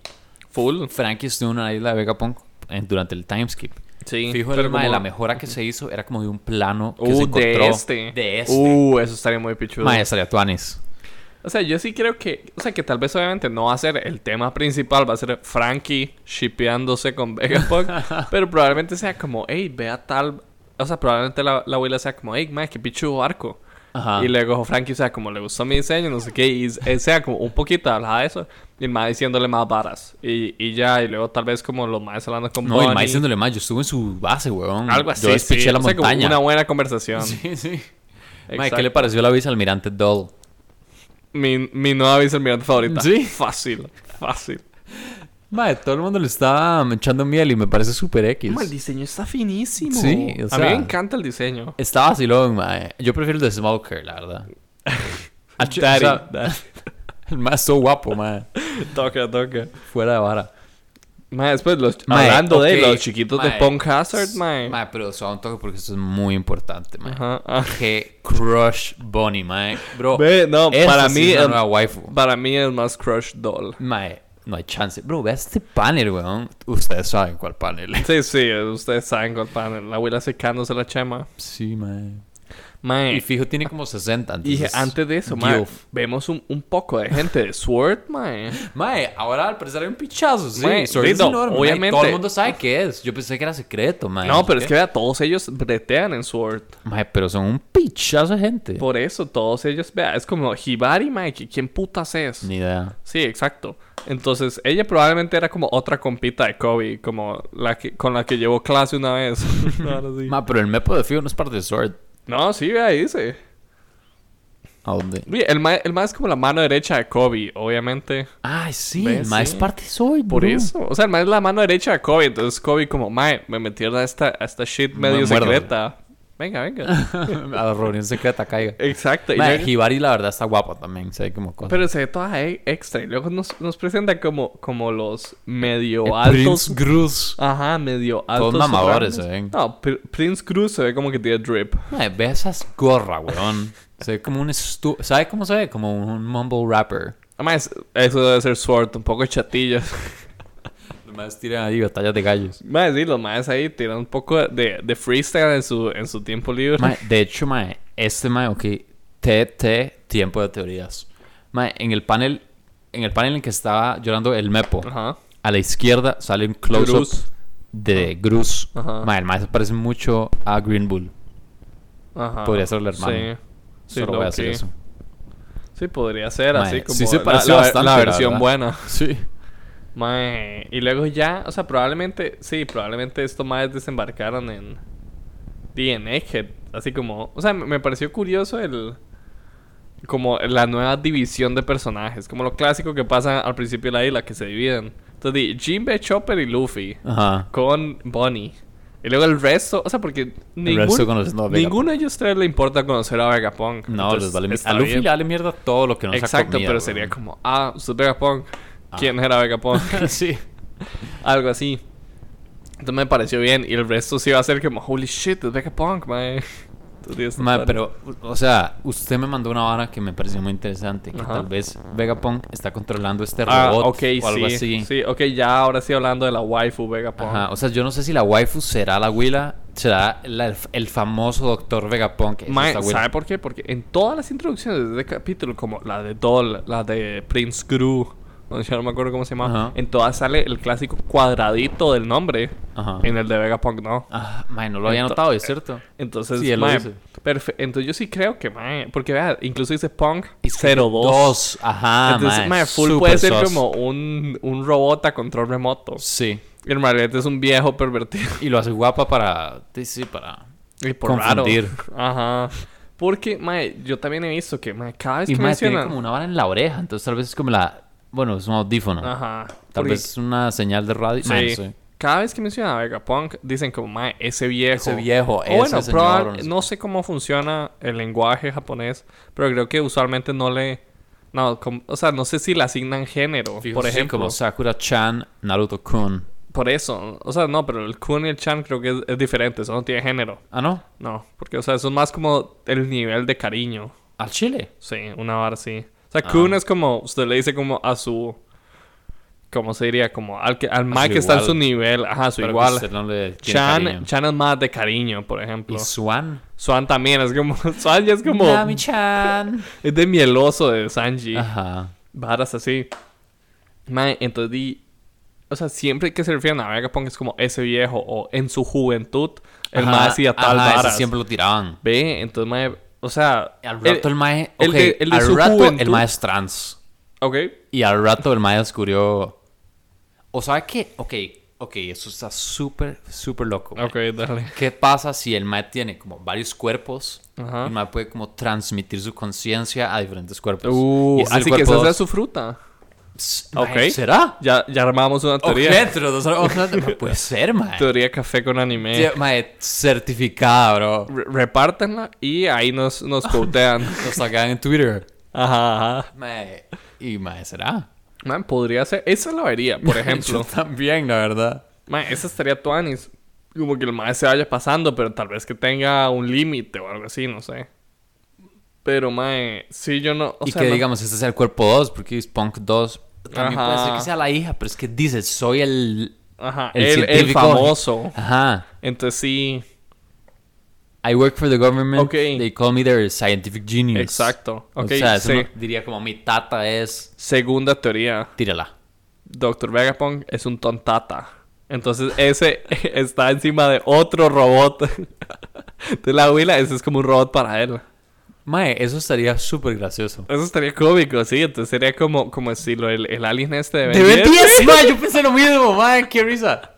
Full. Frankie estuvo en una isla de Vegapunk en- durante el timeskip. Sí. Fijo, pero el, mae, como- la mejora que se hizo era como de un plano que se Uh, encontró. de este. De este. Uh, eso estaría muy pichudo. mae, estaría tuanis. O sea, yo sí creo que... O sea, que tal vez obviamente no va a ser el tema principal. Va a ser Frankie shipeándose con Vegapunk. pero probablemente sea como... Ey, vea tal... O sea, probablemente la, la abuela sea como... Ey, mae, qué pichudo arco. Ajá. Y luego Frankie, o sea, como le gustó mi diseño, no sé qué. Y s- eh, sea como un poquito hablaba de eso. Y el mae diciéndole más varas. Y, y ya. Y luego tal vez como los maes hablando con No, y Bonnie, más diciéndole más, yo estuve en su base, weón. Algo así. "Mm, Yo despiché sí. la O sea, como montaña. una buena conversación. Sí, sí. Mae, Exacto. ¿qué le pareció la vicealmirante Doll? Mi, mi nueva vicealmirante favorita. Sí. Fácil, fácil. Mae, todo el mundo le está echando miel y me parece súper X. el diseño está finísimo. Sí, o A mí me sea- encanta el diseño. Está vacilón, mae. Yo prefiero el de Smoker, la verdad. Al chi- o Daddy, sea, el mae es todo guapo, mae. Toca, toca. Fuera de vara. Mae, después, los, Mae, hablando de ok, los chiquitos de mae. Punk Hazard, mae. Mae, pero suave un toque porque esto es muy importante, mae. Ajá, ah. Que crush Bonnie, mae. Bro, Ve, no, esa para sí mí es la el- nueva waifu. Para mí es más Crush Doll. Mae, no hay chance. Bro, vea este panel, weón. Ustedes saben cuál panel. Sí, sí, ustedes saben cuál panel. La abuela secándose la chema. Sí, mae. Mae, Y fijo tiene como 60. y dije, entonces- antes de eso, mae, Gilf. vemos un, un poco de gente de Sword, mae. Mae, ahora al parecer hay un pichazo, sí. Mae, Sorry, sí, es no, enorme, mae, obviamente. Todo el mundo sabe qué es. Yo pensé que era secreto, mae. No, pero es que vea, todos ellos bretean en Sword. Mae, pero son un pichazo de gente. Por eso, todos ellos, vea, es como Hibari, mae, ¿qui- ¿quién putas es? Ni idea. Sí, exacto. Entonces, ella probablemente era como otra compita de Kobe, como la que, con la que llevó clase una vez. Ahora sí. Mae, pero el mepo de fijo no es parte de Sword. no, sí, vea, dice. ¿A dónde? Oye, El más el mae es como la mano derecha de Kobe, obviamente. Ay, sí, Ve, el mae sí. es parte de Sword, Por bro. eso. O sea, el mae es la mano derecha de Kobe. Entonces Kobe como, mae, me metieron a esta, a esta shit Me medio muerdo". secreta. Venga, venga. a la reunión secreta caiga. Exacto. Y Mae, luego- Hibari la verdad está guapa también. Se ve como cosa. Eh, pero se ve toda e- extra. Y luego nos, nos presenta como, como los medio El altos. Prince Gruz. Ajá, medio altos. mamadores urbanos. se ven. No, Pr- Prince Cruz se ve como que tiene drip. Mae, ve esas gorra, weón. Se ve como un estu... ¿Sabe cómo se ve? Como un mumble rapper. Además, eso debe ser Sword, un poco chatillas. Los más tiran ahí batallas de gallos. Mae, sí, los maes ahí tiran un poco de, de freestyle en su, en su tiempo libre. Mae, de hecho, mae, este mae, ok, TT, tiempo de teorías. Mae, en el panel, en el panel en que estaba llorando el Mepo, Ajá. a la izquierda sale un close-up Cruz. Ah. de Gruz. Ajá. Mae, el mae se parece mucho a Green Bull. Ajá. Podría ser el hermano. Sí. Sí, Solo lo voy a decir que- eso. Sí, podría ser Mae, así como sí se la- pareció la, bastante, la la versión verdad. buena. Sí. Mae, y luego ya, o sea, probablemente, sí, probablemente estos maes desembarcaron en DNA, que así como, o sea, me, me pareció curioso el como la nueva división de personajes, como lo clásico que pasa al principio de la isla que se dividen. Entonces, di, Jinbe, Chopper y Luffy Ajá. con Bonnie. Y luego el resto, o sea, porque ningún- resto conociendo a Vegapunk. ninguno de ellos tres le importa conocer a Vegapunk. No, Entonces, les vale está mierda. A Luffy bien. le vale mierda todo lo que no sea Exacto, comida, pero weón. sería como, ah, usted es Vegapunk. ¿Quién era Vegapunk? sí. Algo así. Entonces me pareció bien. Y el resto sí va a ser como, holy shit, es Vegapunk, mae. Entonces, está Ma, padre. pero, o sea, usted me mandó una vara que me pareció muy interesante. Que Ajá. tal vez Vegapunk está controlando este Ah, robot ok, o algo sí, así. Sí, ok, ya ahora sí hablando de la waifu Vegapunk. Ajá, o sea, yo no sé si la waifu será la Willa, será la- el, famoso doctor Vegapunk. que es Mae, esta güila. ¿sabe por qué? Porque en todas las introducciones de este capítulo, como la de Doll, la de Prince Gru, no, ya no me acuerdo cómo se llama, Ajá. en todas sale el clásico cuadradito del nombre. Ajá. En el de Vegapunk no. Ah, mae, no lo había Ento- notado, es cierto. Entonces, Sí, él lo mae, dice. perfe- entonces yo sí creo que, mae, porque vea, incluso dice Punk Es que 02. Dos, ajá, Entonces, mae, mae, Full súper puede ser sos. como un, un robot a control remoto. Sí, Y el Margarete es un viejo pervertido. y lo hace guapa para... Sí, sí, para... Y por raro. Confundir. Ajá. Porque, mae, yo también he visto que, mae, cada vez Y que mae, tiene mencionan... como una vara en la oreja, entonces tal vez es como la... Bueno, es un audífono. Ajá. Tal Porque- vez es una señal de radio. Sí. Mae, no sé. Cada vez que mencionan a Vegapunk, dicen como, mae, ese viejo. Ese viejo, O ese bueno, señor, proba- o oh, no sé no sé cómo funciona el lenguaje japonés, pero creo que usualmente no le... No, com- o sea, no sé si le asignan género, Fijo, por sí, ejemplo. como Sakura-chan, Naruto-kun. Por eso. O sea, no, pero el kun y el chan creo que es, es diferente. Eso no tiene género. Ah, no. No, porque, o sea, eso es más como el nivel de cariño. Al Chile. Sí, una vara así. O Ah. sea, kun es como... Usted le dice como a su... ¿Cómo se diría? Como al, que, al mae que está en igual. su nivel. Ajá, a su Pero igual. que usted no le tiene Chan, cariño. Chan es más de cariño, por ejemplo. Y Swan. Swan también es como. Swan ya es como. Chan. Es de mieloso de Sanji. Ajá. Varas así. Mae, entonces di. O sea, siempre que se refieren a Vegapunk es como ese viejo o en su juventud. El Ajá, mae hacía tal ajá, ese varas. siempre lo tiraban. Ve, entonces mae. O sea. Al rato el, mae... el ok, de- el de su al rato juventud. el mae es trans. eh, Ok. Y al rato el mae descubrió... ¿O sabe qué? Ok, ok. Eso está súper, súper loco. mae. Ok, dale. ¿Qué pasa si el mae tiene como varios cuerpos? Ajá. El mae puede como transmitir su conciencia a diferentes cuerpos. Uh, Y ese es el así que cuerpo esa es dos. su fruta. Ps, Ok. mae, ¿Será? Ya, ya armamos Oh, una teoría. Objeto, dos cosas. No puede ser, mae. Teoría café con anime. Tío, mae, certificada, bro. Re- Repártanla y ahí nos, nos quotean. Lo sacan en Twitter. Ajá, ajá. Mae. Y mae, ¿será? Man, podría ser. Esa la vería, por ejemplo. Yo también, la verdad. Man, esa estaría tuanis. Como que el maestro se vaya pasando, pero tal vez que tenga un límite o algo así, no sé. Pero, mae, sí, yo no. O y sea, que no- digamos, este es el cuerpo 2, porque es Punk 2. También Ajá. puede ser que sea la hija, pero es que dice, soy el. Ajá, el el, el científico- famoso. Ajá. Entonces sí. I work for the government. Ok. They call me their scientific genius. Exacto. Ok, o sea, eso se- no- diría como mi tata es. segunda teoría. Tírala. Dr. Vegapunk es un tontata. Entonces ese está encima de otro robot. De la abuela, ese es como un robot para él. Mae, eso estaría súper gracioso. Eso estaría cómico, sí. Entonces sería como, como estilo el, el alien este de Ben ¡De Ben 10. 10! Mae, yo pensé lo mismo, mae, qué risa.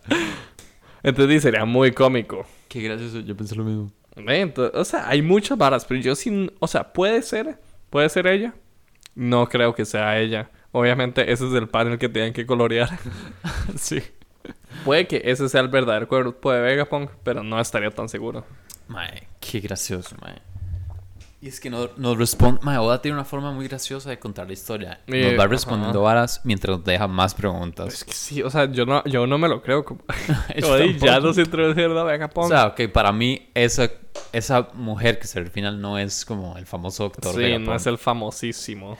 Entonces sí, sería muy cómico. Qué gracioso, yo pensé lo mismo. Ve, ento- o sea, hay muchas varas, pero yo sin... O sea, puede ser, puede ser ella. No creo que sea ella. Obviamente ese es el panel que tenían que colorear. sí. puede que ese sea el verdadero cuerpo de Vegapunk, pero no estaría tan seguro. Mae, qué gracioso, mae. Y es que no, nos responde. Mae, Oda tiene una forma muy graciosa de contar la historia. Eh, Nos va respondiendo ajá. varas mientras nos deja más preguntas. Es que sí, o sea, yo no, yo no me lo creo. Como... Yo Como di, ya tampoco. nos introdujeron a Vegapunk. O sea, ok, para mí esa, esa mujer que se ve al final no es como el famoso doctor sí, no es el famosísimo. O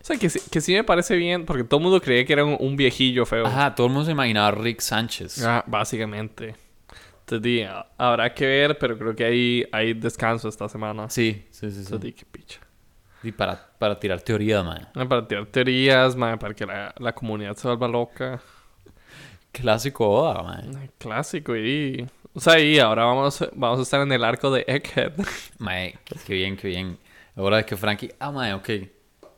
sea, que, sí- que sí me parece bien, porque todo el mundo creía que era un, un viejillo feo. Ajá, todo el mundo se imaginaba a Rick Sánchez. Ah, básicamente. Entonces, di, ah, habrá que ver, pero creo que hay, hay descanso esta semana. Sí, sí, sí, sí. Entonces, di, qué picha. Y para, para tirar teoría, mae. Ah, Para tirar teorías, mae, para que la, la comunidad se vuelva loca. Clásico Oda, mae. Ay, Clásico, y... O sea, y ahora vamos, vamos a estar en el arco de Egghead. Mae, qué- qué bien, qué bien. Ahora es que Frankie. Ah, mae, ok.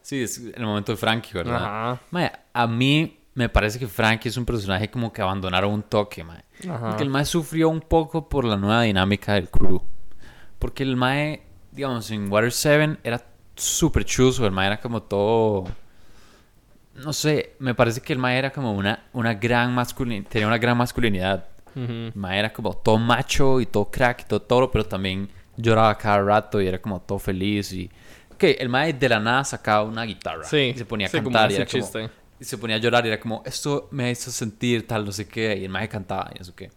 Sí, es el momento de Frankie, ¿verdad? Ajá. Mae, a mí me parece que Frankie es un personaje como que abandonaron un toque, mae. Ajá. Porque el mae sufrió un poco por la nueva dinámica del crew. Porque el mae, digamos, en Water 7 era súper chuzo. El mae era como todo... No sé, me parece que el mae era como una, una gran masculinidad. Tenía una gran masculinidad. Ujú. El mae era como todo macho y todo crack y todo toro, pero también lloraba cada rato y era como todo feliz y... Que el mae de la nada sacaba una guitarra Sí, y se ponía a sí, como cantar y ese era como- chiste. y se ponía a llorar y era como, esto me hizo sentir tal, no sé qué. Y el mae cantaba y no sé qué.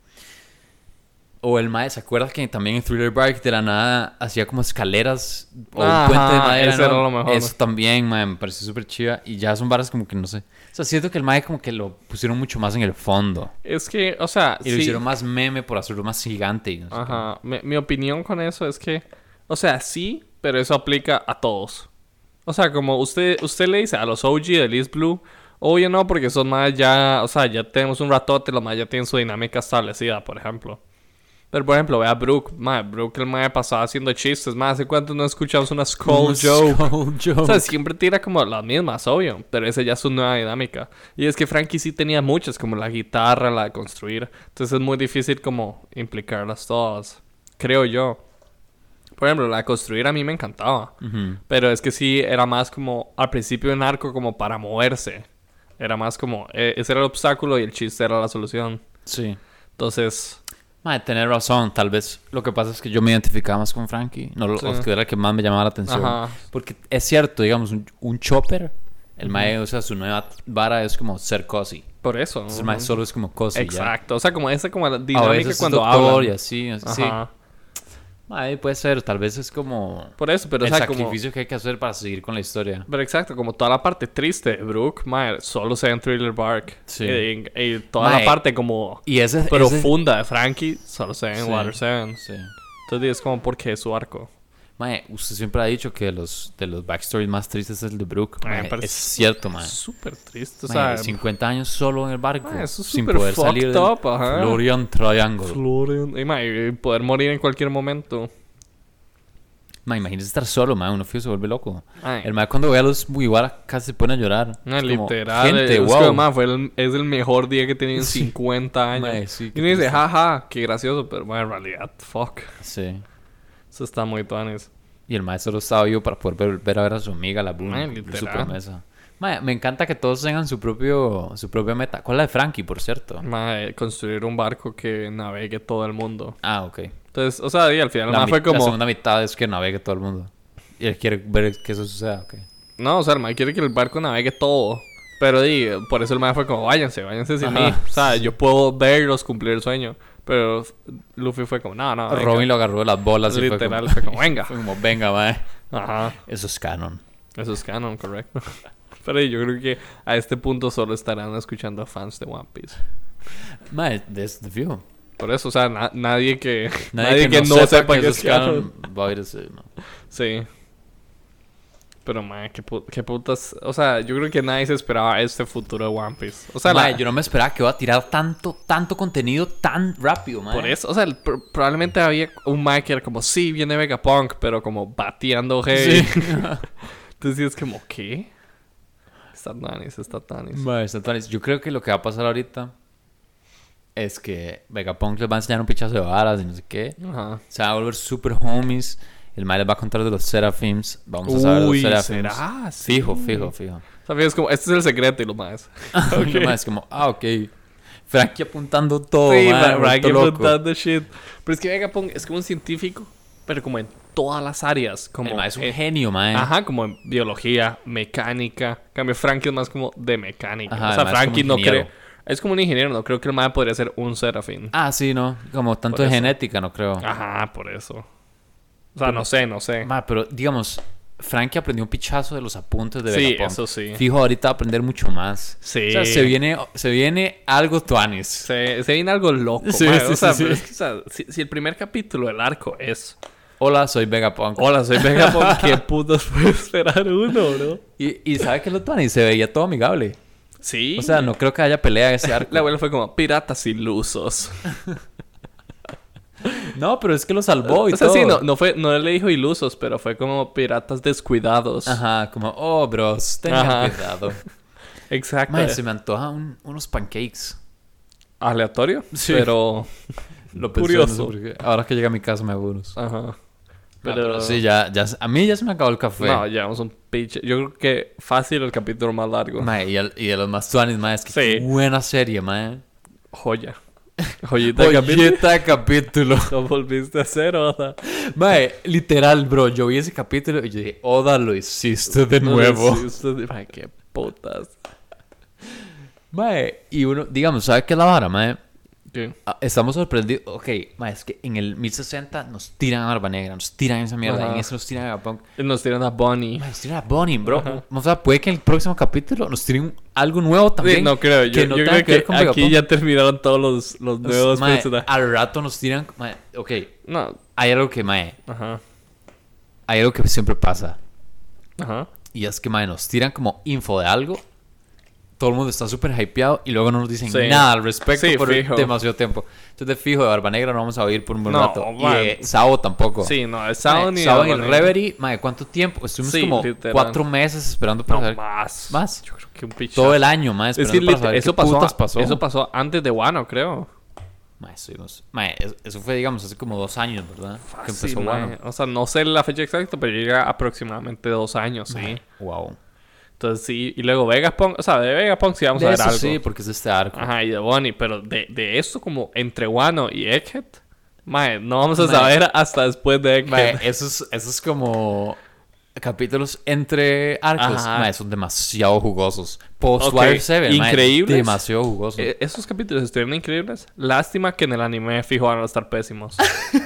O el mae, ¿se acuerdas que también en Thriller Bark de la nada hacía como escaleras o Ajá, un puente de madera? eso ¿no? era lo mejor. Eso también, mae, me pareció súper chiva. Y ya son varas como que no sé. O sea, siento que el mae como que lo pusieron mucho más en el fondo. Es que, o sea, Y lo sí. hicieron más meme por hacerlo más gigante. y no sé qué. Ajá. Mi, mi opinión con eso es que, o sea, sí, pero eso aplica a todos. O sea, como usted, usted le dice a los OG del East Blue, oye, no, porque son más ya, o sea, ya tenemos un ratote, los más ya tienen su dinámica establecida, por ejemplo. Pero, por ejemplo, ve a Brooke, mae, Brooke el mae pasaba haciendo chistes, mae, ¿hace cuánto no escuchamos una Un Skull Joke? Skull joke. O sea, siempre tira como las mismas, obvio, pero esa ya es su nueva dinámica. Y es que Frankie sí tenía muchas, como la guitarra, la de construir. Entonces es muy difícil como implicarlas todas, creo yo. Por ejemplo, la de construir a mí me encantaba, Ujú. pero es que sí era más como al principio un arco como para moverse. Era más como, eh, ese era el obstáculo y el chiste era la solución. Sí. Entonces, Mae, tener razón, tal vez. Lo que pasa es que yo me identificaba más con Frankie. No, lo- Sí. o que era el que más me llamaba la atención. Ajá. Porque es cierto, digamos, un, un chopper, el mae, o sea, su nueva vara es como ser cozy. por eso. Entonces, el mae solo es como cozy. Exacto, o sea, como esa como la Ya. A dinámica veces es cuando doctor hablan. y así. así. Sí, Ajá. Mae, puede ser, tal vez es como Por eso, pero el o sea, como sacrificio que hay que hacer para seguir con la historia. Pero exacto, como toda la parte triste de Brooke, mae, solo se ve en Thriller Bark. Sí. Y, y toda la Mae. parte como Y ese ese- profunda de Frankie, solo se ve en Sí. Water 7. Sí. Entonces es como porque es su arco. Mae, usted siempre ha dicho que de los, de los backstories más tristes es el de Brooke. Mae, Mae, me parece es cierto, mae. Súper triste, o sea. Mae, 50 años solo en el barco. mae, eso es sin súper poder salir fucked del up, ajá. Florian Triangle. Florian. Y, mae, y poder morir en cualquier momento. Ma, imagínese estar solo, ma, uno fijo se vuelve loco. Mae. El ma cuando ve a los Mugiwara casi se pone a llorar. No, Es como, literal. Gente, es wow. como, mae, fue el- es el mejor día que he tenido en Sí. 50 años. Mae, sí, y qué uno dice, triste. jaja, qué gracioso, pero mae, en realidad, fuck. Sí. Eso está muy tuanes. Y el maestro solo estaba vivo para poder volver a ver a su amiga, la Bruna, Ma, cumplir su literal. promesa. Ma, me encanta que todos tengan su propio su propia meta. ¿Cuál es la de Frankie, por cierto? Mae, construir un barco que navegue todo el mundo. Ah, ok. Entonces, o sea, y al final La, más fue mit- la como... segunda mitad es que navegue todo el mundo. Y él quiere ver que eso suceda, ok. No, o sea, el mae quiere que el barco navegue todo. Pero di, por eso el mae fue como, váyanse, váyanse sin mí. O sea, yo puedo verlos cumplir el sueño. Pero Luffy fue como, no, no. Ah, venga". Robin lo agarró de las bolas y fue Literal, como, fue como, venga. fue como, venga, mae. Ajá. Eso es canon. Eso es canon, correcto. Pero di, yo creo que a este punto solo estarán escuchando fans de One Piece. Mae, that's the view. Por eso, o sea, na- nadie que Nadie, que, no, sepa que, es canon va a ir a ese, no. Sí. Pero, man, qué, pu- qué putas. O sea, yo creo que nadie se esperaba este futuro de One Piece. O sea, la- Mae, yo no me esperaba que iba a tirar tanto, tanto contenido tan rápido, eh. mae. por eso, o sea, el- pr- probablemente había un Mike que era como, sí, viene Vegapunk, pero como bateando heavy. Sí. Entonces, es como, ¿qué? Está Tanis, está Tanis. Mae, está tan- Yo creo que lo que va a pasar ahorita es que Vegapunk les va a enseñar un pichazo de varas y no sé qué. Ajá. Se va a volver super homies. El mae les va a contar de los Seraphims. Vamos a saber de los Uy, Seraphims. ¿será? Fijo, fijo, fijo. ¿Sabes? Como, este es el secreto y lo más. Lo más es como, ah, ok. Frankie apuntando todo, sí, Oh, mae, para vuelto loco. shit. Pero es que Vegapunk es como un científico, pero como en todas las áreas. Como El mae es un en- genio, eh. mae. Ajá, como en biología, mecánica. En cambio, Frankie es más como de mecánica. Ajá, o el mae sea, es como Frankie no ingeniero. cree. Es como un ingeniero, no creo que el mae podría ser un serafín. Ah, sí, no. Como tanto Por de eso. genética, no creo. Ajá, por eso. O sea, no sé, no sé. Mae, pero digamos, Frankie aprendió un pichazo de los apuntes de Sí, Vegapunk. eso sí. Fijo, ahorita va a aprender mucho más. Sí. O sea, se viene, se viene algo tuanis. Se, se viene algo loco. Sí, mae. sí, o sea, sí, pero sí. es que, o sea, si, si el primer capítulo del arco es. Hola, soy Vegapunk. Hola, soy Vegapunk. ¿Qué putas puede esperar uno, bro? Y, y sabe que lo tuanis se veía todo amigable. Sí. O sea, no creo que haya pelea en ese arco. La abuela fue como piratas ilusos. No, pero es que lo salvó y o sea, todo. sí, no, no, fue, no le dijo ilusos, pero fue como piratas descuidados. Ajá, como, oh, bros, tengan Ajá. cuidado. Exacto. Mae, se me antoja un- unos pancakes. Aleatorio, Sí. pero. Lo pensé, no sé por Ahora que llega a mi casa me hago unos. Ajá. Ah, Pero, Pero. sí, ya, ya, a mí ya se me acabó el café. No, llevamos un pinche. Yo creo que fácil el capítulo más largo. Mae, y, el- y de los más tuanis, mae, es que Sí. qué buena serie, mae. Joya. Joyita de capítulo. Olleta de capítulo. No volviste a hacer, Oda. Mae, literal, bro, yo vi ese capítulo y yo dije, Oda, lo hiciste de No nuevo. lo hiciste. Ay, qué putas. Mae, y uno, digamos, ¿sabes qué es la vara, mae? ¿Qué? Ah, Estamos sorprendidos. Ok, mae, es que en el 1060 nos tiran a Barba Negra, nos tiran esa mierda, Ajá. en eso nos tiran a Gapón. Nos tiran a Bonnie. Mae, nos tiran a Bonnie, bro. O sea, puede que en el próximo capítulo nos tiren algo nuevo también. Sí, no creo. Yo, que no yo tenga creo que ver que, con aquí Vegapunk. ya terminaron todos los, los Nos- nuevos mae, personajes. al rato nos tiran. Mae, ok, No. hay algo que, mae, Ajá. hay algo que siempre pasa. Ajá. Y es que, mae, nos tiran como info de algo. Todo el mundo está súper hypeado y luego no nos dicen Sí. nada al respecto Sí, por fijo. demasiado tiempo. Entonces, de fijo, de Barba Negra no vamos a oír por un buen No, rato. Y man. de Sao tampoco. Sí, no, el Sao Sound y y el Bonnie. Reverie, mae, ¿cuánto tiempo? Estuvimos Sí, como literal. cuatro meses esperando para No, saber más. Más. Yo creo que un pichazo. todo el año, mae, Es esperando que para lit- saber eso qué pasó, ah, putas pasó. Eso pasó antes de Wano, creo. Mae, estuvimos- mae, es- eso fue, digamos, hace como dos años, ¿verdad? que Sí, empezó mae. bueno. O sea, no sé la fecha exacta, pero llega aproximadamente dos años, sí. Wow. Entonces sí, y luego Vegapunk, o sea, de Vegapunk sí vamos De a ver eso algo. sí, porque es este arco. Ajá, y de Bonnie, pero de, de eso como entre Wano y Egghead, mae, no vamos a Mae. saber hasta después de Mae, Egghead. eso es, eso es como capítulos entre arcos. Ajá. Mae, son demasiado jugosos. Post Ok, Wire 7, mae, increíbles. demasiado jugosos. Eh, esos capítulos estuvieron increíbles. Lástima que en el anime fijo van a estar pésimos.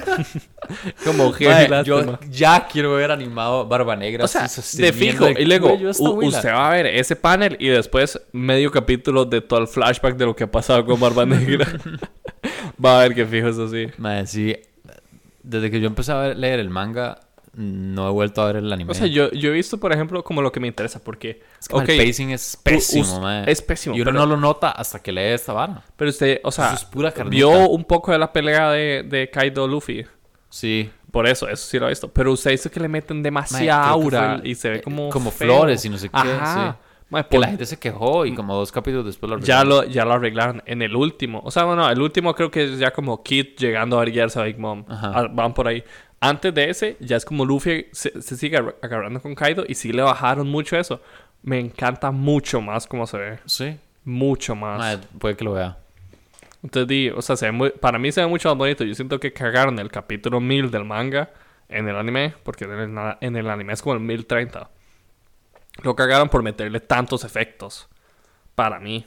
como que Mae, lástima. yo ya quiero ver animado Barba Negra. O sea, así de sosteniendo fijo. el Y luego, cuello a esta u- abuela. usted va a ver ese panel y después medio capítulo de todo el flashback de lo que ha pasado con Barba Negra. va a ver que fijo es así. Mae, sí. Desde que yo empecé a ver- leer el manga, no he vuelto a ver el anime. O sea, yo, yo he visto, por ejemplo, como lo que me interesa, porque. Es que mae, ok, el pacing es us- pésimo, mae. es pésimo, Y uno pero- no lo nota hasta que lee esta vara. pero usted, o sea, Eso es pura carnita. vio un poco de la pelea de, de Kaido Luffy. Sí. Por eso, eso sí lo he visto. Pero usted dice que le meten Mae, creo demasiada que aura fue el- eh, y se ve como. como feo. flores y no sé qué, Ajá. Mae, Que por- la gente se quejó y como dos capítulos después lo Ya arreglaron. lo, ya lo arreglaron en el último. O sea, bueno, el último creo que es ya como Kid llegando a guiarse a Big Mom. Ajá. Ah, Van por ahí. Antes de ese, ya es como Luffy se, se sigue agar- agarrando con Kaido y sí le bajaron mucho eso. Me encanta mucho más cómo se ve. Sí. Mucho más. Mae, puede que lo vea. Entonces, di, o sea, se ve muy- para mí se ve mucho más bonito. Yo siento que cagaron el capítulo 1000 del manga en el anime, porque en el, na- en el anime es como el 1030. Lo cagaron por meterle tantos efectos. Para mí.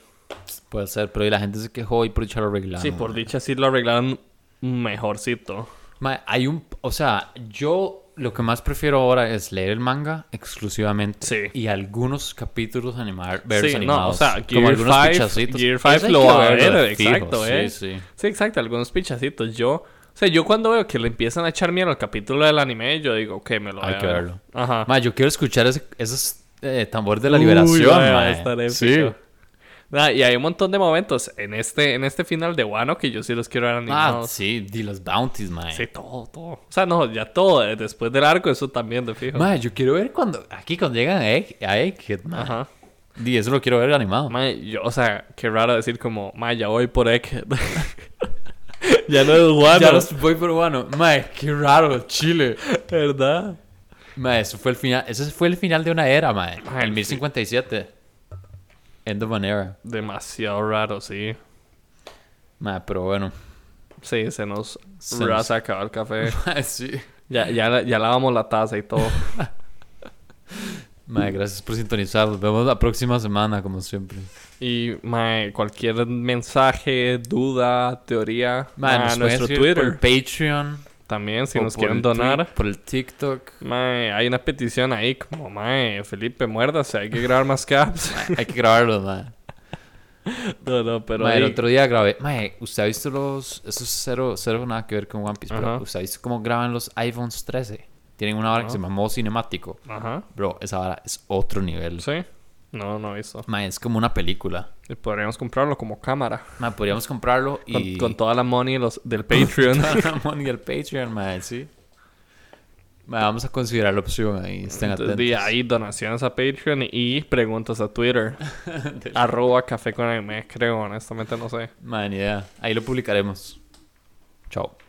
Puede ser, pero y la gente se quejó y por dicha lo arreglaron. Sí, por dicha sí lo arreglaron mejorcito. Mae, hay un... O sea, yo lo que más prefiero ahora es leer el manga exclusivamente. Sí. Y algunos capítulos animar, verlos Sí, no, o animados. sea, como Gear algunos 5, pichacitos. Gear Eso hay 5 que lo va a verlo de ver, fijo, exacto, eh. Sí, sí. Sí, exacto, algunos pichacitos. Yo, o sea, yo cuando veo que le empiezan a echar mierda al capítulo del anime, yo digo, ok, me lo voy Hay a que ver. verlo. Ajá. Ma, yo quiero escuchar ese, esos eh, tambor de la Uy, liberación, mae, va a mae. estar épico. Sí. Nada, y hay un montón de momentos en este, en este final de Wano que yo sí los quiero ver Ah, animados. sí, y los bounties, mae. sí. todo, todo. O sea, no, ya todo. eh, Después del arco, eso también, de fijo. Mae, yo quiero ver cuando aquí cuando llegan a Egg- a Egghead, mae. Ajá. Y eso lo quiero ver animado. Mae, yo, o sea, qué raro decir como, mae, ya voy por Egghead. ya no es Wano. Ya los voy por bueno. Mae, qué raro, Chile. ¿Verdad? Mae, eso fue el final, ese fue el final de una era, mae. Mae, el sí. 1057. End of an era. Demasiado raro, sí. Mae, pero bueno. Sí, se nos Se raza nos- acabó el café. Mae, sí. Ya, ya, la- ya lavamos la taza y todo. Mae, gracias por sintonizar. Nos vemos la próxima semana, como siempre. Y mae, cualquier mensaje, duda, teoría, Mae, nos mae, pueden Ah, nuestro escribir Twitter Por Patreon. también, si o nos por quieren el Twi- donar. Por el TikTok. Mae, hay una petición ahí como, mae, Felipe, muérdase, hay que grabar más caps. Hay que grabarlo, mae. no, no, pero Mae, el ahí- otro día grabé. Mae, ¿usted ha visto los. Eso es cero, cero nada que ver con One Piece, Ajá. Ah. pero ¿usted ha visto cómo graban los iPhones 13? Tienen una hora que se llama modo cinemático. Ajá, Bro, esa hora es otro nivel. sí. No, no hizo. Mae, es como una película. Y podríamos comprarlo como cámara. Mae, podríamos comprarlo Con, y. con toda la money de los, del Patreon. Ramón y el Patreon, mae, sí. Mae, vamos a considerar la opción ahí. Estén Entonces, atentos. di ahí donaciones a Patreon y preguntas a Twitter. Arroba café con anime, creo, honestamente no sé. Mae, ni idea. Ahí lo publicaremos. Chao.